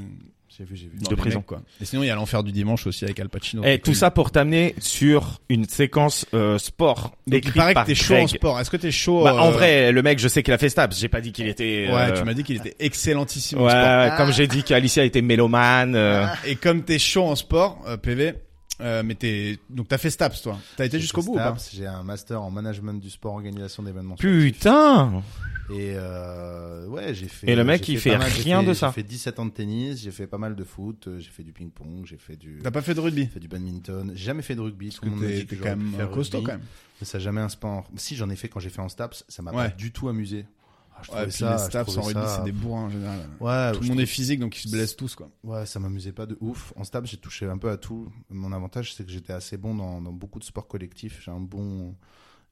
S2: J'ai vu, j'ai vu.
S4: dans
S5: De
S4: les
S5: prison.
S4: mecs, quoi. Et sinon, il y a l'enfer du dimanche aussi avec Al Pacino. euh,
S5: Eh, tout ça pour t'amener sur une séquence euh, sport.
S4: Donc, il
S5: écrite
S4: paraît que
S5: par
S4: t'es chaud en
S5: Greg.
S4: sport. Est-ce que t'es chaud
S5: Bah, En
S4: euh,
S5: vrai, le mec, je sais qu'il a fait Stabs. J'ai pas dit qu'il était.
S4: Ouais,
S5: euh,
S4: tu m'as dit qu'il était excellentissime en
S5: ouais,
S4: sport. Ah.
S5: comme j'ai dit qu'Alicia était mélomane. euh,
S4: Et comme t'es chaud en sport, euh, PV, euh, mais t'es, donc t'as fait Staps, toi. T'as été
S2: J'ai
S4: jusqu'au
S2: fait
S4: bout ou pas?
S2: Staps, J'ai un master en management du sport, organisation d'événements.
S5: Putain
S2: Et euh, ouais, j'ai fait.
S5: Et le mec,
S2: j'ai
S5: il fait
S2: pas mal- j'ai
S5: rien
S2: fait-
S5: de ça.
S2: J'ai fait 17 ans de tennis, j'ai fait pas mal de foot, euh, j'ai fait du ping-pong, j'ai fait du,
S4: T'as pas fait de rugby?
S2: j'ai fait du badminton, j'ai jamais fait de rugby.
S4: Ah. Parce
S2: Tout le monde
S4: que
S2: m'a
S4: t'es
S2: dit
S4: t'es
S2: que
S4: quand
S2: j'aurais pu
S4: même
S2: faire
S4: costaud
S2: rugby,
S4: quand même.
S2: Mais ça jamais un sport. Si j'en ai fait quand j'ai fait en STAPS, ça m'a pas
S4: Ouais.
S2: du tout amusé. Ah, je
S4: Ouais,
S2: trouvais
S4: puis
S2: ça,
S4: les
S2: je
S4: Staps en
S2: trouvais
S4: rugby,
S2: ça-
S4: c'est des bourrins en général.
S2: Ouais,
S4: Tout
S2: je
S4: le monde est physique, donc ils se blessent tous, quoi.
S2: Ouais, ça m'amusait pas de ouf. En stable, j'ai touché un peu à tout. Mon avantage, c'est que j'étais assez bon dans, dans beaucoup de sports collectifs. J'ai un bon,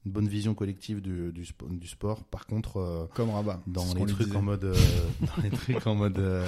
S2: une bonne vision collective du, du, spo- du sport. Par contre, euh,
S4: Comme Rabat. C'est
S2: dans
S4: ce
S2: les,
S4: qu'on lui
S2: trucs
S4: disait.
S2: en mode, euh, dans les trucs en mode euh,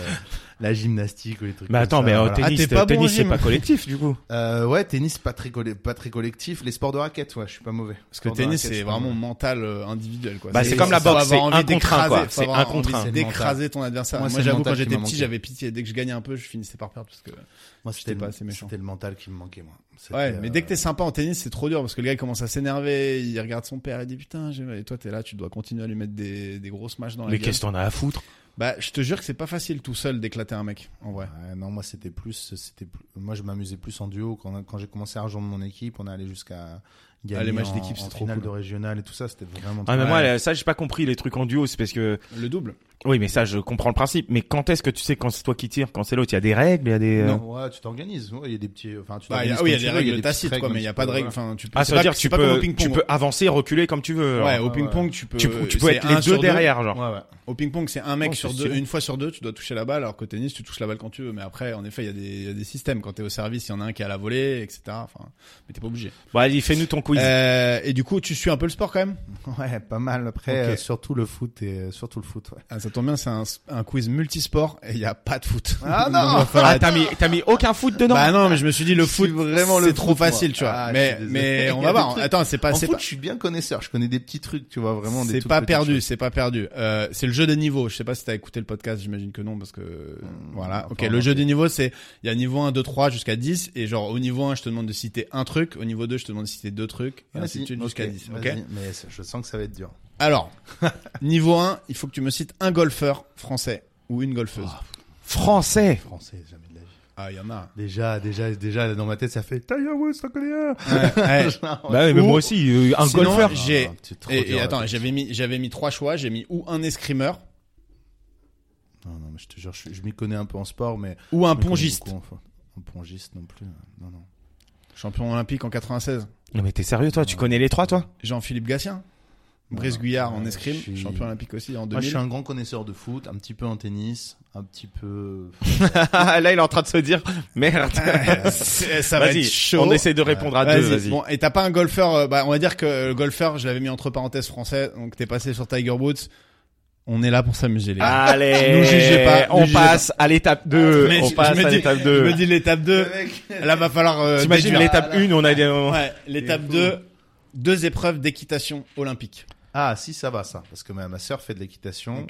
S2: la gymnastique ou les trucs
S5: Mais
S2: comme
S5: attends,
S2: ça,
S5: mais au
S2: voilà.
S4: Ah,
S5: tennis,
S4: t'es pas
S5: euh,
S4: bon
S5: tennis,
S4: au
S5: c'est
S4: gym.
S5: pas collectif du coup.
S2: Euh, ouais, tennis, pas très, colle- pas très collectif. Les sports de raquette, ouais, je suis pas mauvais.
S4: Parce que le
S2: Sport de
S4: tennis,
S2: raquette,
S4: c'est
S2: pas
S4: vraiment
S2: mauvais.
S4: mental euh, individuel, quoi.
S5: Bah, c'est comme la
S4: ça, faut
S5: boxe,
S4: avoir
S5: c'est
S4: envie
S5: un contre un,
S4: d'écraser,
S5: quoi.
S4: faut
S5: C'est
S4: avoir
S5: un
S4: envie
S5: contre
S4: de
S5: un.
S4: D'écraser ton adversaire.
S2: Moi,
S4: Moi,
S2: c'est le
S4: j'avoue,
S2: mental
S4: quand
S2: qui
S4: j'étais
S2: m'a
S4: petit,
S2: manqué.
S4: j'avais pitié. Dès que je gagnais un peu, je finissais par perdre parce que
S2: Moi,
S4: j'étais
S2: c'était
S4: pas
S2: le-
S4: assez méchant.
S2: C'était le mental qui me manquait, moi. C'était,
S4: Ouais, mais dès que
S2: euh,
S4: t'es sympa en tennis, c'est trop dur parce que le gars il commence à s'énerver, il regarde son père et dit putain, j'ai- et toi t'es là, tu dois continuer à lui mettre des, des grosses matchs dans la
S5: Mais
S4: gueule.
S5: qu'est-ce que t'en as à foutre
S4: Bah, je te jure que c'est pas facile tout seul d'éclater un mec, en vrai.
S2: euh, Ouais, non, moi c'était plus, c'était plus- moi je m'amusais plus en duo quand, quand j'ai commencé à rejoindre mon équipe, on est allé jusqu'à gagner
S4: les matchs
S2: en-
S4: d'équipe,
S2: en
S4: c'est trop
S2: finale
S4: cool.
S2: de régional et tout ça, c'était vraiment.
S5: Ah mais
S4: Ouais.
S5: moi là, ça j'ai pas compris les trucs en duo, c'est parce que
S4: Le double.
S5: oui mais ça je comprends le principe, mais quand est-ce que tu sais quand c'est toi qui tires, quand c'est l'autre, il y a des règles, il y a des euh,
S2: Non, ouais, tu t'organises. ouais, Il y a des petits, enfin, tu
S4: Bah, il y a- oui, il y a
S2: t'organises comme
S4: des
S2: tu veux,
S4: règles
S2: petites hein.
S4: tacites, quoi,
S2: comme
S4: mais il y a
S2: tu
S4: pas de
S2: veux,
S4: règles.
S2: voilà.
S4: Enfin, tu peux.
S5: Ah
S4: c'est
S5: ça veut
S4: pas-
S5: dire que
S4: c'est
S5: tu
S4: pas comme
S5: peux
S4: au ping-pong. hein.
S5: tu peux avancer, reculer comme tu veux. alors.
S4: Ouais, au
S2: Ouais, ouais.
S4: ping-pong, tu peux.
S5: tu, tu peux
S4: c'est
S5: être
S4: un
S5: les
S4: sur
S5: deux derrière genre.
S2: Ouais, ouais.
S4: Au ping-pong, c'est un mec
S5: Oh,
S4: sur
S5: c'est
S4: deux,
S5: stylé.
S4: une fois sur deux, tu dois toucher la balle, alors qu'au tennis, tu touches la balle quand tu veux. Mais après, en effet, il y, a des- il y a des systèmes. Quand t'es au service, il y en a un qui est à la volée, etc. Enfin, mais t'es pas obligé.
S5: Bon, allez, Bah, fais-nous ton quiz.
S4: Euh, et du coup, tu suis un peu le sport quand même
S2: Ouais, pas mal. Après,
S4: Ok.
S2: euh, surtout le foot et euh, surtout le foot. Ouais.
S4: Ah, ça tombe bien, c'est un, un quiz multisport et il y a pas de foot.
S2: Ah,
S4: Donc,
S2: non.
S4: il va falloir
S5: ah
S4: être-
S5: t'as mis t'as mis aucun foot dedans.
S4: Bah non, mais je me suis dit le
S2: Je
S4: foot,
S2: suis vraiment le
S4: c'est trop
S2: foot, moi.
S4: facile, tu vois.
S2: Ah, je suis
S4: mais
S2: désolé. Il y
S4: mais
S2: a
S4: on
S2: des
S4: va voir.
S2: trucs.
S4: Attends, c'est pas
S2: En
S4: c'est
S2: foot,
S4: pas
S2: je suis bien connaisseur. Je connais des petits trucs, tu vois vraiment. des
S4: c'est
S2: toutes
S4: pas
S2: petites
S4: perdu,
S2: choses.
S4: c'est pas perdu. Euh, c'est le jeu des niveaux. Je sais pas si t'as écouté le podcast, j'imagine que non, parce que voilà.
S2: enfin,
S4: Ok, le jeu
S2: ok.
S4: des niveaux, c'est il y a niveau 1, 2, 3 jusqu'à 10 et genre au niveau 1, je te demande de citer un truc, au niveau 2, je te demande de citer deux trucs, et
S2: Vas-y,
S4: ainsi de suite
S2: ok,
S4: jusqu'à 10. Ok.
S2: vas-y, Mais ça- je sens que ça va être dur.
S4: Alors, niveau 1, il faut que tu me cites un golfeur français ou une golfeuse.
S2: Oh,
S5: Français.
S2: Français, jamais de la vie.
S4: Ah, il y en a.
S2: Déjà, déjà, déjà, dans ma tête, ça fait Tiger Woods, t'en connais un.
S4: Ouais, ouais.
S5: Bah oui, mais moi aussi euh, un
S4: Sinon,
S5: golfeur.
S4: J'ai
S2: Ah, c'est trop
S4: et,
S2: dur,
S4: et
S2: là.
S4: attends, j'avais mis j'avais mis trois choix, j'ai mis ou un escrimeur
S2: Non, non, mais je te jure, je, suis- je m'y connais un peu en sport, mais.
S4: ou un
S2: je me connais
S4: pongiste,
S2: beaucoup en foot. Un pongiste non plus. euh, Non, non.
S4: champion olympique en 96.
S5: Non mais t'es sérieux toi, tu connais les trois toi
S4: Jean-Philippe Gatien, Brice
S5: Ah,
S2: Non,
S4: Guyard
S2: non,
S4: en
S2: je
S4: escrime,
S2: suis-
S4: champion olympique aussi en
S2: Moi,
S4: 2000.
S2: je suis un grand connaisseur de foot, un petit peu en tennis, un petit peu.
S5: Là il est en train de se dire merde.
S4: C'est- ça va
S5: Vas-y,
S4: être chaud. Euh,
S5: on essaie de répondre à deux,
S4: Vas-y.
S5: vas-y.
S4: Bon, et t'as pas un golfeur euh, bah, on va dire que le golfeur, je l'avais mis entre parenthèses français, donc t'es passé sur Tiger Woods. On est là pour s'amuser les gars.
S5: Allez,
S4: Nous jugez pas, nous
S5: on
S4: jugez
S5: passe à l'étape 2,
S4: Mais
S5: Ah, on
S4: je-
S5: passe
S4: je me
S5: à
S4: dis-
S5: l'étape
S4: Je
S5: 2.
S4: me dis l'étape 2. Là va falloir euh,
S5: T'imagines
S4: déduire.
S5: l'étape 1, on a des
S4: Ouais, l'étape
S2: fou.
S4: 2, deux épreuves d'équitation olympique.
S2: Ah, si, ça va, ça. Parce que ma, ma sœur fait de l'équitation.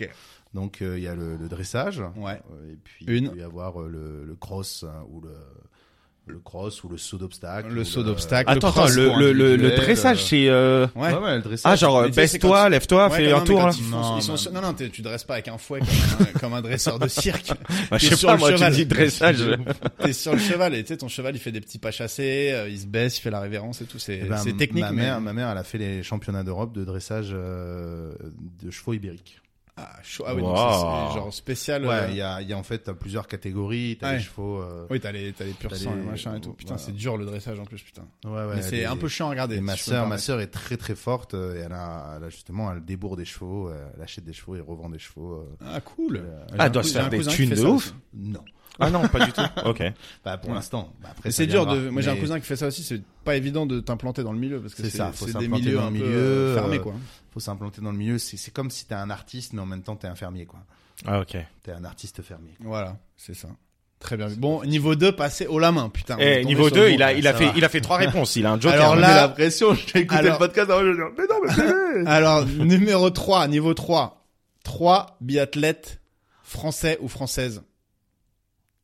S2: Donc, euh, il y a le, le dressage.
S4: Ouais.
S2: euh, Et puis,
S4: Une.
S2: il peut y avoir euh, le, le cross hein, ou le. le cross ou le saut d'obstacle.
S4: Le
S2: ou
S4: saut d'obstacle.
S5: Attends,
S4: cross
S5: attends, le,
S2: pour
S5: le, le, le
S2: individuel,
S5: dressage,
S2: euh,
S5: c'est... euh,
S4: Ouais.
S2: Ouais, ouais, le dressage.
S5: Ah, genre,
S4: Mais
S5: euh,
S4: tu sais, c'est quand
S5: baisse-toi,
S4: tu-
S5: lève-toi,
S4: Ouais,
S5: fais
S4: quand-
S5: un
S4: non, mais
S5: tour. hein.
S4: quand
S5: là.
S4: ils font-
S2: Non,
S4: ils sont
S2: non,
S4: sur-
S2: non.
S4: non, non, t'es- tu dresses pas avec un fouet comme un, comme un dresseur de cirque.
S5: Bah,
S4: T'es
S5: je sais
S4: sur
S5: pas,
S4: le
S5: moi, tu
S4: cheval.
S5: dis dressage.
S4: T'es sur le cheval et tu sais, ton cheval, il fait des petits pas chassés, euh, il se baisse, il fait la révérence et tout. C'est
S2: Eh ben,
S4: c'est technique,
S2: Ma
S4: mais-
S2: mère, ma mère, elle a fait les championnats d'Europe de dressage euh, de chevaux ibériques.
S4: Ah, chaud. Ah oui,
S5: Wow.
S4: donc ça, c'est genre spécial. euh,
S2: Ouais, il y a, il y a en fait, t'as plusieurs catégories. T'as
S4: Ouais.
S2: les chevaux. euh,
S4: Oui, t'as les, t'as les purs
S2: T'as
S4: sangs,
S2: les-
S4: les machins et tout. Putain,
S2: voilà.
S4: c'est dur le dressage en plus, putain.
S2: ouais, ouais,
S4: mais c'est
S2: les-
S4: un peu chiant à regarder.
S2: Et ma
S4: si je peux
S2: sœur,
S4: me
S2: ma
S4: permettre.
S2: sœur est très très forte. euh, Et elle a, elle a justement, elle débourre des chevaux. euh, Elle achète des chevaux et revend des chevaux. euh.
S4: Ah, cool.
S2: Euh,
S4: J'ai
S5: Ah,
S4: un
S5: doit
S4: cou-
S5: se
S4: j'ai
S5: faire
S4: un
S5: des
S4: cousin qui
S5: thunes
S4: fait
S5: de
S4: ça
S5: ouf.
S4: aussi.
S2: Non,
S5: Ah non, pas du tout. Ok.
S2: pas pour
S4: Ouais.
S2: l'instant. Bah, après,
S4: Mais
S2: ça
S4: C'est dur
S2: viendra.
S4: de. Moi, j'ai un
S2: Mais
S4: cousin qui fait ça aussi. C'est pas évident de t'implanter dans le milieu parce que
S2: C'est
S4: c'est
S2: ça, faut
S4: c'est des
S2: s'implanter
S4: milieux
S2: dans le
S4: un peu
S2: milieu,
S4: euh,
S2: euh,
S4: fermés, quoi.
S2: Faut s'implanter dans le milieu. C'est c'est comme si t'es un artiste, mais en même temps t'es un fermier, quoi.
S5: Ah, ok.
S2: T'es un artiste fermier.
S4: Voilà, c'est ça. Très bien. Bon, niveau 2, passé haut la main, putain. Ah, on est
S5: Eh,
S4: tombé
S5: niveau
S4: sur le
S5: 2,
S4: bon,
S5: il a,
S4: là,
S5: il a
S4: ça
S5: fait,
S4: va.
S5: il a fait trois réponses. Il a un joker. hein.
S4: Alors là-
S2: J'ai l'impression, j'ai écouté
S4: Alors-
S2: le podcast avant, je me dis, mais non, mais c'est
S4: Alors, numéro 3, niveau 3. 3 biathlètes français ou françaises.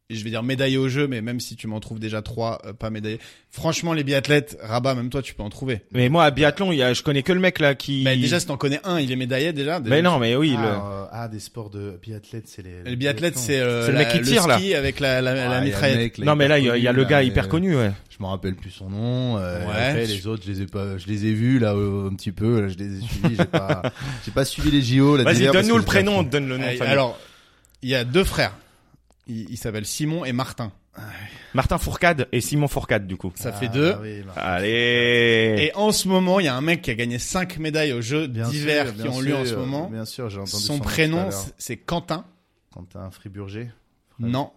S4: Et Je vais dire médaillés au jeu, mais même si tu m'en trouves déjà 3, pas médaillés. Franchement, les biathlètes, Rabat, même toi, tu peux en trouver.
S5: Mais moi, à biathlon, il y a, je connais que le mec, là, qui...
S4: Mais Bah, déjà, si t'en connais un, il est médaillé déjà. déjà,
S5: Mais non, mais oui,
S2: ah,
S5: le-
S2: euh, ah, des sports de biathlète, c'est les.
S4: Les biathlètes, c'est euh,
S5: C'est le
S4: la-
S5: mec qui tire,
S4: ski avec la, la,
S2: Ah,
S4: la
S2: il y a le
S4: mitraillette.
S2: mec,
S5: Non, mais là, il y a,
S2: hyper
S5: il y a le
S2: connu,
S5: gars
S2: là,
S5: hyper
S2: mais
S5: connu, ouais.
S2: Je me rappelle plus son nom. euh,
S4: Ouais.
S2: après, les autres, je les ai pas, je les ai vus là euh, un petit peu. Là, je les ai suivis. J'ai pas, j'ai pas suivi les JO. là,
S5: Vas-y,
S4: ah,
S2: d'hier, parce
S5: donne-nous
S2: que
S5: le
S2: j'ai-
S5: prénom, donne le nom. de
S4: Euh,
S5: famille.
S4: Alors, il y a deux frères. Ils ils s'appellent Simon et Martin.
S5: Martin Fourcade et Simon Fourcade, du coup.
S4: Ça
S2: Ah,
S4: fait deux.
S2: bah oui, bah.
S5: Allez.
S4: Et en ce moment, il y a un mec qui a gagné cinq médailles aux Jeux
S2: Bien
S4: d'hiver
S2: sûr,
S4: qui
S2: bien
S4: ont lieu en
S2: sûr,
S4: ce moment.
S2: Bien sûr, j'ai entendu son,
S4: Son
S2: nom tout à
S4: prénom,
S2: l'heure.
S4: c'est- c'est Quentin.
S2: Quentin Friburger.
S4: Non.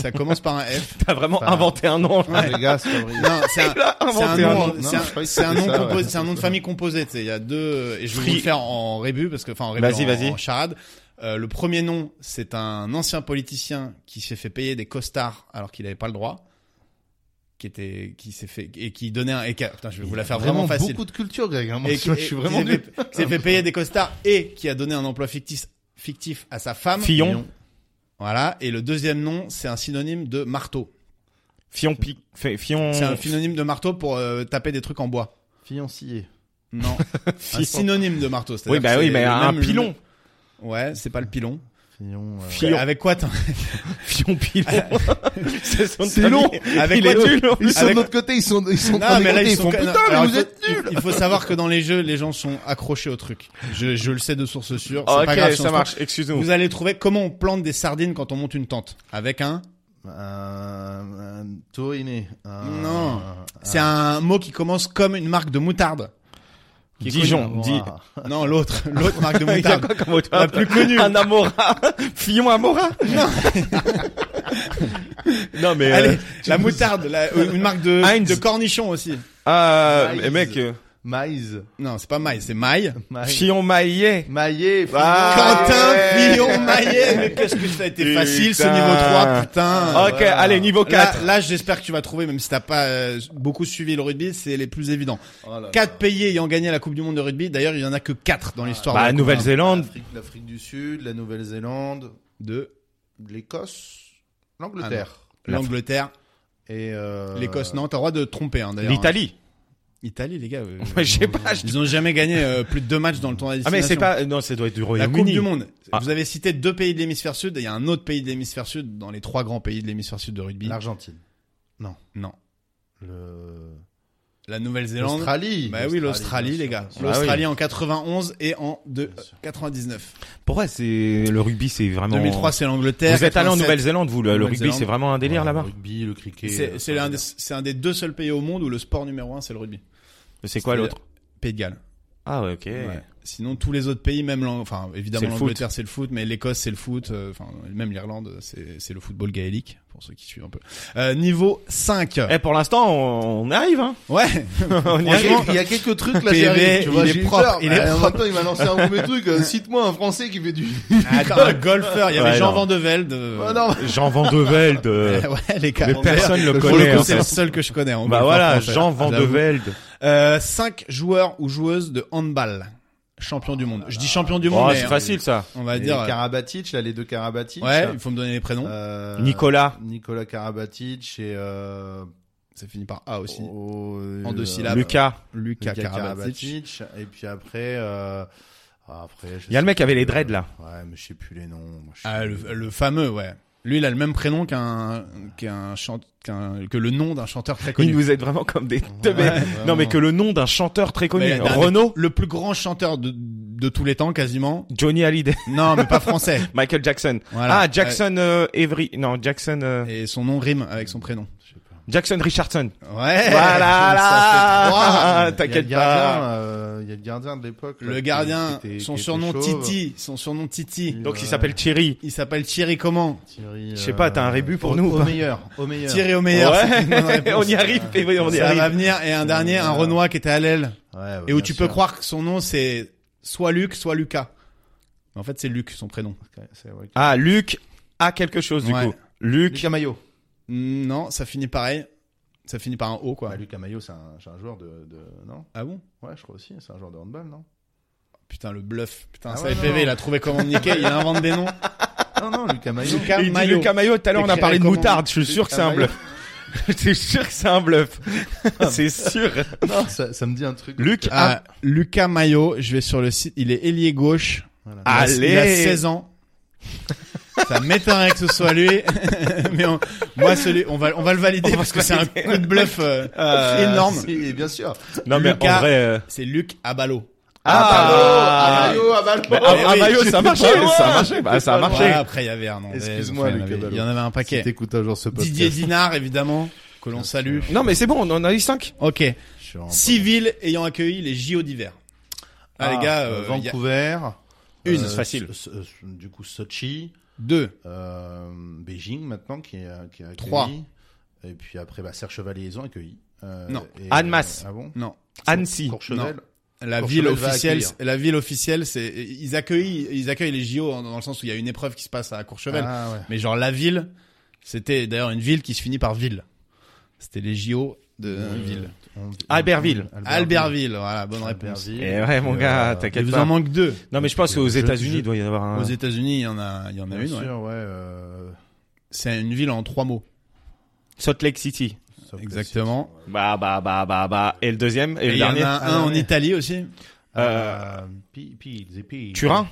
S4: Ça commence par un F.
S5: T'as vraiment
S2: Enfin,
S5: inventé un nom. là.
S2: Les gars, c'est Fabrice.
S4: Non, c'est un, c'est un
S5: inventé un
S4: nom,
S5: nom.
S4: c'est
S2: Non,
S4: un-
S2: je croyais que
S4: c'est un
S2: c'était
S4: nom
S2: ça,
S4: composé,
S2: ouais.
S4: c'est un nom de famille composé. tu sais, Il y a deux, et je vais
S5: Free.
S4: vous le faire en rébut parce que, enfin, en rébut,
S5: Vas-y,
S4: en-
S5: vas-y.
S4: en charade. Euh, le premier nom, c'est un ancien politicien qui s'est fait payer des costards alors qu'il n'avait pas le droit, qui était, qui s'est fait et qui donnait un. Et qui a- putain, je vais vous la faire vraiment, facile.
S2: Beaucoup de culture, Greg. hein, moi,
S4: et
S2: je je suis vraiment
S4: qui s'est
S2: nul.
S4: fait- qui s'est fait payer des costards et qui a donné un emploi fictif, fictif à sa femme.
S5: Fillon.
S4: Voilà. Et le deuxième nom, c'est un synonyme de marteau.
S5: Fillon Pic, F- Fillon.
S4: C'est un synonyme de marteau pour euh, taper des trucs en bois.
S2: Fiancier.
S4: Non. un synonyme de marteau. c'est-à-dire
S5: Oui,
S4: que
S5: bah
S4: c'est
S5: oui, mais
S4: le
S5: un
S4: même-
S5: pilon.
S4: Ouais, c'est pas le pilon.
S2: Fillon. euh,
S5: Fillon.
S4: Avec quoi t'en-
S5: Fillon pilon. C'est son
S2: C'est
S5: famille.
S2: long.
S4: Avec
S5: Il
S4: quoi
S5: est
S4: tu-
S5: nul. en plus.
S2: Ils sont
S4: Avec-
S2: de notre côté, ils sont, ils sont en
S4: Non,
S2: train
S4: mais là,
S2: d'écouter,
S4: ils
S2: ils
S4: sont
S2: font
S4: ca-
S2: putain,
S4: Alors,
S2: mais
S4: il
S2: vous
S4: faut-
S2: êtes nuls.
S4: Il faut savoir que dans les jeux, les gens sont accrochés au truc. Je, je le sais de source sûre. C'est
S5: Ok,
S4: pas grave, si on
S5: ça
S4: se
S5: marche.
S4: trompe.
S5: Excuse-nous.
S4: Vous allez trouver comment on plante des sardines quand on monte une tente. Avec un.
S5: Ah.
S2: Euh, un tauriné. un-
S4: Non.
S2: un-
S4: C'est un mot qui commence comme une marque de moutarde. Qui est
S5: Dijon.
S2: un-
S5: Di-
S2: un-
S4: connue- Non, l'autre. L'autre marque de
S5: Il y a
S4: moutarde.
S5: quoi comme autre
S4: La plus connue.
S5: Un Amora. Fillon Amora. Non, mais. euh,
S4: Allez, la moutarde. la- euh, une marque de,
S5: Heinz.
S4: de cornichon aussi.
S5: Ah,
S2: Maïs.
S5: mais mec. euh,
S2: Maïs.
S4: Non, c'est pas maille, c'est maille.
S2: Maïs.
S5: Fillon Maillet.
S2: Maillet.
S4: Bah.
S5: Ah,
S4: Quentin
S5: ouais.
S4: Fillon Maillet. Mais qu'est-ce que ça a été
S5: Putain. Ah,
S4: facile ce niveau 3, putain.
S5: Ok, allez, niveau
S4: Ah, Là,
S5: 4.
S4: là, j'espère que tu vas trouver, même si t'as pas euh, beaucoup suivi le rugby, c'est les plus évidents.
S2: Oh là là.
S4: Quatre pays ayant gagné la Coupe du Monde de rugby. D'ailleurs, il y en a que quatre dans l'histoire. de la
S5: Bah,
S4: Coupe du Monde.
S5: Nouvelle-Zélande.
S2: L'Afrique- L'Afrique du Sud, la Nouvelle-Zélande,
S4: Deux.
S2: l'Écosse, l'Angleterre.
S4: Ah, L'Angleterre,
S2: Et euh,
S4: Ah l'Écosse. Non, t'as le droit de te tromper, hein, d'ailleurs.
S5: L'Italie.
S4: Hein. Italie, les gars. euh,
S5: Ouais, je sais pas. je-
S4: Ils ont jamais gagné euh, plus de deux matchs dans le tournoi. à
S5: Ah, mais c'est
S4: destination.
S5: pas. Non, ça doit être du
S4: La Coupe
S5: Royaume-Uni.
S4: du Monde.
S5: Ah.
S4: Vous avez cité deux pays de l'hémisphère sud et il y a un autre pays de l'hémisphère sud dans les trois grands pays de l'hémisphère sud de rugby.
S2: l'Argentine.
S4: Non.
S2: Le...
S4: La Nouvelle-Zélande.
S2: L'Australie.
S4: Bah oui, l'Australie,
S2: bien
S4: les
S2: sûr,
S4: gars.
S2: bien sûr.
S5: Ah
S4: L'Australie en 91 et en de-
S2: Bien sûr.
S4: 99.
S5: Pourquoi c'est le rugby c'est vraiment
S4: 2003, c'est l'Angleterre.
S5: Vous êtes allé en
S4: 87,
S5: Nouvelle-Zélande vous le, le rugby
S4: Nouvelle-Zélande.
S5: c'est vraiment un délire
S2: Ouais,
S5: là-bas.
S2: Le rugby, le cricket.
S4: C'est
S2: euh,
S4: c'est l'un des, c'est un des deux seuls pays au monde où le sport numéro un, c'est le rugby.
S5: C'est quoi
S4: C'est-
S5: l'autre
S4: Pays de Galles.
S5: Ah ouais, OK.
S4: Ouais. Sinon, tous les autres pays, même l'Ang- enfin,
S5: C'est
S4: évidemment
S5: le
S4: l'Angleterre, c'est le foot, mais l'Écosse, c'est le foot, euh, enfin, même l'Irlande, c'est c'est le football gaélique, pour ceux qui suivent un peu. Euh, niveau 5.
S5: Eh pour l'instant on, on arrive hein.
S4: Ouais.
S5: on y
S2: Il y, a,
S5: arrive.
S2: il y a quelques trucs là,
S4: PV,
S2: j'y arrive, tu vois,
S4: il est
S2: j'ai eu
S4: propre,
S2: peur.
S4: il est
S2: Ah, en
S4: propre.
S2: même temps, il m'a lancé un mauvais truc. euh, Cite-moi un Français qui fait du.
S4: Attends, ah, un golfeur, il y avait
S5: Ouais,
S4: Jean
S5: non.
S4: Van de Velde. euh,
S2: Ah non,
S5: Jean Van de Velde. euh,
S4: ouais, les gars.
S5: mais personne le
S2: le
S4: Pour le
S5: connaît.
S4: coup,
S5: hein,
S4: c'est
S5: ça.
S4: le seul que je connais. en
S5: Bah
S4: golfeur
S5: voilà,
S4: français. Ah,
S5: Jean Van de
S4: J'avoue.
S5: Velde.
S4: Euh, 5 joueurs ou joueuses de handball. champion du monde. Je dis champion du monde,
S3: Oh,
S4: mais euh,
S3: c'est facile ça.
S4: on va
S2: Et
S4: dire. euh,
S2: Karabatic, là, les deux Karabatic.
S4: Ouais, il faut me donner les prénoms.
S2: Euh,
S5: Nicolas.
S2: Nicolas Karabatic et euh,
S4: Ça finit par A aussi.
S2: oh, euh,
S4: En deux syllabes.
S5: Lucas.
S4: Lucas
S2: Lucas
S4: Karabatic.
S2: Karabatic. Et puis après, euh, après, je
S5: Il y a
S2: sais
S5: le mec qui avait
S2: plus,
S5: les dreads,
S2: euh,
S5: là.
S2: Ouais, mais je sais plus les noms. moi, je sais
S4: Ah,
S2: plus.
S4: le, le fameux, ouais. Lui, il a le même prénom qu'un qu'un chante qu'un que le nom d'un chanteur très
S5: Il
S4: connu.
S5: nous aide vraiment comme des teubés.
S2: Ouais,
S5: non, mais
S2: vraiment.
S5: que le nom d'un chanteur très connu.
S4: Mais d'un-
S5: Renaud.
S4: Le plus grand chanteur de, de tous les temps, quasiment.
S5: Johnny Hallyday.
S4: Non, mais pas français.
S5: Michael Jackson.
S4: Voilà.
S5: Ah, Jackson euh, Avery. Non, Jackson. euh,
S4: Et son nom rime avec son prénom.
S2: Je sais pas.
S5: Jackson Richardson.
S4: Ouais.
S5: Voilà, là.
S2: Il y a le
S5: Ah, T'inquiète
S2: gardien,
S5: pas.
S2: euh, Il y a le gardien de l'époque. là,
S4: Le
S2: qui-
S4: gardien,
S2: qui était-
S4: son
S2: qui était
S4: surnom
S2: chauve.
S4: Titi, son surnom Titi.
S5: Donc il s'appelle Thierry.
S4: Il s'appelle Thierry comment
S2: Thierry, euh,
S5: Je sais pas, t'as un rébut pour nous ou
S4: Au
S5: pas
S4: meilleur.
S2: Au meilleur.
S4: Thierry au meilleur. c'est une bonne
S5: Ouais, on
S4: réponse.
S5: y arrive. et oui, On y
S4: Ça va
S5: arrive.
S4: venir. Et un dernier, un
S2: Ouais.
S4: Renoir qui était à l'aile.
S2: Ouais, ouais,
S4: Et où
S2: Bah, bien
S4: tu
S2: sûr.
S4: peux croire que son nom c'est soit Luc, soit Lucas. Mais en fait, c'est Luc, son prénom.
S2: Ok, c'est vrai.
S5: Ah, Luc a quelque chose du
S4: Ouais.
S5: coup. Luc.
S2: Lucas Maillot.
S4: Mm, Non, ça finit pareil. Ça finit par un O, quoi.
S2: Bah, Lucas Maillot, c'est un, c'est un joueur de, de- Non
S4: Ah bon
S2: Ouais, je crois aussi. C'est un joueur de handball, non
S4: Putain, le bluff. Putain,
S2: Ah
S4: ça
S2: ouais,
S4: PV,
S2: non.
S4: il a trouvé comment me niquer, il invente des noms.
S2: Non, non, Lucas Maillot.
S4: Lucas
S5: Il dit
S4: Maillot.
S5: Lucas Maillot, tout à l'heure on a
S4: Écrirait
S5: parlé de
S4: comment
S5: moutarde, je suis sûr que c'est un
S2: Maillot.
S5: bluff. Je suis sûr que c'est un bluff. C'est sûr.
S2: non, ça, ça me dit un truc.
S5: Luc a...
S4: Ah, Lucas Maillot, je vais sur le site, il est ailier gauche.
S2: Voilà.
S5: Ah.
S4: Il a- Il a
S5: Allez.
S4: 16 ans. Ça m'étonnerait que ce soit lui, mais on- moi celui, on va on va le valider
S5: On va
S4: parce
S5: se
S4: que c'est un
S5: valider.
S4: coup de bluff euh,
S5: Euh,
S4: énorme.
S2: Ah,
S4: Ah,
S2: Si, et bien sûr.
S5: Non mais
S4: Lucas-
S5: en vrai... euh,
S4: C'est Luc Abalo.
S5: Ah,
S2: Maillot, à Maillot.
S5: Bah, ah,
S4: oui,
S5: Maillot, ça a marché,
S2: pas loin.
S5: ça a marché,
S4: Ah,
S5: bah, ça a marché.
S4: Voilà, après il y avait Hernandez.
S2: Excuse-moi,
S4: enfin, il y en avait-
S2: Lucas Abalo.
S4: Il y en avait un
S2: Si
S4: paquet.
S2: t'écoutes un jour ce podcast.
S4: Didier Dinard évidemment que l'on
S2: Bien
S4: salue.
S2: sûr.
S5: Non mais c'est bon, on en a eu 5.
S4: Ok.
S2: Je suis en-
S4: Six villes ayant accueilli les JO d'hiver. Ah, les gars,
S2: euh,
S4: euh, il y a
S2: Vancouver.
S4: Une,
S2: euh,
S4: c'est facile.
S2: S- s- du coup, Sochi.
S4: deux.
S2: Euh, Beijing maintenant qui est qui a accueilli.
S4: Trois.
S2: Et puis après, bah, Serre Chevalier, ils ont accueilli. Euh,
S4: Non.
S2: et-
S5: Annemasse.
S2: ah bon
S4: Non.
S5: Annecy.
S2: Courchevel.
S4: La
S2: Courchevel
S4: ville
S2: va
S4: officielle,
S2: accueillir.
S4: la ville officielle, c'est ils accueillent, ils accueillent les JO dans dans le sens où il y a une épreuve qui se passe à Courchevel.
S2: Ah, ouais.
S4: Mais genre la ville, c'était d'ailleurs une ville qui se finit par ville. C'était les JO de
S2: Ah,
S4: ville.
S2: On-
S5: Albertville.
S2: on-
S4: Albertville, voilà, bonne réponse.
S2: Albertville.
S5: Eh ouais mon
S2: Et,
S5: gars,
S2: euh,
S4: Il
S5: t'inquiète
S4: vous
S5: pas.
S4: en manque deux.
S5: Non mais je pense qu'aux
S2: Je-
S5: États-Unis
S2: je-
S5: il doit y en avoir un.
S4: Aux États-Unis, il y en a, il y en a
S2: Ah. Bien
S4: une. ouais.
S2: sûr, ouais. euh,
S4: C'est une ville en trois mots.
S5: Salt Lake City.
S2: Salt Lake
S4: Exactement.
S2: City,
S5: Bah bah bah bah bah. Et le deuxième et
S4: Et
S5: le
S4: il y en
S5: dernier.
S4: a un en
S2: dernier.
S4: Italie aussi.
S2: ouais.
S5: Euh,
S2: Euh, Pi- Pi- Pi- Pi-
S5: Turin.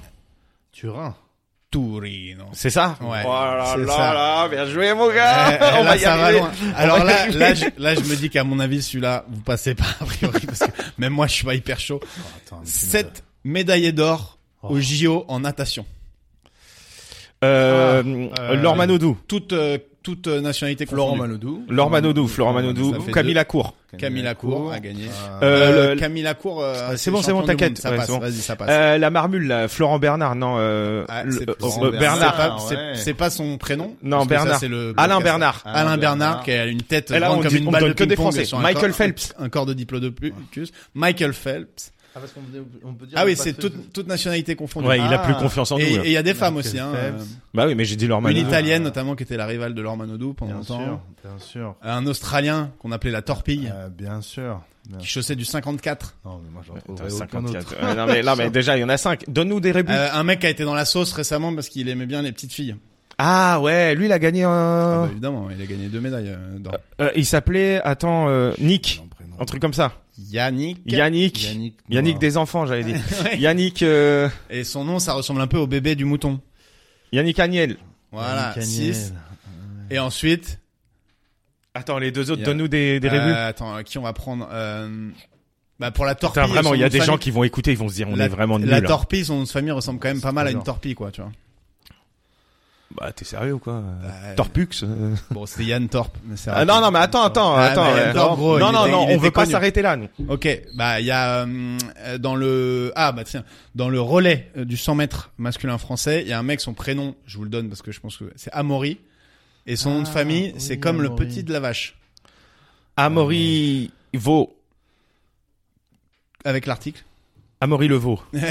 S2: Turin.
S4: Torino.
S5: C'est ça
S4: Ouais,
S5: Oh là
S4: c'est
S5: là
S4: ça.
S5: là, bien joué mon
S4: Eh,
S5: gars.
S4: eh,
S5: Ah, on
S4: là,
S5: va y
S4: ça va
S5: arriver.
S4: loin. Alors
S5: va y
S4: là,
S5: arriver.
S4: là, je, là, je me dis qu'à mon avis, celui-là, vous passez pas a priori parce que même moi, je suis pas hyper chaud.
S2: Oh, attends, mais tu m'étonnes.
S4: Sept médaillés d'or
S2: Oh.
S4: aux JO en natation.
S5: Euh,
S2: Ah, euh,
S5: Lormanodou.
S4: Toute, euh, toute euh, nationalité
S2: Florent
S4: confondue.
S2: Manodou.
S5: Lormanodou, Florent
S4: Ça fait
S5: Manodou, Camille
S4: deux. Ah,
S5: Lacour.
S4: Camille Lacour a gagné.
S2: Euh,
S5: Euh, le-
S4: Camille Lacour. euh,
S5: C'est
S4: c'est
S5: bon, c'est
S4: champion
S5: bon,
S4: du
S5: t'inquiète.
S4: monde, Ça
S5: Ouais,
S4: passe.
S5: c'est bon.
S4: Vas-y, ça passe.
S5: Euh, la marmule, là, Florent Bernard, non, euh,
S4: Ah,
S5: le-
S4: c'est
S5: euh,
S4: Florent
S5: euh, Bernard.
S4: C'est pas-
S2: Bernard,
S4: c'est-
S2: ouais.
S4: C'est pas, son prénom.
S5: Non,
S4: parce que ça,
S5: Bernard.
S4: c'est le-
S5: Alain Bernard.
S4: Ah, Alain
S2: Alain
S4: Bernard,
S2: Bernard.
S4: qui a une tête
S5: Et là,
S4: grande
S5: on
S4: comme
S5: dit-
S4: une
S5: on
S4: balle
S5: donne
S4: de
S5: que des
S4: ping-pong
S5: Français.
S4: et sur un corps-
S5: Michael
S4: un-
S5: Phelps.
S4: Un corps de diplodocus. Michael Phelps.
S2: Ah, parce qu'on on peut dire.
S4: Ah
S2: on
S4: oui,
S2: passe-
S4: c'est toute, toute nationalité confondue.
S5: Ouais, il a
S2: Ah.
S5: plus confiance en
S4: et
S5: nous. là.
S4: et il y a des
S2: Michael
S4: femmes aussi. Hein.
S2: Phelps.
S4: euh,
S5: Bah oui, mais j'ai dit
S4: Une
S5: Lormanodou.
S2: Manodou. Italie-
S4: italienne notamment qui était la rivale de Laure Manodou pendant
S2: Bien
S4: longtemps.
S2: sûr, bien sûr.
S4: Un australien qu'on appelait la torpille,
S2: Euh, bien sûr.
S5: Euh.
S2: bien
S4: qui
S2: sûr.
S4: chaussait du 54.
S2: Non, mais moi, j'en
S5: Putain,
S2: trouverais aucun
S5: 54.
S2: autre.
S5: Ouais, non, mais, non, mais déjà, il y en a 5. Donne-nous des rébus.
S4: Euh, un mec qui a été dans la sauce récemment parce qu'il aimait bien les petites filles.
S5: Ah ouais, lui, il a gagné
S4: Ah
S5: un...
S4: bah, évidemment, il a gagné deux médailles euh, d'or.
S5: Euh, il s'appelait, attends, euh, Nick.
S2: Non, prénom.
S5: Un truc comme ça.
S4: Yannick.
S5: Yannick. Yannick,
S2: Yannick. Noir.
S5: des enfants, j'avais dit.
S4: Ouais.
S5: Yannick, euh,
S4: Et son nom, ça ressemble un peu au bébé du mouton.
S5: Yannick Agnel.
S4: Voilà,
S2: Yannick Agnel.
S4: 6. Et ensuite,
S5: Attends, les deux autres,
S4: Il y a-
S5: donne-nous des, des
S4: euh,
S5: rébus.
S4: attends, qui on va prendre euh, bah, Pour la torpille.
S5: Putain, vraiment,
S4: son
S5: il y
S4: nom
S5: a
S4: de
S5: des gens
S4: famille-
S5: qui vont écouter, ils vont se dire, on
S4: la,
S5: est vraiment nuls.
S4: La
S5: hein.
S4: torpille, son nom de famille ressemble quand même pas mal à une
S2: Genre.
S4: torpille, quoi, tu vois.
S5: Bah, t'es sérieux ou quoi
S4: Bah,
S5: Torpux euh.
S4: Bon, c'était Yann Torp. mais c'est
S5: Ah, Non, non, mais attends, attends,
S4: Ah,
S5: attends.
S4: mais
S5: ouais.
S4: attends, gros,
S5: non,
S4: il
S5: non,
S4: était-
S5: non,
S4: il
S5: on veut
S4: était
S5: pas
S4: connu.
S5: s'arrêter là, nous.
S4: Ok, bah il y a euh, euh, dans le ah bah tiens dans le relais euh, du 100 mètres masculin français, il y a un mec son prénom, je vous le donne parce que je pense que c'est Amaury et son nom de
S2: Ah,
S4: famille
S2: oui,
S4: c'est comme le
S2: Amaury.
S4: petit de la vache
S5: Amaury Vaux.
S4: avec l'article. Eh
S5: Amaury Levaux.
S4: oui,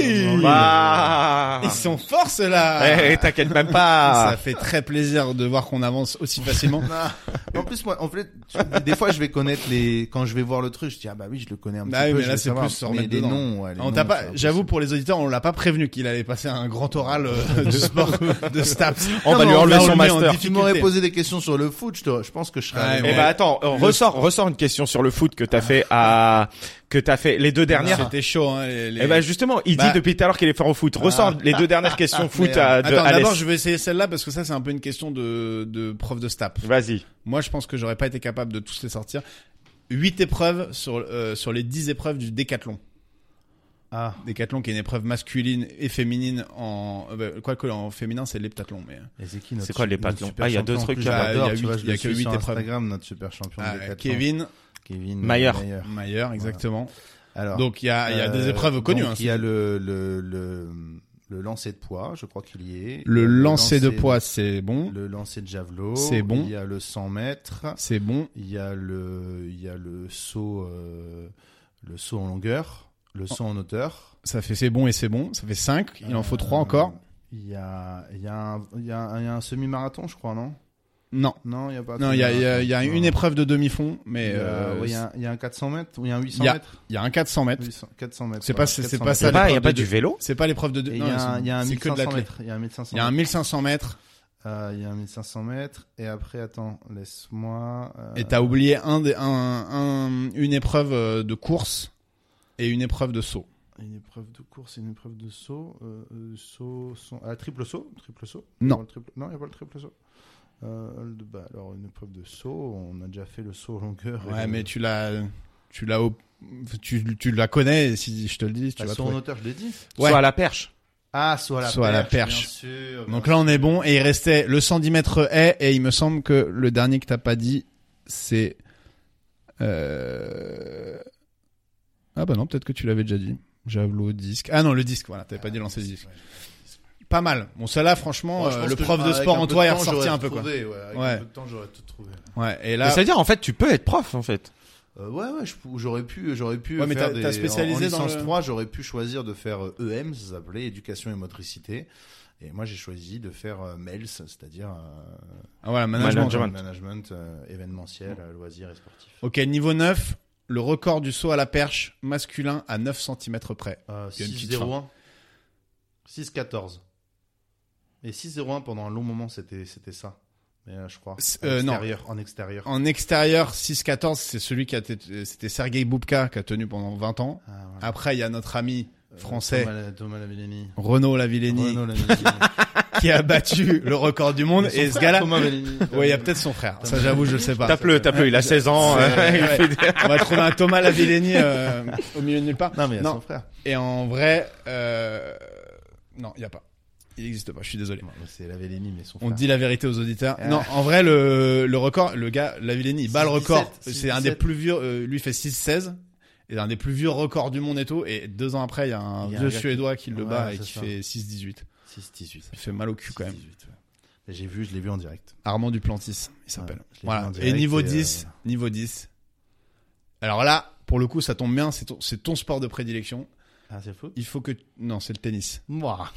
S4: oui
S5: Bah.
S4: Ils sont forts ceux-là
S5: Eh, ah. t'inquiète même
S4: Ça
S5: pas.
S4: fait très plaisir de voir qu'on avance aussi facilement.
S2: En plus, moi, en fait, tu- des fois, je vais connaître les. Quand je vais voir le truc, je dis ah bah oui, je le connais un petit
S4: Bah oui,
S2: peu.
S4: mais
S2: je
S4: là,
S2: vais
S4: c'est
S2: savoir.
S4: plus se
S2: mais
S4: remettre
S2: les
S4: dedans.
S2: noms. ouais, les
S4: on t'a
S2: noms,
S4: pas,
S2: c'est
S4: j'avoue
S2: impossible.
S4: pour les auditeurs, on l'a pas prévenu qu'il allait passer un grand oral euh, de sport, de Staps.
S5: On va
S4: Non,
S5: lui
S4: non,
S5: enlever
S4: là, on
S5: son
S4: le met en
S5: master.
S2: Si
S4: difficulté.
S2: tu m'aurais posé des questions sur le foot, je, te- je pense que je serais.
S4: Ouais, bah,
S2: allé
S5: Eh
S4: ouais.
S2: loin.
S5: ben attends, euh, ressort, ressort une question sur le foot que t'as fait à, que t'as fait les deux dernières.
S4: C'était chaud. Hein, les- les-
S5: Eh ben justement, il
S4: Bah. Ah. euh,
S5: dit depuis tout à l'heure qu'il est fort au foot. Ressort les deux dernières questions foot à, de
S4: Attends,
S5: à
S4: d'abord
S5: l'Est.
S4: je vais essayer celle-là parce que ça c'est un peu une question de, de prof de Staps.
S5: Vas-y.
S4: Moi, je pense que j'aurais pas été capable de tous les sortir. 8 épreuves sur, euh, sur les 10 épreuves du décathlon.
S2: Ah.
S4: Décathlon qui est une épreuve masculine et féminine en euh, bah, quoi que en féminin c'est l'heptathlon mais
S2: Et c'est qui
S5: C'est quoi, les patrons Ah, il y a deux trucs
S2: qui
S5: là-bas.
S4: Il y
S2: j'adore.
S4: a
S2: tu
S4: huit-
S2: vois, je
S4: il y a
S2: le
S4: que
S2: suis
S4: huit
S2: sur
S4: épreuves.
S2: Instagram, notre super champion.
S4: Ah,
S2: de décathlon.
S4: Kevin
S2: Kevin
S5: Mayer.
S2: Mayer.
S4: Mayer exactement.
S2: Alors.
S4: Donc il y a il y a des
S2: Euh,
S4: épreuves connues
S2: donc
S4: hein,
S2: Il y a le le le le lancer de poids, je crois qu'il y est.
S4: Le
S2: Il y a
S4: lancer de poids, c'est bon.
S2: Le lancer de javelot.
S4: C'est bon.
S2: Il y a le 100 mètres.
S4: C'est bon.
S2: Il y a le il y a le saut euh, le saut en longueur, le saut en hauteur.
S4: Ça fait c'est bon et c'est bon. Ça fait 5. Il en faut 3
S2: Euh,
S4: encore.
S2: Il y a il y a un il y a un, il y a un semi-marathon, je crois, non
S4: Non.
S2: Non, il y a pas. de
S4: Non, il y a, il y a-
S2: semi-marathon.
S4: il y a une
S2: Non.
S4: épreuve de demi-fond, mais
S2: Il y a-
S4: euh,
S2: ouais, il y a un- il y a un 400 mètres ou il y a un 800
S4: il y a-
S2: mètres
S4: il y a un 400 mètres.
S2: 800, 400 mètres.
S4: C'est
S2: voilà,
S4: pas- c'est- c'est
S2: 400
S4: pas ça, les-
S2: mètres.
S5: Pas, y a
S4: l'épreuve
S5: pas
S4: de
S5: du
S4: deux.
S5: vélo.
S4: C'est pas l'épreuve de.
S2: Et Il
S4: non,
S2: y a un-
S4: c'est-
S2: il y a un
S4: c'est que de
S2: 1500
S4: l'athlète.
S2: mètres. Il y a un 1500
S4: Il y a un 1500 mètres
S2: Euh, Il y a un 1500 mètres. Et après, attends, laisse-moi. euh,
S4: et t'as oublié un, des- un, un- une épreuve euh, de course et une épreuve de saut.
S2: Une épreuve de course, une épreuve de saut. Euh, euh, saut, son- ah, triple saut Triple saut
S4: Non.
S2: Il y a pas le triple- Non, il n'y a pas le triple saut. Euh, le- bah, alors, une épreuve de saut, on a déjà fait le saut en longueur. et
S4: Ouais,
S2: le-
S4: mais tu l'as, tu l'as, au- tu, tu la connais. Si je te le dis, tu
S2: Ah,
S4: vas
S2: saut en
S4: trouver.
S2: hauteur, je l'ai dit.
S4: Ouais.
S5: Soit à la perche.
S2: Ah, saut à la
S4: Saut à
S2: perche.
S4: la perche.
S2: Bien sûr.
S4: Donc là, on est bon et il restait le 110 mètres haie et il me semble que le dernier que t'as pas dit, c'est. Euh... Ah bah non, peut-être que tu l'avais déjà dit. Javelot, disque. Ah non, le disque. Voilà, t'avais pas dit lancer le disque. Pas mal. Bon, ça là, franchement,
S2: Bon, je
S4: euh,
S2: pense
S4: le
S2: que
S4: prof de
S2: avec
S4: sport
S2: un
S4: en
S2: peu
S4: toi
S2: de
S4: est
S2: temps,
S4: ressorti
S2: j'aurais
S4: un peu quoi.
S2: trouvé, ouais, avec
S4: Ouais.
S2: un peu de temps, j'aurais tout trouvé.
S4: Ouais. Et
S5: Mais
S4: là,
S5: ça veut dire en fait tu peux être prof en fait.
S2: Euh, ouais, ouais, je pou- j'aurais pu, j'aurais pu.
S4: Ouais, mais
S2: faire
S4: t'as-
S2: des-
S4: t'as spécialisé
S2: en, en
S4: dans
S2: licence
S4: le-
S2: 3, j'aurais pu choisir de faire euh, EM, ça s'appelait éducation et motricité. Et moi, j'ai choisi de faire euh, MELS, c'est-à-dire euh,
S4: Ah, voilà, management.
S5: Management.
S2: management, euh, événementiel, euh, loisirs et sportifs.
S4: Ok, niveau 9, le record du saut à la perche masculin à 9 cm près.
S2: Euh,
S4: Il y a une petite
S2: 6-0-1, 6-14. Et 6-0-1 pendant un long moment, c'était c'était ça. Mais euh, je crois.
S4: C'est-
S2: En
S4: euh, non.
S2: extérieur, en extérieur.
S4: En extérieur, 6-14, c'est celui qui a t- c'était Sergei Boubka qui a tenu pendant 20 ans.
S2: Ah, voilà.
S4: Après, il y a notre ami
S2: Euh,
S4: français
S2: Thomas, Thomas Lavillenie.
S4: Renaud Lavilleni
S2: Renaud Lavillenie.
S4: qui a battu le record du monde
S2: Son
S4: et ce
S2: frère,
S4: gars-là
S2: Thomas Lavillenie.
S4: Ouais, il y a peut-être son frère. Ça j'avoue, je le sais pas.
S5: Tape-le, tape-le, il a 16 ans.
S4: C'est-
S2: hein,
S5: euh, il
S4: ouais.
S5: fait des-
S4: On va trouver un Thomas Lavilleni euh, au milieu de nulle part.
S2: Non, mais il y a
S4: Non.
S2: son frère.
S4: Et en vrai, euh... non, il y a pas. Il existe pas. Je suis désolé.
S2: Non, mais C'est la Vélénie, mais son
S4: On
S2: frère.
S4: dit la vérité aux auditeurs.
S2: Ah.
S4: Non, en vrai, le, le record, le gars, Lavilleni, il bat le
S2: 6-17,
S4: record. C'est un des
S2: 6-17.
S4: plus vieux, euh, lui il fait 6-16. Et un des plus vieux records du monde et tout. Et deux ans après, il y a un
S2: Il y a un
S4: vieux
S2: gars qui-
S4: Suédois qui le
S2: Ouais,
S4: bat et
S2: c'est
S4: qui
S2: ça.
S4: fait 6-18.
S2: 6-18.
S4: Il fait mal au cul quand même.
S2: 6-18, ouais. Mais J'ai vu, je l'ai vu en direct.
S4: Armand Duplantis, il s'appelle.
S2: Ouais, je l'ai vu
S4: voilà.
S2: en
S4: Et
S2: direct,
S4: niveau
S2: et, euh,
S4: 10, niveau 10. Alors là, pour le coup, ça tombe bien, c'est ton, c'est ton sport de prédilection.
S2: Ah, c'est fou
S4: Il faut que, non, c'est le tennis.
S2: Moi.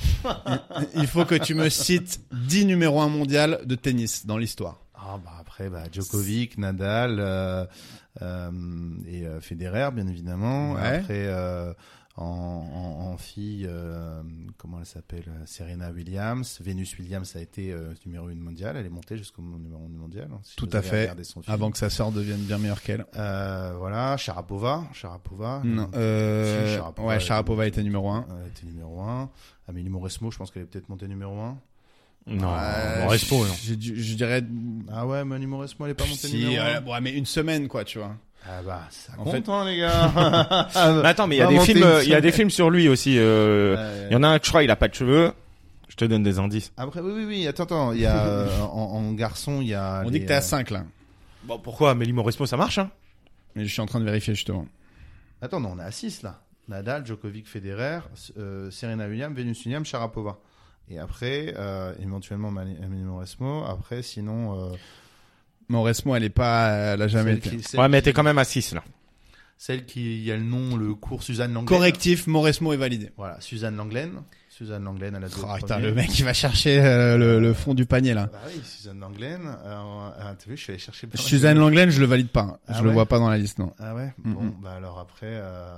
S4: Il faut que tu me cites 10 numéros 1 mondial de tennis dans l'histoire.
S2: Ah, bah après, bah, Djokovic, Nadal euh, euh, et euh, Federer, bien évidemment.
S4: Ouais.
S2: Après, euh, en, en, en fille, euh, comment elle s'appelle euh, Serena Williams. Vénus Williams ça a été euh, numéro 1 mondiale. Elle est montée jusqu'au numéro 1 mondial. hein, si
S4: Tout
S2: vous
S4: à
S2: avez
S4: fait.
S2: regardé son film.
S4: Avant que sa sœur devienne bien meilleure qu'elle.
S2: Euh, voilà, Sharapova. Sharapova.
S4: Non,
S2: Euh,
S4: euh,
S2: Si, Sharapova,
S4: ouais,
S2: elle-
S4: Sharapova était numéro 1.
S2: Elle était numéro 1. Amélie Mauresmo, je pense qu'elle est peut-être montée numéro 1.
S5: Non,
S4: Euh,
S5: on hein. respawn, Ah, non.
S4: Je, je- je dirais.
S2: Ah ouais, Amélie Mauresmo, elle est pas montée
S4: si,
S2: numéro 1.
S4: euh, ouais, mais une semaine, quoi, tu vois.
S2: Ah bah, ça
S4: En
S2: compte, bah.
S4: fait-
S2: hein, les gars.
S5: Mais attends, mais il y a
S2: va
S5: des
S2: monter
S5: films,
S2: une
S5: euh, il y a
S2: semaine.
S5: des films sur lui aussi. euh,
S2: Ouais.
S5: Il y en a un que je crois il a pas de cheveux. Je te donne des indices.
S2: Après, oui, oui, oui, attends, attends. Il y a, euh, en, en garçon, il y a.
S4: On
S2: les,
S4: dit que t'es à
S2: euh,
S4: 5 là.
S5: Bon, pourquoi Amélie Mauresmo ça marche hein
S4: Mais je suis en train de vérifier justement.
S2: euh, Attends, non, on est à 6 là. Nadal, Djokovic, Federer, euh, Serena Williams, Venus Williams, Sharapova. Et après, euh, éventuellement Mali- Amélie Mauresmo. Après, sinon. Euh,
S4: Mauresmo, elle est pas, elle a jamais
S2: celle
S4: été.
S2: qui- celle
S5: Ouais, mais
S2: qui-
S5: t'es quand même à 6 là.
S2: Celle qui il y a le nom, le cours Suzanne Langlaine.
S4: Correctif, Mauresmo est validé.
S2: Voilà, Suzanne Langlaine. Suzanne Langlaine, elle a
S4: Oh, putain, le mec, il va chercher euh, le, le fond du panier, là.
S2: Bah oui, Suzanne Langlaine. Euh, euh, T'as vu, je suis allé chercher. plein de-
S4: Suzanne Langlaine, je le valide pas. hein. Je
S2: Ah
S4: le
S2: ouais
S4: vois pas dans la liste, non.
S2: Ah ouais.
S4: Mhm.
S2: Bon, bah alors après, euh,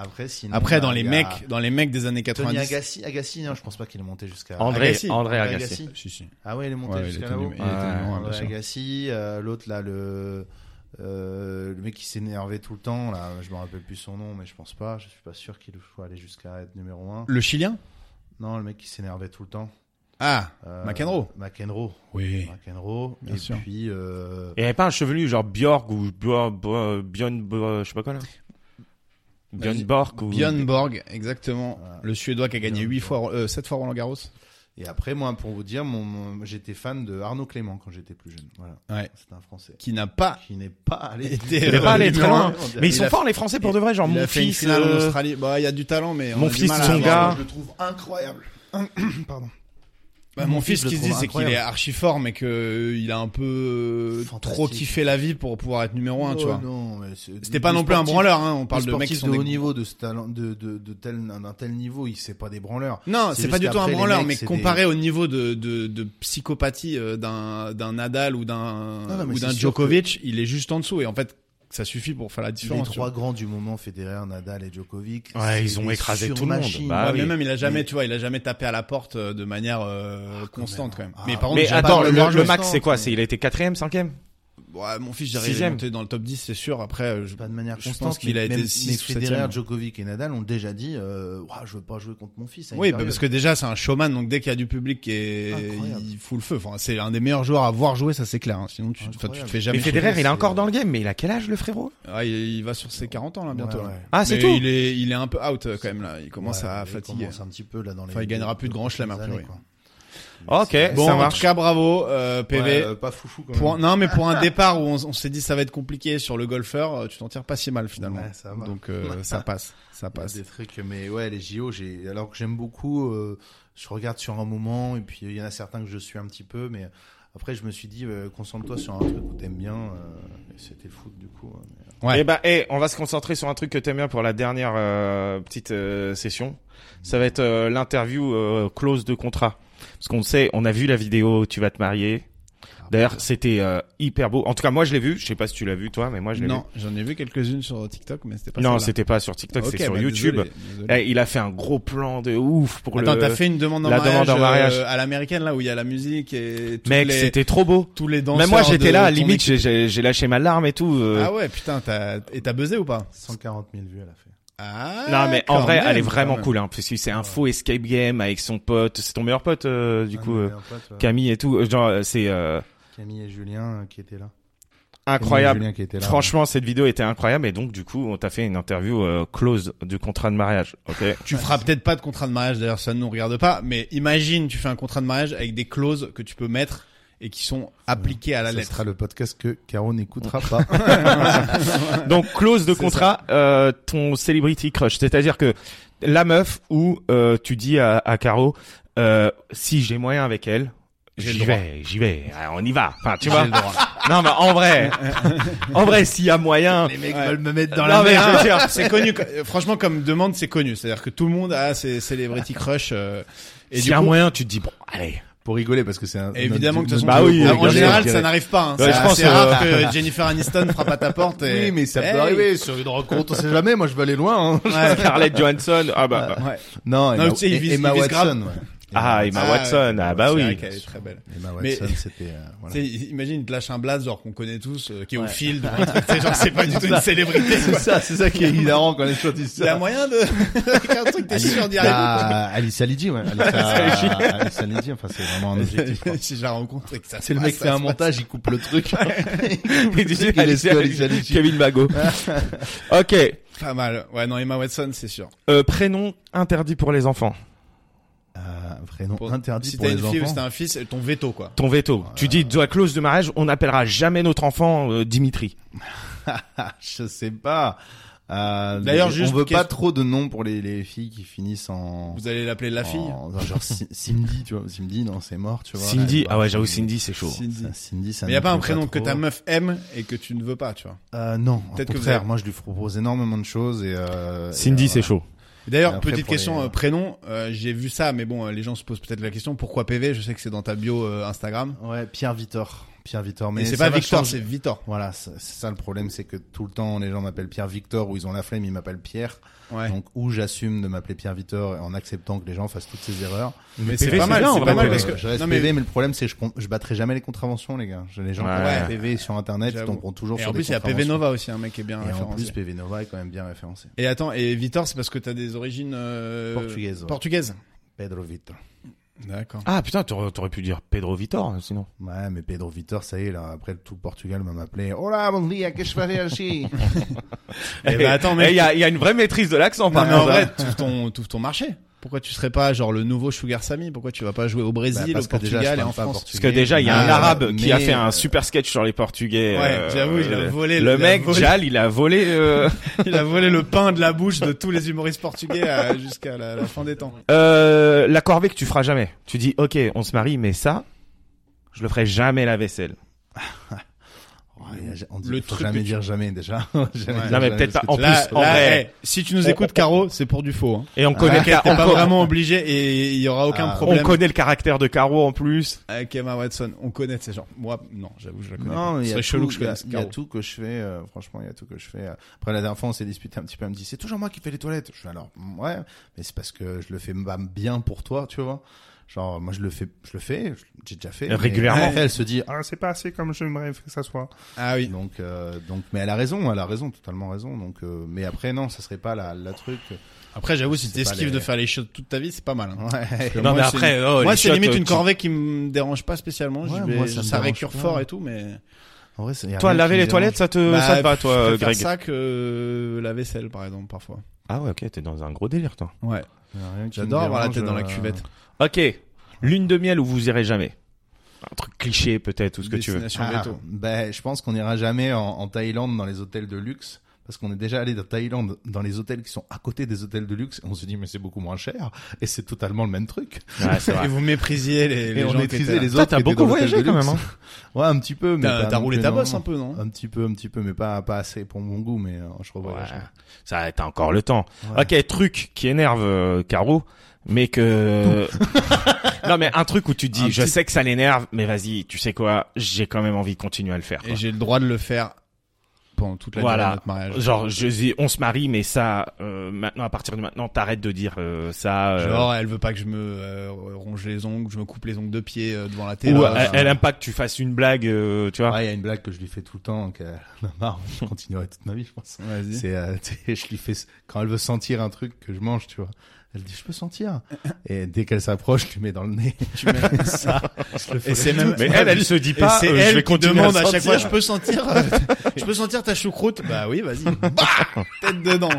S2: après sinon.
S4: Après,
S2: bah,
S4: dans les
S2: il y a
S4: mecs, dans les mecs des années
S2: Tony
S4: 90.
S2: Agassi, Agassi, non, je pense pas qu'il est monté jusqu'à.
S5: André,
S4: Ah, Agassi.
S5: André
S2: André
S5: Agassi.
S2: Agassi.
S4: Si, si.
S2: Ah ouais, il est monté
S4: Ouais, il
S2: jusqu'à
S4: était
S2: là-haut.
S4: num- il était
S5: Ouais,
S4: numéro un, bien
S2: André
S4: sûr.
S2: Agassi, euh, l'autre là, le euh, le mec qui s'énervait tout le temps là, je me rappelle plus son nom, mais je pense pas, je suis pas sûr qu'il soit aller jusqu'à être numéro 1
S4: Le Chilien
S2: Non, le mec qui s'énervait tout le temps.
S4: Ah,
S2: Euh,
S4: McEnroe.
S2: McEnroe.
S4: Oui.
S2: McEnroe.
S4: Bien
S2: et
S4: sûr.
S2: puis euh,
S5: Il n'y avait pas un chevelu genre Bjorg ou Bjor- Bo- Bjorn, Bo- je sais pas quoi là Bjorn
S4: Vas-y.
S5: Borg ou
S4: Björn Borg, exactement.
S2: Voilà.
S4: Le Suédois qui a gagné
S2: Björn
S4: 8 fois, euh, 7 fois Roland Garros.
S2: et après moi pour vous dire, mon, mon- j'étais fan de Arnaud Clément quand j'étais plus jeune. Voilà.
S4: Ouais.
S2: C'était un français
S4: Qui n'a pas
S2: qui n'est pas allé
S4: été.
S5: Il est
S4: euh,
S5: pas allé très
S4: numéro un.
S5: loin.
S2: on dirait.
S5: Mais ils
S4: Il
S5: sont
S4: a-
S5: forts les Français pour de vrai. Genre
S4: Il
S5: mon
S4: a fait une
S5: fils,
S4: finale en
S5: euh,
S4: Australie. Bah, il y a du talent, mais. on
S5: mon
S4: a du
S5: fils,
S4: mal à
S5: son
S4: avoir-
S5: gars.
S2: Je le trouve incroyable. Pardon.
S4: Bah, mon fils, ce
S2: je
S4: qu'il
S2: le
S4: se dit,
S2: trouve
S4: c'est qu'il est
S2: incroyable.
S4: archi fort, mais que euh, il a un peu euh,
S2: Fantastique.
S4: trop kiffé la vie pour pouvoir être numéro un, tu
S2: Oh
S4: vois.
S2: non, mais c'est-
S4: C'était pas
S2: des
S4: non plus un
S2: sportifs-
S4: branleur, hein. On
S2: des
S4: parle de mecs qui
S2: sportifs
S4: sont
S2: de
S4: des
S2: haut niveau, de ce talent, de, de, de tel, d'un tel niveau, il c'est pas des branleurs.
S4: Non,
S2: C'est
S4: c'est pas
S2: juste
S4: du tout un
S2: qu'après, les
S4: branleur,
S2: mecs,
S4: mais
S2: c'est
S4: comparé au niveau de, de, de psychopathie euh, d'un d'un Nadal ou
S2: Ah Non,
S4: d'un
S2: non, mais
S4: ou
S2: c'est
S4: d'un
S2: sûr
S4: Djokovic, il est juste en dessous. Et en fait, ça suffit pour faire la
S2: les
S4: différence. tu
S2: trois
S4: vois.
S2: grands du moment, Federer, Nadal et Djokovic.
S5: Ouais,
S2: c'est
S5: ils ont
S2: des
S5: écrasé tout le monde.
S2: surmachines.
S5: Bah Ah
S4: Ouais,
S5: oui.
S4: mais même il a jamais,
S2: Mais-
S4: tu vois, il a jamais tapé à la porte euh, de manière euh,
S2: quand
S4: constante quand
S2: même.
S4: même.
S2: Ah.
S4: Mais par contre,
S5: Mais
S4: j'ai pas
S5: attends,
S4: le
S5: le,
S4: voir
S5: le
S4: jouer.
S5: max c'est quoi C'est il a été quatrième, cinquième
S4: Ouais, mon fils, j'arrive à
S5: Sixième.
S4: monter dans le top 10, c'est sûr. Après, euh, je,
S2: pas de manière
S4: je
S2: constante.
S4: pense qu'il
S2: mais
S4: a été
S2: même-
S4: 6
S2: mais
S4: ou 7
S2: Federer, Djokovic et Nadal ont déjà dit, euh, Ouah, je veux pas jouer contre mon fils. à une
S4: Oui, bah,
S2: période.
S4: parce que déjà c'est un showman, donc dès qu'il y a du public, qui est...
S2: Incroyable.
S4: il fout le feu. Enfin, c'est un des meilleurs joueurs à voir jouer, ça c'est clair. hein. Sinon, tu, enfin, tu te
S2: Incroyable.
S4: fais jamais.
S5: Mais Federer,
S2: c'est-
S5: il est encore dans le game, mais il a quel âge le frérot
S4: Ah, il, il va sur ses 40 ans là bientôt.
S2: Ouais,
S4: là.
S2: ouais.
S5: Ah, c'est
S4: Mais
S5: tout
S4: Il est, il est un peu out euh, quand même là. Il commence
S2: Ouais,
S4: à
S2: il
S4: fatiguer.
S2: commence un petit peu, là, dans les.
S4: Enfin, il gagnera plus de grands chelems, a
S2: années,
S4: priori.
S2: quoi.
S5: Ok,
S4: Bon,
S5: ça
S4: en tout
S5: marche.
S4: cas, bravo euh, PV.
S2: Ouais, euh, pas foufou quand même.
S4: Pour un- non, mais pour un départ où on, on s'est dit ça va être compliqué sur le golfeur, euh, tu t'en tires pas si mal finalement.
S2: Ouais, ça va.
S4: donc euh, ça passe, ça
S2: Il y a
S4: passe.
S2: Des trucs, mais ouais, les JO, j'ai, alors que j'aime beaucoup, euh, je regarde sur un moment, et puis euh, il y en a certains que je suis un petit peu, mais euh, après, je me suis dit, euh, concentre-toi sur un truc où t'aimes bien, euh, et c'était le foot, du coup. hein, mais-
S4: Ouais.
S5: Eh ben, eh, on va se concentrer sur un truc que t'aimes bien pour la dernière euh, petite euh, session. Ça va être euh, l'interview euh, close de contrat. Parce qu'on sait, on a vu la vidéo Tu vas te marier. D'ailleurs, c'était euh, hyper beau. En tout cas, moi, je l'ai vu. Je sais pas si tu l'as vu toi, mais moi, je l'ai
S4: Non, j'en ai vu quelques-unes sur TikTok, mais c'était pas
S5: vu. Non,
S4: celle-là.
S5: c'était pas sur TikTok,
S4: Ok,
S5: c'était sur
S4: bah,
S5: YouTube.
S4: désolé, désolé.
S5: Eh, il a fait un gros plan de ouf pour
S4: Attends,
S5: le.
S4: t'as fait une demande en
S5: la
S4: mariage,
S5: demande en
S4: euh,
S5: mariage.
S4: à l'américaine là où il y a la musique et tous
S5: Mec,
S4: les
S5: c'était trop beau.
S4: tous les danseurs.
S5: Même moi, j'étais
S4: de
S5: là.
S4: ton
S5: Limite,
S4: équipe.
S5: j'ai- j'ai j'ai lâché ma larme et tout. euh.
S4: Ah ouais, putain, t'as et t'as buzzé ou pas
S2: 140 000 vues, elle a fait.
S4: Ah.
S5: Non mais en
S4: quand
S5: vrai
S4: même,
S5: elle est
S4: quand
S5: vraiment
S4: même.
S5: cool hein parce que c'est un faux escape game avec son pote, c'est ton meilleur pote euh, du
S2: Ah,
S5: coup
S2: mais
S5: euh,
S2: un pote, ouais,
S5: Camille et tout Euh, genre euh, c'est euh,
S2: Camille et Julien euh, qui étaient là.
S5: incroyable.
S2: Camille et Julien qui étaient là.
S5: Franchement cette vidéo était incroyable et donc du coup on t'a fait une interview euh, close du contrat de mariage. OK.
S4: Tu feras peut-être pas de contrat de mariage d'ailleurs, ça ne nous regarde pas, mais imagine tu fais un contrat de mariage avec des clauses que tu peux mettre et qui sont appliquées à la
S2: Ça
S4: lettre.
S2: sera le podcast que Caro n'écoutera pas.
S5: donc close de
S4: C'est
S5: contrat euh, ton celebrity crush, c'est-à-dire que la meuf où euh, tu dis à, à Caro euh, si j'ai moyen avec elle,
S4: J'ai le
S5: j'y
S4: droit.
S5: vais, j'y vais, Ah, on y va. Enfin tu
S4: J'ai
S5: vois.
S4: le droit.
S5: Non mais en vrai, en vrai s'il y a moyen,
S2: les mecs
S4: Ouais.
S2: veulent me mettre dans
S5: Non,
S2: la
S5: mais
S2: merde.
S5: je veux dire,
S4: C'est connu, que- Euh, franchement, comme demande, c'est connu. C'est-à-dire que tout le monde a ses celebrity crush. euh, et
S5: S'il
S4: du
S5: y a
S4: coup,
S5: moyen, tu te dis bon, allez.
S2: Pour rigoler, parce que c'est un.
S4: Évidemment que de toute façon,
S5: Bah oui,
S4: en-
S5: bien
S4: en
S5: sûr,
S4: général,
S2: je
S4: ça
S2: dirais.
S4: n'arrive pas. Hein.
S5: Ouais,
S4: C'est
S5: je pense,
S4: assez
S5: euh,
S4: rare que Jennifer Aniston frappe à ta porte. Et...
S2: Oui, mais ça
S4: Hey.
S2: peut arriver sur une rencontre, on sait jamais. Moi, je vais aller loin. hein.
S4: Ouais.
S5: Scarlett Johansson, ah bah.
S4: Ouais.
S2: Non,
S4: Non,
S2: Emma,
S4: tu sais, il
S2: et-
S4: vise-
S2: Emma
S4: il vise grave.
S2: Watson. ouais.
S5: Ah, Emma
S4: Ah,
S5: Watson, ah bah
S4: c'est
S5: oui.
S4: vrai qu'elle est très belle.
S2: Emma
S4: Mais-
S2: Watson, c'était. euh, voilà.
S4: Tu sais, imagine, il te lâche un blaze, genre qu'on connaît tous, euh, qui est au field. ou un truc, tu sais, genre, c'est pas du tout une
S2: Ça.
S4: célébrité.
S2: C'est ça, c'est ça qui est hilarant quand les choses disent
S4: Il y a
S2: ça. Ah,
S4: moyen de, avec un truc, t'es sûr d'y arriver.
S2: Bah, Alice Haligi, ouais. Alice Alice Haligi, enfin, c'est vraiment un objectif. quoi. Ah,
S4: Si je la rencontre et que ça se
S2: C'est le mec
S4: passe,
S2: fait
S4: ça
S2: un
S4: se
S2: montage, il coupe le truc.
S5: Il
S2: est sur Alice Alice.
S5: Kevin Mago. ok.
S4: passe Pas mal. Ouais, non, Emma Watson, c'est sûr.
S5: Euh, prénom interdit pour les enfants.
S2: Euh, prénom
S4: Pour-
S2: interdit
S4: si
S2: pour
S4: t'as une
S2: les
S4: fille ou si t'as
S2: enfants.
S4: un fils, ton veto, quoi.
S5: Ton veto. Tu dis de la clause de mariage, on n'appellera jamais notre enfant euh, Dimitri.
S2: Ah, je sais pas. Euh,
S4: D'ailleurs,
S2: on
S4: juste
S2: veut
S4: qu'est-ce-
S2: pas trop de noms pour les, les filles qui finissent en.
S4: Vous allez l'appeler
S2: Oh,
S4: la fille
S2: en- genre Ci- Cindy, tu vois. Cindy, non, c'est mort, tu vois.
S5: Cindy,
S2: Elle va-
S5: ah ouais, j'avoue, Cindy, c'est chaud.
S4: Cindy.
S2: Ça, Cindy, ça
S4: Mais y a
S2: me
S4: pas un
S2: plaît
S4: prénom que
S2: trop.
S4: ta meuf aime et que tu ne veux pas, tu vois.
S2: Euh, non, au
S4: Peut-être que vous
S2: contraire,
S4: avez-
S2: moi je lui propose énormément de choses et. Euh, et,
S5: Cindy,
S2: euh,
S5: c'est chaud.
S4: Et
S2: Et
S4: D'ailleurs,
S2: après,
S4: petite
S2: pour
S4: question
S2: les-
S4: euh, prénom. euh, J'ai vu ça, mais bon, euh, les gens se posent peut-être la question pourquoi PV Je sais que c'est dans ta bio euh, Instagram.
S2: Ouais, Pierre Victor. Pierre Victor, mais
S4: Mais c'est
S2: ça
S4: pas
S2: va
S4: Victor,
S2: changer.
S4: c'est Victor.
S2: Voilà, c'est c'est ça le problème, c'est que tout le temps les gens m'appellent Pierre Victor ou ils ont la flemme, ils m'appellent Pierre.
S4: Ouais.
S2: Donc ou j'assume de m'appeler Pierre Victor en acceptant que les gens fassent toutes ces erreurs.
S4: Mais
S5: PV,
S4: c'est pas
S5: c'est
S4: mal.
S5: bien, en
S4: C'est
S5: vrai,
S4: pas mal
S5: PV.
S4: parce
S2: Euh, je
S4: que
S2: reste
S4: non
S2: PV,
S4: mais
S2: mais le problème c'est que je, prends- je battrai jamais les contraventions, les gars. Je- Les gens qui
S5: Ouais.
S2: appellent PV sur internet, ils
S4: J'avoue.
S2: tomberont toujours
S4: et
S2: sur
S4: en
S2: des
S4: plus il y a PV
S2: contraventions.
S4: Nova aussi, un mec qui est bien
S2: Et en
S4: référencé.
S2: plus PV Nova est quand même bien référencé.
S4: Et attends, et Victor, c'est parce que t'as des origines euh,
S2: Portugaises, ouais.
S4: Portugaises.
S2: Pedro Vitor.
S4: D'accord.
S5: Ah putain, t'aurais t'aurais pu dire Pedro Vitor, hein, sinon.
S2: Ouais, mais Pedro Vitor, ça y est, là, après tout le Portugal va m'appeler. Hola, bon dia, que je fais ici
S4: Eh ben, attends, mais-
S5: Eh, il y a, il y a une vraie maîtrise de l'accent,
S2: Ah,
S4: Non,
S5: par
S4: mais en
S5: contre.
S4: vrai, t'ouvres ton, t'ouvres ton marché. Pourquoi tu serais pas genre le nouveau Sugar Sammy Pourquoi tu vas pas jouer au Brésil,
S2: Bah,
S4: au
S2: parce que déjà,
S4: Portugal
S2: je
S4: et en
S2: parle pas
S4: France
S5: Parce que déjà, il y a un
S2: Ah,
S5: arabe qui a
S2: mais,
S5: fait un
S2: euh,
S5: super sketch sur les Portugais. euh,
S4: Ouais, j'avoue, il a
S5: le-
S4: volé-
S5: Le
S4: il a
S5: mec,
S4: volé.
S5: Jal, il a volé. euh,
S4: Il a volé le pain de la bouche de tous les humoristes portugais à- jusqu'à la, la fin des temps.
S5: Euh, la corvée que tu feras jamais. Tu dis, ok, on se marie, mais ça, je le ferai jamais la vaisselle.
S2: Ouais, on dit,
S4: Le
S2: le faut
S4: truc
S2: jamais
S4: que tu-
S2: dire jamais, déjà. Jamais
S4: Ouais.
S2: dire
S5: Non, mais
S2: jamais,
S5: peut-être
S2: parce
S5: pas-
S2: que
S5: en
S4: là,
S5: plus, en
S4: là,
S5: vrai-
S4: eh, si tu nous écoutes, Caro, c'est pour du faux. Hein.
S5: Et on connaît, le
S4: T'es
S5: car- on
S4: pas
S5: co-
S4: vraiment obligé et il y aura aucun
S2: Ah.
S5: on
S4: problème.
S5: connaît le caractère de Caro en plus.
S4: Avec Emma Watson, on connaît ces gens. Moi, non, j'avoue, je la connais. pas.
S2: Non, mais
S4: Ce
S2: il y, a
S4: serait chelou
S2: tout-
S4: que je
S2: il y a-
S4: connaisse
S2: il y a
S4: Caro.
S2: tout que je fais. euh, franchement, il y a tout que je fais. euh. Après, la dernière fois, on s'est disputé un petit peu. Elle me dit, c'est toujours moi qui fais les toilettes. Je fais alors, mm, ouais, mais c'est parce que je le fais ma- bien pour toi, tu vois. Genre, moi, je le fais, je le fais, je- j'ai déjà fait. mais
S5: Régulièrement.
S2: après, elle se dit, ah, c'est pas assez comme j'aimerais que ça soit.
S4: Ah oui.
S2: Donc, euh, donc, mais elle a raison, elle a raison, totalement raison. Donc, euh, mais après, non, ça serait pas la, la truc.
S4: Après, j'avoue, si
S2: C'est pas
S4: t'esquives
S2: les-
S4: de faire les choses toute ta vie, c'est pas mal. hein.
S2: Ouais.
S4: Parce que
S5: Non,
S4: moi,
S5: mais
S4: c'est-
S5: après, oh,
S4: moi,
S5: les
S4: c'est
S5: shots,
S4: limite
S5: euh,
S4: une
S5: tu-
S4: corvée qui me dérange pas spécialement. je
S2: Ouais,
S4: vais,
S2: moi,
S4: ça,
S2: ça me dérange
S4: récure
S2: pas.
S4: fort et tout, mais.
S2: En vrai, c'est- y a
S5: Toi,
S2: rien
S5: laver
S2: qui
S5: les
S2: me
S5: toilettes, ça te,
S4: Bah,
S5: ça te va, toi,
S4: je
S5: euh,
S4: préfère
S5: Greg.
S4: ça que euh, la vaisselle, par exemple, parfois.
S5: Ah ouais, ok, t'es dans un gros délire, toi.
S4: Ouais.
S2: dérange. Y a rien qui me
S4: J'adore avoir la
S2: dérange,
S4: tête dans la
S2: euh,
S4: cuvette.
S5: Ok. Lune de miel où vous irez jamais. Un truc cliché, peut-être, ou ce que tu veux.
S4: Destination
S2: Ah,
S4: veto.
S2: ben, je pense qu'on n'ira jamais en, en Thaïlande dans les hôtels de luxe. Parce qu'on est déjà allé de Thaïlande dans les hôtels qui sont à côté des hôtels de luxe. Et on se dit, mais c'est beaucoup moins cher. Et c'est totalement le même truc.
S5: Ouais, c'est
S4: Et
S5: vrai.
S4: vous méprisiez les, les
S2: et
S4: gens
S2: on
S4: qui étaient
S2: maîtrisait les
S5: Toi,
S2: autres.
S5: t'as
S2: qui étaient
S5: beaucoup
S2: dans l'hôtel
S5: voyagé,
S2: de
S5: quand
S2: luxe.
S5: même, hein.
S2: Ouais, un petit peu.
S4: là.
S2: mais
S4: T'as
S2: pas
S4: t'as
S2: non
S4: roulé
S2: plus
S4: ta bosse un
S2: énormément.
S4: peu, non
S2: Un petit peu, un petit peu, mais pas, pas assez pour mon goût, mais euh, je
S5: Ouais.
S2: revoyage.
S5: Ça, t'as encore le temps.
S2: Ouais.
S5: Ok, truc qui énerve euh, Caro, mais que non mais un truc où tu te dis,
S4: Un
S5: je
S4: petit-
S5: sais que ça l'énerve, mais vas-y, tu sais quoi, j'ai quand même envie de continuer à le faire. quoi.
S4: Et j'ai le droit de le faire pendant toute la durée
S5: Ah. Voilà.
S4: de notre mariage.
S5: Genre, je dis, on se marie, mais ça, euh, maintenant à partir de maintenant, t'arrêtes de dire euh, ça. euh,
S4: Genre, elle veut pas que je me euh, ronge les ongles, je me coupe les ongles de pied euh, devant la télé.
S5: ou
S4: Euh,
S5: elle, elle aime pas que tu fasses une blague, euh, tu vois.
S2: Ouais, il y a une blague que je lui fais tout le temps, qu'elle m'a marre. Je continuerai toute ma vie, je pense.
S4: Vas-y.
S2: C'est, euh, tu sais, je lui fais, quand elle veut sentir un truc que je mange, tu vois. Elle dit, je peux sentir. Et dès qu'elle s'approche, je lui mets dans le nez.
S4: Tu mets-
S2: ça, je le
S4: Et c'est même.
S5: Mais elle, elle se dit
S4: Et
S5: pas.
S4: c'est
S5: euh,
S4: elle
S5: je vais
S4: qui
S5: continuer
S4: demande à,
S5: sentir.
S4: chaque fois, je peux sentir, euh, je peux sentir ta choucroute. Bah oui, vas-y. Bah Tête dedans.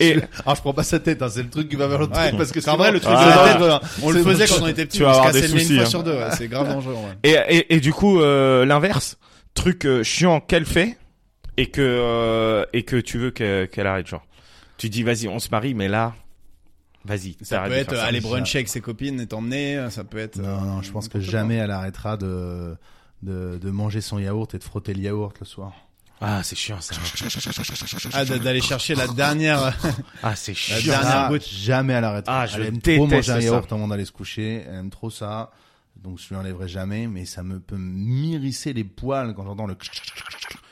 S5: Et
S2: Alors je prends pas sa tête, hein, c'est le truc qui va vers l'autre
S4: Ouais.
S2: truc parce que
S4: En
S2: sinon-
S4: vrai, le truc
S5: Ah,
S4: de la
S5: ouais.
S4: tête, euh, voilà. on le
S2: C'est-
S4: faisait quand on était petit.
S5: Tu
S4: on
S5: vas
S4: se
S5: avoir
S4: cassait
S5: des
S4: le nez
S5: soucis,
S4: une fois
S5: hein.
S4: sur deux. ouais. C'est grave dangereux. ouais.
S5: Et, et, et du coup, euh, l'inverse, truc euh, chiant qu'elle fait et que euh, et que tu veux que- qu'elle arrête, genre. Tu dis, vas-y, on se marie, mais là, vas-y.
S4: Ça
S5: t'arrêtes
S4: peut
S5: de
S4: être
S5: faire
S4: euh,
S5: ça.
S4: aller
S2: ça.
S4: bruncher avec ses copines et t'emmener. euh, Ça peut être.
S2: Non, non, je pense que jamais elle arrêtera de, de de manger son yaourt et de frotter le yaourt le soir.
S5: Ah, c'est chiant ça.
S4: Ah, d- d'aller chercher la dernière. euh,
S5: Ah, c'est chiant.
S4: La dernière
S2: Ah,
S4: goutte.
S2: Jamais elle arrêtera.
S5: Ah, je
S2: elle aime
S5: déteste
S2: trop manger un
S5: ça.
S2: yaourt avant d'aller se coucher, elle aime trop ça. Donc je lui enlèverai jamais mais ça me peut m'irrisser les poils quand j'entends le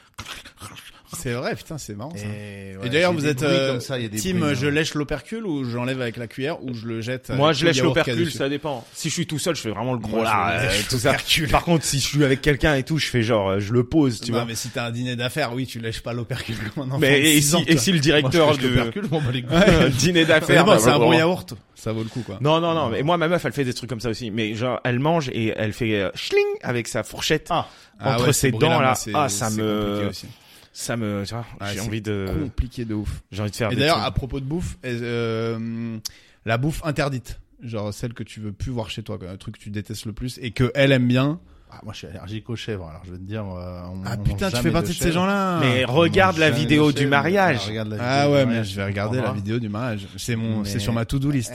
S4: C'est vrai, putain, c'est marrant. ça.
S2: Et,
S4: Et
S2: ouais,
S4: d'ailleurs,
S2: j'ai
S4: vous
S2: des
S4: êtes
S2: bruits
S4: euh,
S2: comme ça, il y a des
S4: team,
S2: bruits,
S4: je
S2: hein.
S4: lèche l'opercule ou j'enlève avec la cuillère ou je le jette.
S5: Moi,
S4: avec
S5: je
S4: tout le
S5: lèche
S4: yaourt qu'il y a
S5: l'opercule,
S4: dessus.
S5: ça dépend. Si je suis tout seul, je fais vraiment le gros
S4: Moi,
S5: là,
S4: je
S5: euh,
S4: lèche
S5: tout ça.
S4: l'opercule.
S5: Par contre, si je suis avec quelqu'un et tout, je fais genre, euh, je le pose, tu
S4: non,
S5: vois. Mais,
S4: mais si t'as un dîner d'affaires, oui, tu lèches pas l'opercule comme un enfant. de
S5: et,
S4: six
S5: si,
S4: ans,
S5: et
S4: toi.
S5: si le directeur
S2: Moi, je lèche
S5: du
S2: l'opercule, je m'en bats bah, les couilles.
S5: dîner
S4: Mais
S5: d'affaires,
S4: bon,
S5: bah,
S4: c'est un
S5: bah,
S4: bon
S5: bah,
S4: yaourt. Ça vaut le coup, quoi.
S5: Non, non, non. Mais moi, ma meuf, elle fait des trucs comme ça aussi. Mais genre, elle mange et elle fait euh, schling avec sa fourchette
S4: Ah
S5: entre
S4: ouais,
S5: ses
S4: ce bruit-là,
S5: dents,
S4: moi,
S5: là.
S4: c'est-
S5: Ah, ça
S4: c'est
S5: me-
S4: compliqué aussi.
S5: Ça me, tu vois,
S4: Ah,
S5: j'ai
S4: c'est
S5: envie
S2: Euh,
S5: de,
S4: Compliqué de ouf.
S5: j'ai envie de faire.
S4: Et
S5: des
S4: d'ailleurs, à
S5: trucs.
S4: propos de bouffe, euh, la bouffe interdite, genre celle que tu veux plus voir chez toi, quoi, un truc que tu détestes le plus et que elle aime bien,
S2: Ah, moi, je suis allergique aux chèvres, alors je vais te dire. euh, on-
S4: Ah
S2: on
S4: putain,
S2: mange
S4: tu
S2: jamais
S4: fais partie de
S2: chèvres.
S4: ces gens-là.
S5: Mais
S2: On
S5: regarde
S2: mange
S5: la
S2: jamais
S5: vidéo
S2: de
S5: du
S2: chèvres.
S5: mariage.
S2: Ah, regarde la vidéo
S4: Ah
S2: du
S4: ouais, mais
S2: mariage,
S4: je vais
S2: tu
S4: regarder la
S2: comprendras.
S4: vidéo du mariage. C'est mon,
S2: Mais- Ah,
S4: c'est sur ma to-do list.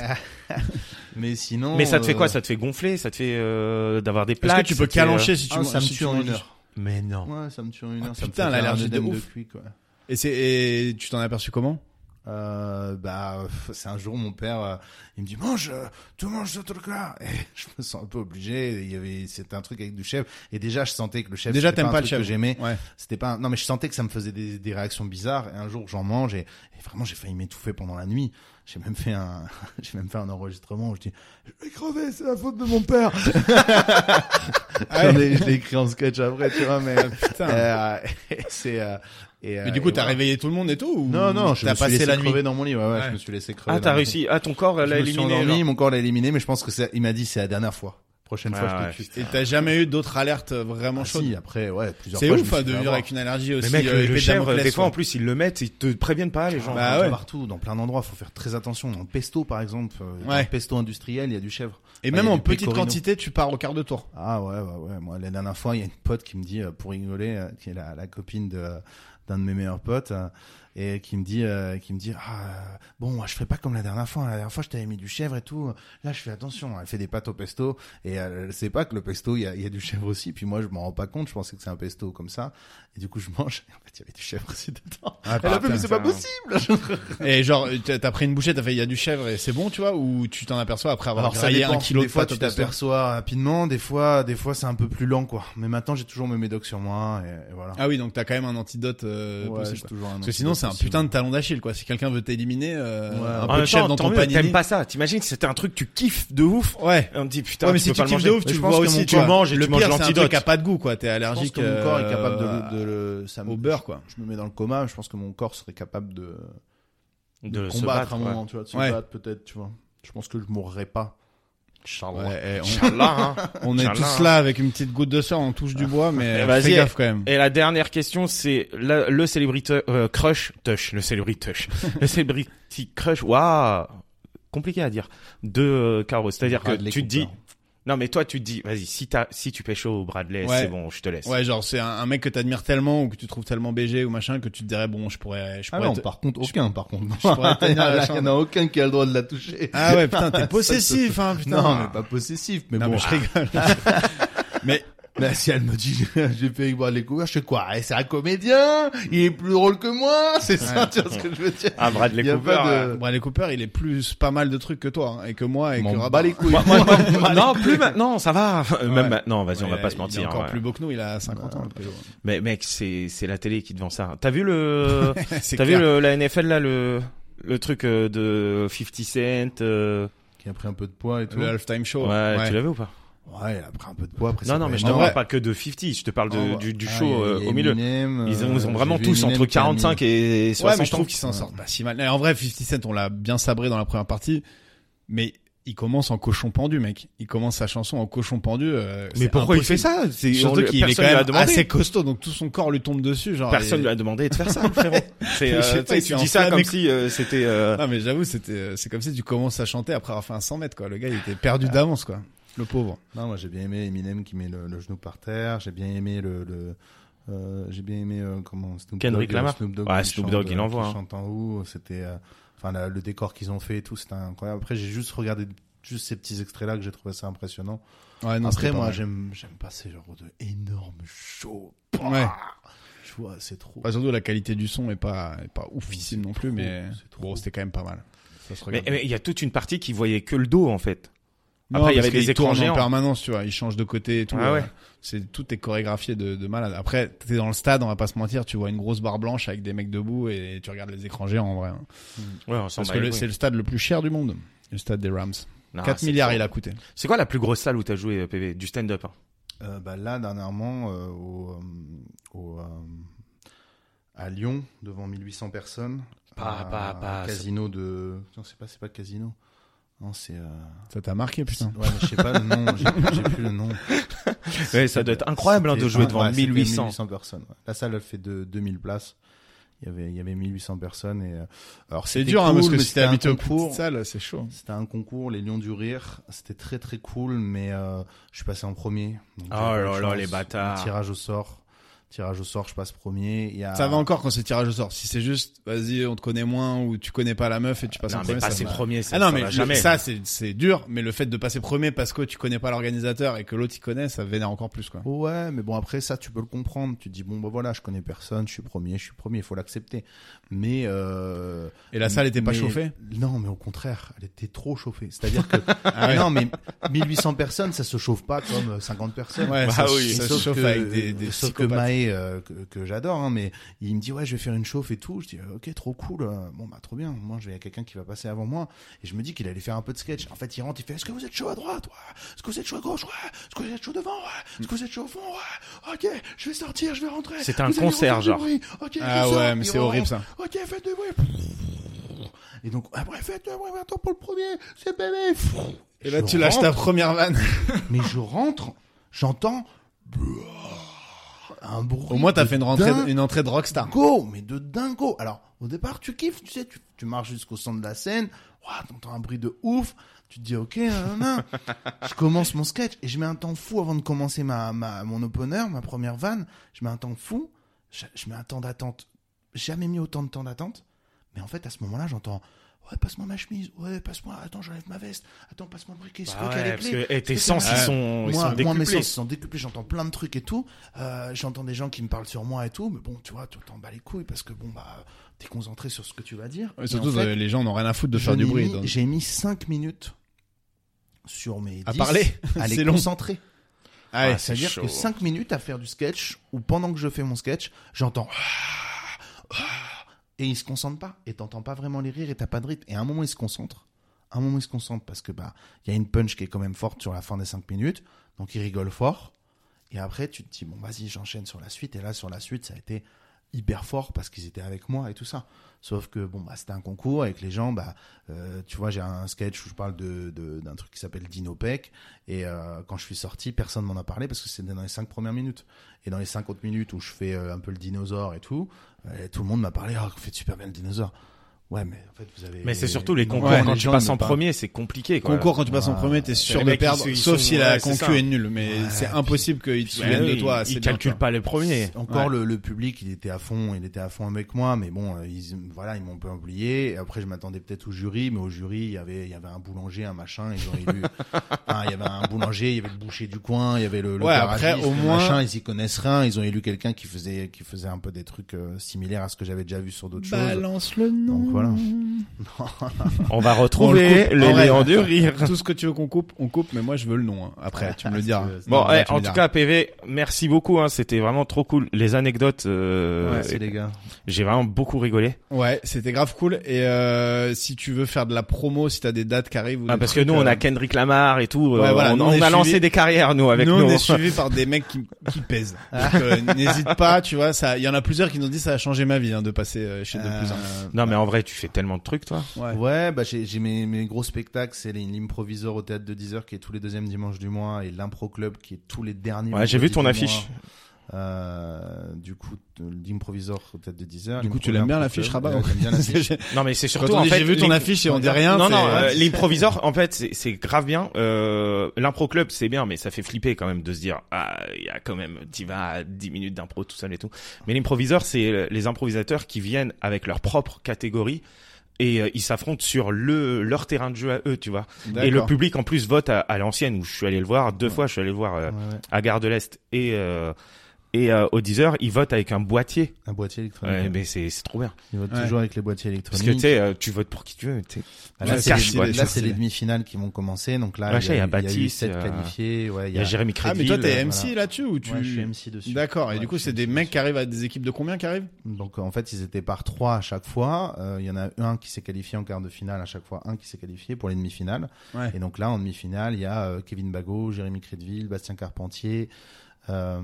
S2: Mais sinon.
S5: Mais ça te fait quoi
S2: euh,
S5: Ça te fait gonfler Ça te fait euh, d'avoir des
S4: Est-ce que
S5: plaques
S4: tu peux
S5: ça te fait, euh,
S4: calancher si tu
S2: ah, ça me
S4: si tu
S2: tue en
S4: manges-
S2: une heure.
S5: Mais non.
S2: euh, Ouais, ça me tue en une
S4: Ah,
S2: heure. ça
S4: putain,
S2: me fait faire un
S4: l'allergie de
S2: œdème
S4: ouf.
S2: cuit, quoi.
S4: Et c'est, et tu t'en es aperçu comment?
S2: Euh, bah, pff, c'est un jour, mon père, euh, il me dit, mange, euh, tout mange ce truc-là. Et je me sens un peu obligé. Il y avait, c'était un truc avec du chèvre. Et déjà, je sentais que le chèvre,
S4: Déjà,
S2: c'était
S4: t'aimes
S2: un
S4: pas le
S2: truc
S4: chèvre.
S2: que j'aimais.
S4: Ouais.
S2: C'était pas, un- non, mais je sentais que ça me faisait des, des réactions bizarres. Et un jour, j'en mange et, et vraiment, j'ai failli m'étouffer pendant la nuit. J'ai même fait un, j'ai même fait un enregistrement où je dis, je vais crever, c'est la faute de mon père. Ah J'en ai- je l'ai écrit en sketch après, tu vois, mais,
S4: Putain.
S2: euh, et c'est, euh, et, euh,
S4: mais du
S2: et
S4: coup, t'as
S2: voilà.
S4: réveillé tout le monde et tout? ou
S2: Non, non, je
S4: t'as
S2: me suis
S4: passé
S2: laissé
S4: la nuit.
S2: crever dans mon lit. Ouais, ouais,
S4: Ouais.
S2: je me suis laissé crever.
S5: Ah,
S2: dans
S5: t'as
S2: mon lit.
S5: réussi. Ah, ton corps
S2: Je
S5: l'a
S2: me suis
S5: éliminé.
S2: endormi,
S5: genre.
S2: mon corps l'a éliminé, mais je pense que c'est, il m'a dit c'est la dernière fois. Prochaine
S5: Ah
S2: fois, je
S5: ouais,
S2: te tue.
S4: Et t'as jamais eu d'autres alertes euh, vraiment
S2: Ah,
S4: chaudes?
S2: si, après, ouais, plusieurs
S4: C'est
S2: fois. je me
S4: ouf
S2: suis
S4: hein,
S2: fait
S4: de vivre
S2: avoir.
S4: avec une allergie aussi.
S5: Mais mec,
S4: euh,
S5: le,
S4: épée
S5: le
S4: de
S5: chèvre,
S4: Damoclès,
S5: des fois,
S4: ouais.
S5: en plus, ils le mettent, ils te préviennent pas, les gens.
S2: Genre,
S4: Bah
S2: on en
S4: ouais.
S2: a partout, dans plein d'endroits, faut faire très attention. Dans le pesto, par exemple, euh, dans
S4: Ouais.
S2: le pesto industriel, il y a du chèvre.
S4: Et
S2: Bah,
S4: même
S2: il y a
S4: en
S2: du
S4: petite
S2: pecorino.
S4: quantité, tu pars au quart de tour.
S2: Ah ouais, ouais, ouais. Moi, la dernière fois, il y a une pote qui me dit, euh, pour rigoler, euh, qui est la, la copine de euh, d'un de mes meilleurs potes, euh, et qui me dit, euh, qui me dit, ah, euh, bon, moi, je fais pas comme la dernière fois. hein. La dernière fois, je t'avais mis du chèvre et tout. Là, je fais attention. hein. Elle fait des pâtes au pesto, et elle sait pas que le pesto, il y a, il y a du chèvre aussi. Puis moi, je m'en rends pas compte. Je pensais que c'est un pesto comme ça, et du coup, je mange. Et en fait, il y avait du chèvre aussi dedans.
S4: Ah,
S2: Elle a fait, mais Eh, c'est pas
S5: putain.
S2: possible.
S4: Et genre, t'as t'as pris une bouchée, t'as fait, il y a du chèvre et c'est bon, tu vois, ou tu t'en aperçois après avoir
S2: Alors ça
S4: graillé
S2: dépend.
S4: un kilo
S2: des
S4: de
S2: fois
S4: pâte
S2: tu
S4: au pesto.
S2: t'aperçois rapidement, des fois des fois c'est un peu plus lent quoi. Mais maintenant j'ai toujours mes médocs sur moi et, et voilà.
S4: Ah oui, donc t'as quand même un antidote euh,
S2: Ouais,
S4: possible.
S2: j'ai
S4: quoi.
S2: toujours un
S4: Parce que sinon, c'est un
S2: antidote
S4: putain de
S2: possible.
S4: talon d'Achille, quoi. Si quelqu'un veut t'éliminer, euh,
S2: Ouais.
S4: un
S5: Ah,
S2: En
S4: peu de chèvre dans ton panini.
S5: T'aimes pas ça. T'imagines, c'était un truc, tu kiffes de ouf.
S4: Ouais.
S5: Et on te dit, putain,
S4: Ouais, mais
S5: tu
S4: si
S5: peux
S4: tu
S5: pas le
S4: kiffes
S5: manger.
S4: de ouf,
S2: Mais
S4: tu
S2: je
S4: le vois
S2: pense que mon
S4: aussi, tu
S5: corps-
S4: manges et
S5: le
S4: tu
S5: pire,
S4: manges
S5: c'est un
S4: l'antidote.
S5: truc
S4: qui a
S5: à
S4: pas de goût, quoi. T'es
S2: Je pense
S4: allergique
S2: que mon corps est
S4: euh,
S2: capable de, le- de le. ça me-
S4: au beurre, quoi.
S2: Je me mets dans le coma. Je pense que mon corps serait capable de,
S5: De se
S2: combattre
S5: battre,
S2: un
S5: ouais.
S2: moment, tu vois, de se
S4: Ouais.
S2: battre peut-être, tu vois. Je pense que je mourrais pas. Charles.
S4: Ouais, eh, on-
S5: Inch'Allah, hein.
S4: on est
S5: Inch'Allah,
S4: tous là avec une petite goutte de sang, on touche du bois, mais
S5: Eh, vas-y.
S4: fais gaffe quand même.
S5: Et la dernière question, c'est la- le celebrity euh, crush, touch, le celebrity touch, le celebrity crush, waouh, compliqué à dire, de euh, Caro. C'est-à-dire que
S2: Bradley
S5: tu te dis,
S2: Cooper.
S5: non mais toi tu te dis, vas-y, si, t'as- si tu pêches au Bradley,
S4: Ouais.
S5: c'est bon, je te laisse.
S4: Ouais, genre c'est un, un mec que t'admires tellement ou que tu trouves tellement BG ou machin que tu te dirais bon, je pourrais, je
S2: Ah
S4: pourrais.
S2: non,
S4: te-
S2: par contre, aucun, par contre.
S4: Je pourrais
S2: Il
S4: tenir
S2: y en a-
S4: la
S2: il y en
S4: chambre.
S2: a aucun qui a le droit de la toucher.
S4: Ah ouais, putain, t'es
S2: Ça,
S4: possessif, hein,
S2: ça-
S4: putain.
S2: Non, mais pas possessif, Ah, mais
S4: Non,
S2: bon.
S4: mais je rigole. mais
S2: Bah, si elle me dit, j'ai fait avec Bradley Cooper, je fais quoi Eh, C'est un comédien Il est plus drôle que moi C'est ça, tu vois ce que je veux dire
S5: Ah Bradley
S2: Il y a
S5: Cooper.
S2: pas de-
S5: euh,
S4: Bradley Cooper, il est plus pas mal de trucs que toi hein, et que moi et
S2: M'en
S4: que Rabat.
S2: bats les couilles.
S5: moi, moi, je m'en- non, plus maintenant, ça va. Même maintenant, vas-y, on va
S4: Ouais,
S5: pas se
S4: Il est
S5: mentir.
S4: encore
S5: ouais.
S4: plus beau que nous, il a 50 ans. le Pélo.
S5: Mais mec, c'est c'est la télé qui te vend ça. T'as vu le,
S4: C'est
S5: t'as vu
S4: clair.
S5: le, la NFL là le le truc euh, de 50 Cent. euh,
S2: Qui a pris un peu de poids et tout.
S4: le halftime show.
S5: ouais,
S4: ouais.
S5: tu l'as vu ou pas
S2: Ouais, il a pris un peu de poids après.
S5: Non,
S2: ça
S5: non,
S2: peut
S5: mais je
S2: être
S5: te
S4: en
S5: parle
S4: vrai.
S5: pas que de 50, je te parle de-
S4: En vrai.
S5: du, du
S2: Ah,
S5: show
S2: il y a-
S5: euh,
S2: il y a
S5: au milieu.
S2: Eminem,
S5: Ils ont, ils ont
S2: euh,
S5: vraiment
S2: j'ai vu
S5: tous
S2: Eminem
S5: entre
S2: qui a mis-
S5: 45 et
S4: Ouais,
S5: 60
S4: mais je trouve
S5: ans.
S4: qu'ils s'en sortent pas si mal. Et en vrai, 50 Cent, on l'a bien sabré dans la première partie, mais il commence en cochon pendu, mec. Il commence sa chanson en cochon pendu. euh,
S5: Mais
S4: c'est
S5: pourquoi il fait
S4: impossible.
S5: ça C'est- on
S4: Surtout
S5: lui-
S4: qu'il est quand
S5: personne lui a
S4: même
S5: demandé.
S4: assez costaud, donc tout son corps lui tombe dessus. Genre,
S5: Personne
S4: et-
S5: lui a demandé de faire ça, frérot. C'est,
S4: Je sais pas,
S5: euh, tu sais,
S4: il
S5: tu
S4: s'est
S5: dis ça
S4: enflammé,
S5: comme
S4: quoi.
S5: si euh, c'était. euh,
S4: Non mais j'avoue, c'était, euh, c'est comme si tu commences à chanter après avoir fait un 100 mètres quoi. Le gars, il était perdu
S5: Ah.
S4: d'avance quoi. Le pauvre.
S2: Non, moi j'ai bien aimé Eminem qui met le, le genou par terre. J'ai bien aimé le. le euh, j'ai bien aimé euh, comment Snoop
S5: Kendrick
S2: Dogg,
S5: Lamar.
S2: Snoop Dogg,
S5: Ouais,
S2: qui
S5: Snoop
S2: chante,
S5: Dogg, il
S2: euh,
S5: envoie,
S2: qui
S5: hein.
S2: chante en haut, c'était. euh, Enfin, la- le décor qu'ils ont fait et tout, c'était incroyable. Après, j'ai juste regardé juste ces petits extraits là que j'ai trouvé ça impressionnant.
S5: Ah
S4: Ouais, non,
S2: Après,
S4: c'était pas
S2: moi,
S4: mal.
S2: j'aime, j'aime pas ces genres de énormes shows.
S4: Ouais.
S2: Tu vois, c'est trop.
S4: Bah, surtout la qualité du son est pas, est pas oufissime non plus, mais
S2: c'est trop.
S4: bon, c'était quand même pas mal. Ça se
S5: Mais
S4: regarde.
S5: mais il y a toute une partie qui voyait que le dos en fait.
S4: Non,
S5: Après, il y
S4: parce
S5: avait des
S4: qu'il
S5: écrans
S4: tourne
S5: géants.
S4: en permanence, tu vois. Il change de côté et tout.
S5: Ah
S4: euh,
S5: ouais.
S4: C'est tout est chorégraphié de, de malade. Après, t'es dans le stade, on va pas se mentir. Tu vois une grosse barre blanche avec des mecs debout et tu regardes les écrans géants en vrai. hein.
S5: Ouais, on s'en
S4: Parce
S5: bat
S4: que
S5: les
S4: le-
S5: couilles.
S4: c'est le stade le plus cher du monde. Le stade des Rams.
S5: Non,
S4: 4
S5: Ah, c'est
S4: milliards
S5: trop.
S4: il a coûté.
S5: C'est quoi la plus grosse salle où t'as joué euh, PV du stand-up hein
S2: Euh, bah, là, dernièrement, euh, au, euh, au, euh, à Lyon, devant 1800 personnes.
S5: Pas-
S2: à-
S5: pas- pas-
S2: un Casino de. Non, c'est pas, c'est pas le casino. Non, c'est. euh,
S4: Ça t'a marqué putain.
S2: Ouais, mais je sais pas le nom. J'ai j'ai plus le nom.
S5: Ouais, ça doit être incroyable hein, de
S2: C'était-
S5: jouer devant
S2: ouais, c'était
S5: 1800.
S2: 1800 personnes. ouais. La salle, elle fait de 2000 places. Il y avait, il y avait 1800 personnes et euh, alors
S4: C'est
S2: c'était
S4: dur, hein, parce
S2: cool,
S4: que
S2: mais
S4: si t'es
S2: c'était un
S4: habité aux
S2: concours.
S4: petites salles, c'est chaud.
S2: C'était un concours, les Lions du Rire. C'était très très cool, mais euh, je suis passé en premier.
S5: Oh
S2: Donc,
S5: là
S2: j'avais pas de
S5: là,
S2: chance.
S5: les bâtards.
S2: Un Tirage au sort. Tirage au sort, je passe premier. Il y a...
S4: Ça
S5: Ah.
S4: va encore quand c'est tirage au sort. Si c'est juste, vas-y, on te connaît moins ou tu connais pas la meuf et tu passes
S5: Non,
S4: en
S5: mais
S4: premier,
S5: passer
S4: ça va.
S5: premier, ça,
S4: Ah non,
S5: ça
S4: mais
S5: va
S4: le-
S5: jamais.
S4: ça, c'est, c'est dur, mais le fait de passer premier parce que tu connais pas l'organisateur et que l'autre il connaît, ça vénère encore plus, quoi.
S2: Ouais, mais bon, après ça, tu peux le comprendre. Tu te dis, bon, bah voilà, je connais personne, je suis premier, je suis premier, il faut l'accepter. Mais. Euh,
S4: Et la salle était pas
S2: mais-
S4: chauffée?
S2: Non, mais au contraire, elle était trop chauffée. C'est-à-dire que.
S4: Ah ouais.
S2: Non, mais 1800 personnes, ça se chauffe pas comme euh, 50 personnes.
S4: Ouais,
S5: Bah
S4: ça,
S5: oui.
S4: ça se
S2: sauf
S4: chauffe
S2: que,
S4: avec des, des
S2: sauf que
S4: psychopathes.
S2: Maé, euh, que, que j'adore, hein, mais il me dit ouais, je vais faire une chauffe et tout. Je dis ok, trop cool. euh, Bon bah trop bien. Moi, j'ai quelqu'un qui va passer avant moi et je me dis qu'il allait faire un peu de sketch. En fait, il rentre, il fait est-ce que vous êtes chaud à droite Ouais. Est-ce que vous êtes chaud à gauche Ouais. Est-ce que vous êtes chaud devant Ouais. Est-ce que vous êtes chaud au fond Ouais. Ok, je vais sortir, je vais rentrer.
S5: C'est un
S2: Vous allez
S5: concert,
S2: entendre du
S5: genre.
S2: bruit. Ok,
S4: Ah
S2: je sors,
S4: ouais, mais
S2: il
S4: c'est
S2: rentre.
S4: horrible, ça.
S2: Ok, faites du bruit. Et donc après faites du bruit. Attends pour le premier, c'est bébé.
S4: Et là,
S2: Je
S4: tu lâches
S2: rentre.
S4: ta première vanne.
S2: Mais je rentre, j'entends un bruit.
S4: Au moins, t'as
S2: de
S4: fait une rentrée,
S2: dingo,
S4: une entrée de rockstar.
S2: mais de dingo. Alors, au départ, tu kiffes, tu sais, tu, tu marches jusqu'au centre de la scène, ouah, t'entends un bruit de ouf, tu te dis, ok, nan, nan, nan. je commence mon sketch et je mets un temps fou avant de commencer ma, ma- mon opener, ma première vanne. Je mets un temps fou, je, je mets un temps d'attente. Jamais mis autant de temps d'attente, mais en fait, à ce moment-là, j'entends. Ouais, passe-moi ma chemise. Ouais, passe-moi. Attends, j'enlève ma veste. Attends, passe-moi le briquet. C'est
S5: Bah
S2: toi qui as
S5: ouais,
S2: les
S5: parce
S2: clés.
S5: que, eh, tes
S2: C'est
S5: sens,
S4: ça.
S5: ils sont, ils
S2: moi,
S5: sont
S2: moi, mes
S5: décuplés.
S2: sens se sont décuplés, j'entends plein de trucs et tout. Euh, j'entends des gens qui me parlent sur moi et tout, mais bon, tu vois, tu t'en bats les couilles parce que bon, bah, t'es concentré sur ce que tu vas dire.
S4: Et surtout,
S2: Et en fait,
S4: euh, les gens n'ont rien à foutre de
S2: je
S4: faire du
S2: n'ai
S4: bruit.
S2: mis-
S4: donc.
S2: J'ai mis 5 minutes sur mes.
S4: À
S2: 10,
S4: parler.
S2: À les
S4: C'est long.
S2: concentrer.
S4: Ah ouais.
S5: Ah, c'est
S2: C'est-à-dire
S5: chaud.
S2: que 5 minutes à faire du sketch, ou pendant que je fais mon sketch, j'entends. ah, Et ils se concentrent pas. Et t'entends pas vraiment les rires et t'as pas de rythme. Et à un moment, ils se concentrent. À un moment, ils se concentrent parce que, bah, il y a une punch qui est quand même forte sur la fin des 5 minutes. Donc, ils rigolent fort. Et après, tu te dis, bon, vas-y, j'enchaîne sur la suite. Et là, sur la suite, ça a été hyper fort parce qu'ils étaient avec moi et tout ça. Sauf que, bon, bah, c'était un concours avec les gens, bah, euh, tu vois, j'ai un sketch où je parle de, de- d'un truc qui s'appelle Dinopec. Et euh, quand je suis sorti, personne m'en a parlé parce que c'était dans les cinq premières minutes. Et dans les 50 minutes où je fais euh, un peu le dinosaure et tout, euh, tout le monde m'a parlé, ah, vous faites super bien le dinosaure. Ouais, mais en fait, vous avez.
S5: Mais c'est surtout les
S2: Non,
S5: concours
S4: Ouais,
S5: quand
S2: les
S5: tu
S2: gens
S5: passes
S2: aiment
S5: en
S2: pas.
S5: premier, c'est compliqué. Quoi.
S4: Concours, quand tu passes en
S2: Ouais.
S4: premier, t'es sûr
S5: Les
S4: de
S5: mecs, ils
S4: perdre,
S5: sont- ils
S4: sauf
S5: sont-
S4: si la
S5: ouais, c'est
S4: concu
S5: ça.
S4: est nulle, mais
S2: Ouais,
S4: c'est
S2: puis-
S4: impossible qu'ils se
S5: Ouais,
S4: souviennent de
S5: ils-
S4: toi.
S5: ils
S4: c'est bien,
S5: calculent
S4: quoi.
S5: pas le premier.
S2: Encore le, le public, il était à fond, il était à fond avec moi, mais bon, euh, ils, voilà, ils m'ont un peu oublié. Et après, je m'attendais peut-être au jury, mais au jury, il y avait, il y avait un boulanger, un machin, ils ont élu. Enfin, il y avait un boulanger, il y avait le boucher du coin, il y avait le, le
S4: Ouais,
S2: garagiste,
S4: après, au
S2: le
S4: moins-
S2: machin, ils y connaissent rien, ils ont élu quelqu'un qui faisait, qui faisait un peu des trucs euh, similaires à ce que j'avais déjà vu sur d'autres
S4: Bah,
S2: choses.
S4: Balance le nom.
S2: Donc voilà.
S5: On va
S4: retrouver
S5: retrouver
S4: les
S5: les
S4: Léons
S5: Léons
S4: du
S5: du Rire.
S4: Tout ce que tu veux qu'on coupe, on coupe, mais moi je veux le nom. hein. Après, tu me le diras.
S5: Bon,
S4: Après,
S5: eh,
S4: tu me
S5: en
S4: le
S5: tout
S4: diras.
S5: cas, PV, merci beaucoup. Hein, C'était vraiment trop cool. Les anecdotes, euh,
S2: Merci les gars.
S5: j'ai vraiment beaucoup rigolé.
S4: Ouais, c'était grave cool. Et euh, si tu veux faire de la promo, si t'as des dates qui arrivent ou
S5: Ah,
S4: des
S5: parce que
S4: trucs,
S5: nous, on
S4: euh,
S5: a Kendrick Lamar et tout.
S4: Ouais,
S5: euh,
S4: voilà,
S5: on,
S4: nous,
S5: on
S4: on
S5: a
S4: est suivis-
S5: lancé des carrières, nous, avec
S4: nous,
S5: nous. hein.
S4: on est suivi par des mecs qui, qui pèsent. Donc, euh, n'hésite pas, tu vois. Ça, il y en a plusieurs qui nous disent ça a changé ma vie hein, de passer euh, chez De Plus en
S2: Euh,
S5: Non, mais en vrai, tu fais tellement de trucs, toi.
S4: Ouais.
S2: Ouais, bah j'ai j'ai mes, mes gros spectacles, c'est les- l'improviseur au théâtre de 10h qui est tous les deuxièmes dimanches du mois et l'impro club qui est tous les derniers.
S5: Ouais, j'ai vu ton
S2: vendredis du
S5: affiche.
S2: mois. Euh, du coup, t- l'improviseur au théâtre de 10h.
S4: Du coup, tu l'aimes bien l'affiche, Rabat
S2: J'aime bien l'affiche.
S5: Non, mais c'est surtout,
S4: Quand on
S5: en
S4: dit
S5: fait,
S4: j'ai vu ton
S5: les-
S4: affiche et on dit rien.
S5: Non,
S4: c'est-
S5: non, euh, l'improviseur, en fait, c'est- c'est grave bien. Euh, L'impro club, c'est bien, mais ça fait flipper quand même de se dire, ah, il y a quand même, t'y vas à 10 minutes d'impro tout seul et tout. Mais l'improviseur, c'est euh, les improvisateurs qui viennent avec leur propre catégorie et euh, ils s'affrontent sur le leur terrain de jeu à eux, tu vois. Et le
S4: euh, D'accord.
S5: public, en plus, vote à, à l'ancienne où je suis allé le voir deux fois. Je suis allé le voir euh,
S2: Ouais, ouais.
S5: à Gare de l'Est et euh, et euh, au 10h, ils votent avec un boîtier.
S2: Un boîtier électronique.
S5: Ouais, mais c'est c'est trop bien.
S2: Ils votent
S4: Ouais.
S2: toujours avec les boîtiers
S5: Parce
S2: électroniques.
S5: que tu sais, euh, tu votes pour qui tu veux. tu sais.
S2: Ah,
S4: Ouais,
S2: là,
S5: cache,
S2: c'est
S5: quoi,
S2: les,
S4: les
S2: là,
S4: choses,
S2: c'est
S4: c'est-
S2: les demi-finales qui vont commencer. Donc là,
S5: Ouais,
S2: il
S5: il y a
S2: eu- il y a eu
S5: Baptiste,
S2: 7
S5: euh,
S2: qualifiés. Ouais,
S5: Il y a Jérémy
S4: Ah, mais
S5: Crédville.
S4: toi, t'es
S2: euh,
S4: MC
S2: voilà.
S4: là-dessus ou tu
S2: Ouais, je suis MC dessus.
S4: D'accord. Et
S2: Ouais,
S4: du coup,
S2: je suis
S4: c'est des
S2: MC
S4: mecs
S2: dessus.
S4: qui arrivent à des équipes de combien qui arrivent
S2: Donc euh, en fait, ils étaient par trois à chaque fois. Euh, Il y en a un qui s'est qualifié en quart de finale à chaque fois, un qui s'est qualifié pour les demi-finales.
S4: Ouais.
S2: Et donc là, en demi-finale, il y a euh, Kevin Bagot, Jérémy Crédville, Bastien Carpentier. Euh,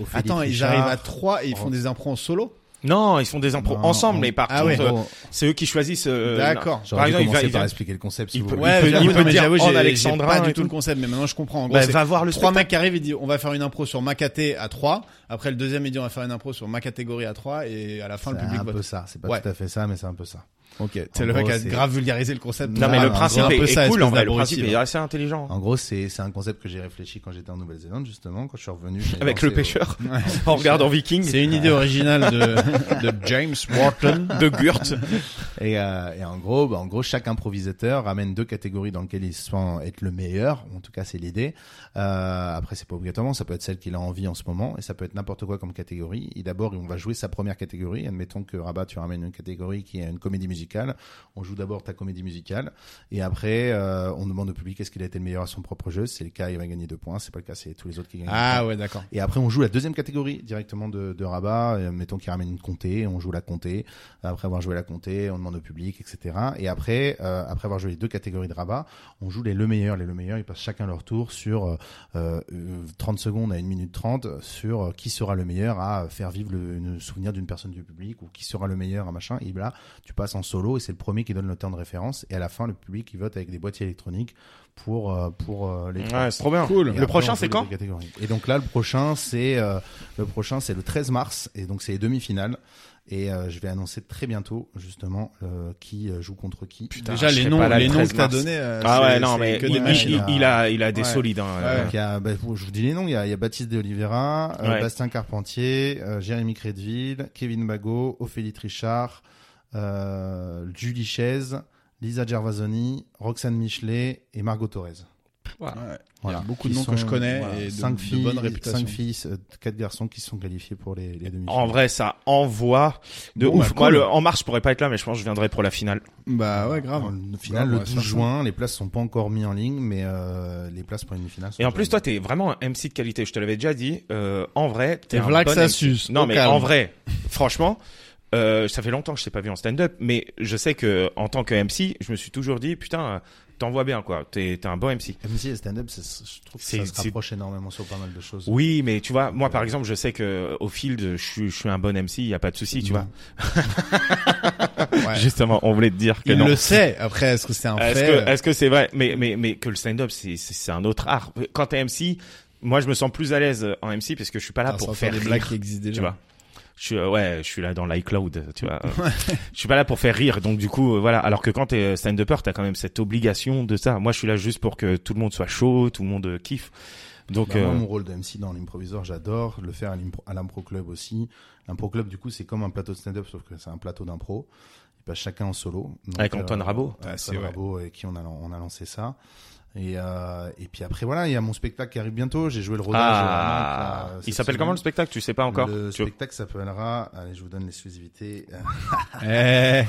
S2: Ophélie
S4: Attends, ils
S2: Trichard.
S5: Ah,
S4: arrivent à 3 et ils font
S2: Oh.
S4: des impros en solo
S5: Non, ils font des impros
S2: Non,
S5: ensemble,
S2: on-
S5: mais par
S4: Ah
S5: contre,
S4: ouais.
S2: Bon,
S5: euh, c'est eux qui choisissent. euh,
S4: D'accord.
S5: non. Par
S2: J'aurais dû
S5: exemple, il va,
S2: commencer
S5: il
S2: par
S5: va,
S2: expliquer le concept, si
S5: il
S2: vous
S5: peut-
S2: voulez.
S4: Ouais,
S5: il
S4: j'avoue,
S5: il peut
S4: non, mais
S5: dire
S4: j'avoue,
S5: en
S4: j'ai- j'ai
S5: Alexandrin
S4: pas
S5: et
S4: du tout
S5: tout.
S4: le concept, mais maintenant je comprends. En gros,
S5: bah,
S4: c'est
S5: va voir le
S4: trois
S5: spectacle.
S4: mecs qui arrivent, ils disent on va faire une impro sur ma caté à 3. Après le deuxième, il dit on va faire une impro sur ma catégorie à 3 et à la fin le
S2: C'est
S4: public
S2: un
S4: vote.
S2: peu ça. C'est pas
S4: Ouais.
S2: tout à fait ça, mais c'est un peu ça.
S4: Ok. C'est
S2: En
S4: le mec
S2: gros,
S4: qui a
S2: c'est-
S4: grave vulgarisé le concept.
S5: Non, mais
S2: Ah,
S5: le
S2: non,
S5: principe
S4: c'est un
S5: est,
S4: peu
S5: est
S4: ça,
S5: cool
S4: espèce hein.
S5: en vrai. Le
S4: d'abruti,
S5: principe
S4: là.
S5: est assez intelligent. hein,
S2: En gros, c'est c'est un concept que j'ai réfléchi quand j'étais en Nouvelle-Zélande, justement, quand je suis revenu. j'ai
S4: Ah,
S5: Avec
S2: lancé
S5: le
S2: au-
S5: pêcheur, en regardant Viking,
S4: C'est une idée originale de, de James Wharton.
S5: de Gurt.
S2: Et, euh, et en gros, bah, en gros, chaque improvisateur ramène deux catégories dans lesquelles il se sent être le meilleur. En tout cas, c'est l'idée. Euh, après, c'est pas obligatoirement. Ça peut être celle qu'il a envie en ce moment, et ça peut être n'importe quoi comme catégorie. Et d'abord, on va jouer sa première catégorie. Admettons que Rabat, tu ramènes une catégorie qui est une comédie musicale. On joue d'abord ta comédie musicale, et après, euh, on demande au public est-ce qu'il a été le meilleur à son propre jeu. Si c'est le cas, il va gagner deux points. Si C'est pas le cas, c'est tous les autres qui gagnent. deux points.
S4: Ah ouais, d'accord.
S2: Et après, on joue la deuxième catégorie directement de, de rabat. Et, mettons qu'il ramène une comté, on joue la comté. Après avoir joué la comté, on demande au public, etc. Et après, euh, après avoir joué les deux catégories de rabat, on joue les le meilleur. Les le meilleur, ils passent chacun leur tour sur euh, euh, 30 secondes à 1 minute 30 sur euh, qui sera le meilleur à faire vivre le, le souvenir d'une personne du public ou qui sera le meilleur à machin. Et là, tu passes en solo et c'est le premier qui donne le temps de référence. Et à la fin, le public, il vote avec des boîtiers électroniques pour, euh, pour euh, les trois.
S5: Ouais, c'est trop bien.
S4: Cool.
S2: Et
S5: Le
S2: après,
S5: prochain,
S2: on
S5: c'est
S2: joue
S5: quand
S2: les catégories. Et donc là, le prochain, c'est euh, le prochain, c'est le 13 mars, et donc c'est les demi-finales. Et euh, je vais annoncer très bientôt justement euh, qui euh, joue contre qui.
S4: Déjà
S5: je
S4: les
S5: serai
S4: noms,
S5: pas là le
S4: les noms
S5: 13
S4: que t'as
S5: mars.
S4: donnés. euh,
S5: Ah
S4: c'est-
S5: ouais, non,
S4: c'est
S5: mais
S4: que
S5: il,
S4: des
S5: il-
S4: machines.
S5: il- il a, il a des
S4: Ouais.
S5: solides. hein.
S4: Ouais.
S2: Donc, il y a, bah, je vous dis les noms. Il y a, il y a Baptiste de Oliveira, euh,
S5: Ouais.
S2: Bastien Carpentier, euh, Jérémy Crédville, Kevin Bagot, Ophélie Trichard, euh, Julie Chaise, Lisa Gervasoni, Roxane Michelet et Margot Torres.
S4: Ouais.
S2: Voilà.
S4: Il y a beaucoup
S2: Qui
S4: de noms que je
S2: sont,
S4: connais
S2: voilà,
S4: et de,
S2: cinq
S4: de
S2: filles,
S4: bonne réputation.
S2: cinq filles, euh, quatre garçons qui sont qualifiés pour les, les demi.
S5: En vrai, ça envoie de
S4: Bon,
S5: ouf.
S4: bah,
S5: Moi,
S4: cool.
S5: le, en mars, je pourrais pas être là, mais je pense que je viendrai pour la finale.
S4: Bah ouais, grave.
S2: Au
S4: Grave,
S2: final, le
S4: ouais,
S2: 12
S4: ça, ça.
S2: juin, les places sont pas encore mises en ligne, mais euh, les places pour une finale. Sont
S5: Et en plus,
S2: déjà
S5: toi, t'es vraiment un MC de qualité. Je te l'avais déjà dit. Euh, en vrai, t'es
S4: T'es
S5: un
S4: vlax
S5: bon
S4: ça
S5: MC.
S4: suce.
S5: Non,
S4: Au
S5: mais
S4: calme.
S5: en vrai, franchement, euh, ça fait longtemps que je t'ai pas vu en stand-up, mais je sais que en tant que MC, je me suis toujours dit, putain, euh, t'envoies bien, quoi. T'es t'es un bon MC.
S2: mises. MC et stand-up, c'est- je trouve que
S5: C'est-
S2: ça se
S5: c'est-
S2: rapproche énormément sur pas mal de choses.
S5: Oui, mais tu vois, moi, par exemple, je sais que euh, au field, je suis, je suis un bon MC. Y a pas de souci, tu vois.
S4: Ouais.
S5: Justement, on voulait te dire que
S4: Il
S5: non.
S4: le sait. Après, est-ce que c'est un
S5: Est-ce
S4: fait
S5: que est-ce que c'est vrai mais mais mais que le stand-up c'est c'est c'est un autre art. Quand t'es MC, moi je me sens plus à l'aise en MC parce que je suis pas là
S4: Enfin, sans
S5: Ah, pour faire
S4: Ah, des
S5: rire,
S4: blagues qui existent déjà.
S5: tu vois. Je suis euh, ouais, je suis là dans l'iCloud, tu vois. Euh, je suis pas là pour faire rire donc du coup euh, voilà, alors que quand t'es stand-upper, t'as quand même cette obligation de ça. Moi je suis là juste pour que tout le monde soit chaud, tout le monde euh, kiffe. Donc
S2: Bah, moi,
S5: euh,
S2: mon rôle de MC dans l'improviseur, j'adore le faire à l'impro- à l'impro club aussi. L'impro club, du coup, c'est comme un plateau de stand-up, sauf que c'est un plateau d'impro. Ils passent chacun en solo. Donc, euh,
S5: Avec Antoine Rabot.
S2: Antoine
S4: Ah, c'est vrai.
S2: Rabot, avec qui on a, lan- on a lancé ça. Et, euh, et puis après, voilà, il y a mon spectacle qui arrive bientôt. J'ai joué le rodage.
S5: ah,
S2: euh, là,
S5: il
S2: cette
S5: s'appelle
S2: semaine.
S5: comment le spectacle Tu sais pas encore
S2: Le
S5: Tu-
S2: spectacle s'appellera, allez, je vous donne l'exclusivité. Euh,
S4: Eh,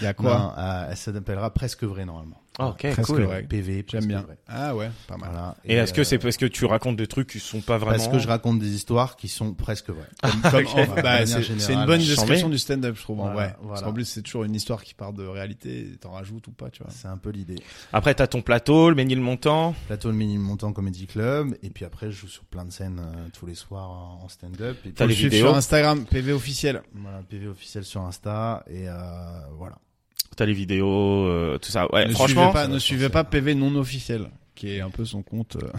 S4: il y a quoi
S2: non, euh, elle s'appellera presque vrai normalement.
S5: Ah, OK,
S4: Presque
S5: cool.
S4: vrai.
S2: PV,
S4: J'aime
S2: presque
S4: bien.
S2: vrai.
S4: Ah ouais, pas mal.
S2: Voilà.
S5: Et est-ce que
S2: euh,
S5: c'est parce que tu racontes des trucs qui sont pas vraiment
S2: parce que je raconte des histoires qui sont presque vraies.
S4: Comme-
S5: Ok.
S4: en- bah,
S2: De manière
S4: c'est
S2: générale,
S4: c'est une bonne
S2: je
S5: sens
S4: description
S5: bien.
S4: du stand-up, je trouve. en
S2: Voilà,
S4: vrai. Parce
S2: voilà.
S4: qu'en plus, c'est toujours une histoire qui part de réalité. et T'en rajoutes ou pas,
S5: Ah.
S4: tu vois.
S2: C'est un peu l'idée.
S5: Après t'as ton plateau, le Ménilmontant.
S2: Plateau le minimum montant Comedy Club et puis après je joue sur plein de scènes euh, tous les soirs en, en stand-up et
S5: T'as
S2: puis-
S5: les
S4: Je suis
S5: vidéos.
S4: sur Instagram, PV officiel.
S2: voilà, PV officiel sur Insta et euh, voilà.
S5: T'as les vidéos, euh, tout ça. Ouais,
S4: ne
S5: franchement,
S4: suivez pas,
S2: ça
S4: ne
S2: va
S4: suivez
S2: sortir.
S4: pas PV non officiel, qui est un peu son compte. euh,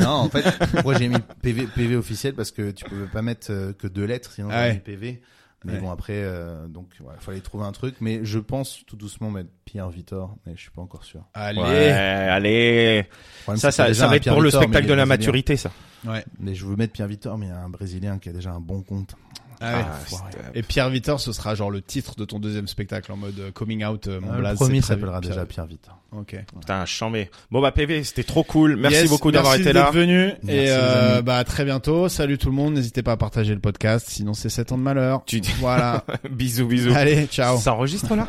S2: Non, en fait, pourquoi j'ai mis PV, PV officiel parce que tu pouvais pas mettre euh, que deux lettres, sinon j'aurais
S4: Ouais.
S2: mis PV. Mais
S4: Ouais.
S2: bon après, euh, donc voilà, fallait trouver un truc. Mais je pense tout doucement mettre Pierre Vitor, mais je suis pas encore sûr.
S4: Allez.
S5: ouais, allez.
S2: Le problème,
S5: Ça,
S2: c'est qu'il y
S5: ça,
S2: a déjà
S5: ça
S2: un
S5: va être
S2: Pierre
S5: pour le
S2: Vitor,
S5: spectacle
S2: mais il
S5: de
S2: est
S5: la
S2: brésilien.
S5: maturité, ça.
S4: Ouais.
S2: Mais je veux mettre Pierre Vitor, mais il y a un Brésilien qui a déjà un bon compte.
S4: Ah ouais.
S5: Ah,
S2: foiré.
S5: c'est-
S4: Et Pierre Vitor, ce sera genre le titre de ton deuxième spectacle en mode euh, coming out. euh, mon
S2: Euh,
S4: blaze,
S2: le
S4: c'est
S2: premier
S4: très
S2: s'appellera
S4: Pierre-
S2: déjà Pierre Vitor.
S4: Ok.
S5: Putain, chambé. Bon bah PV, c'était trop cool. Merci
S4: Yes,
S5: beaucoup d'avoir été
S4: Merci
S5: là.
S4: d'être venu
S2: Merci,
S4: et
S2: les
S4: euh,
S2: amis.
S4: bah à très bientôt. Salut tout le monde. N'hésitez pas à partager le podcast. Sinon c'est 7 ans de malheur.
S5: Tu dis-
S4: Voilà.
S5: bisous, bisous.
S4: Allez, ciao.
S5: Ça enregistre là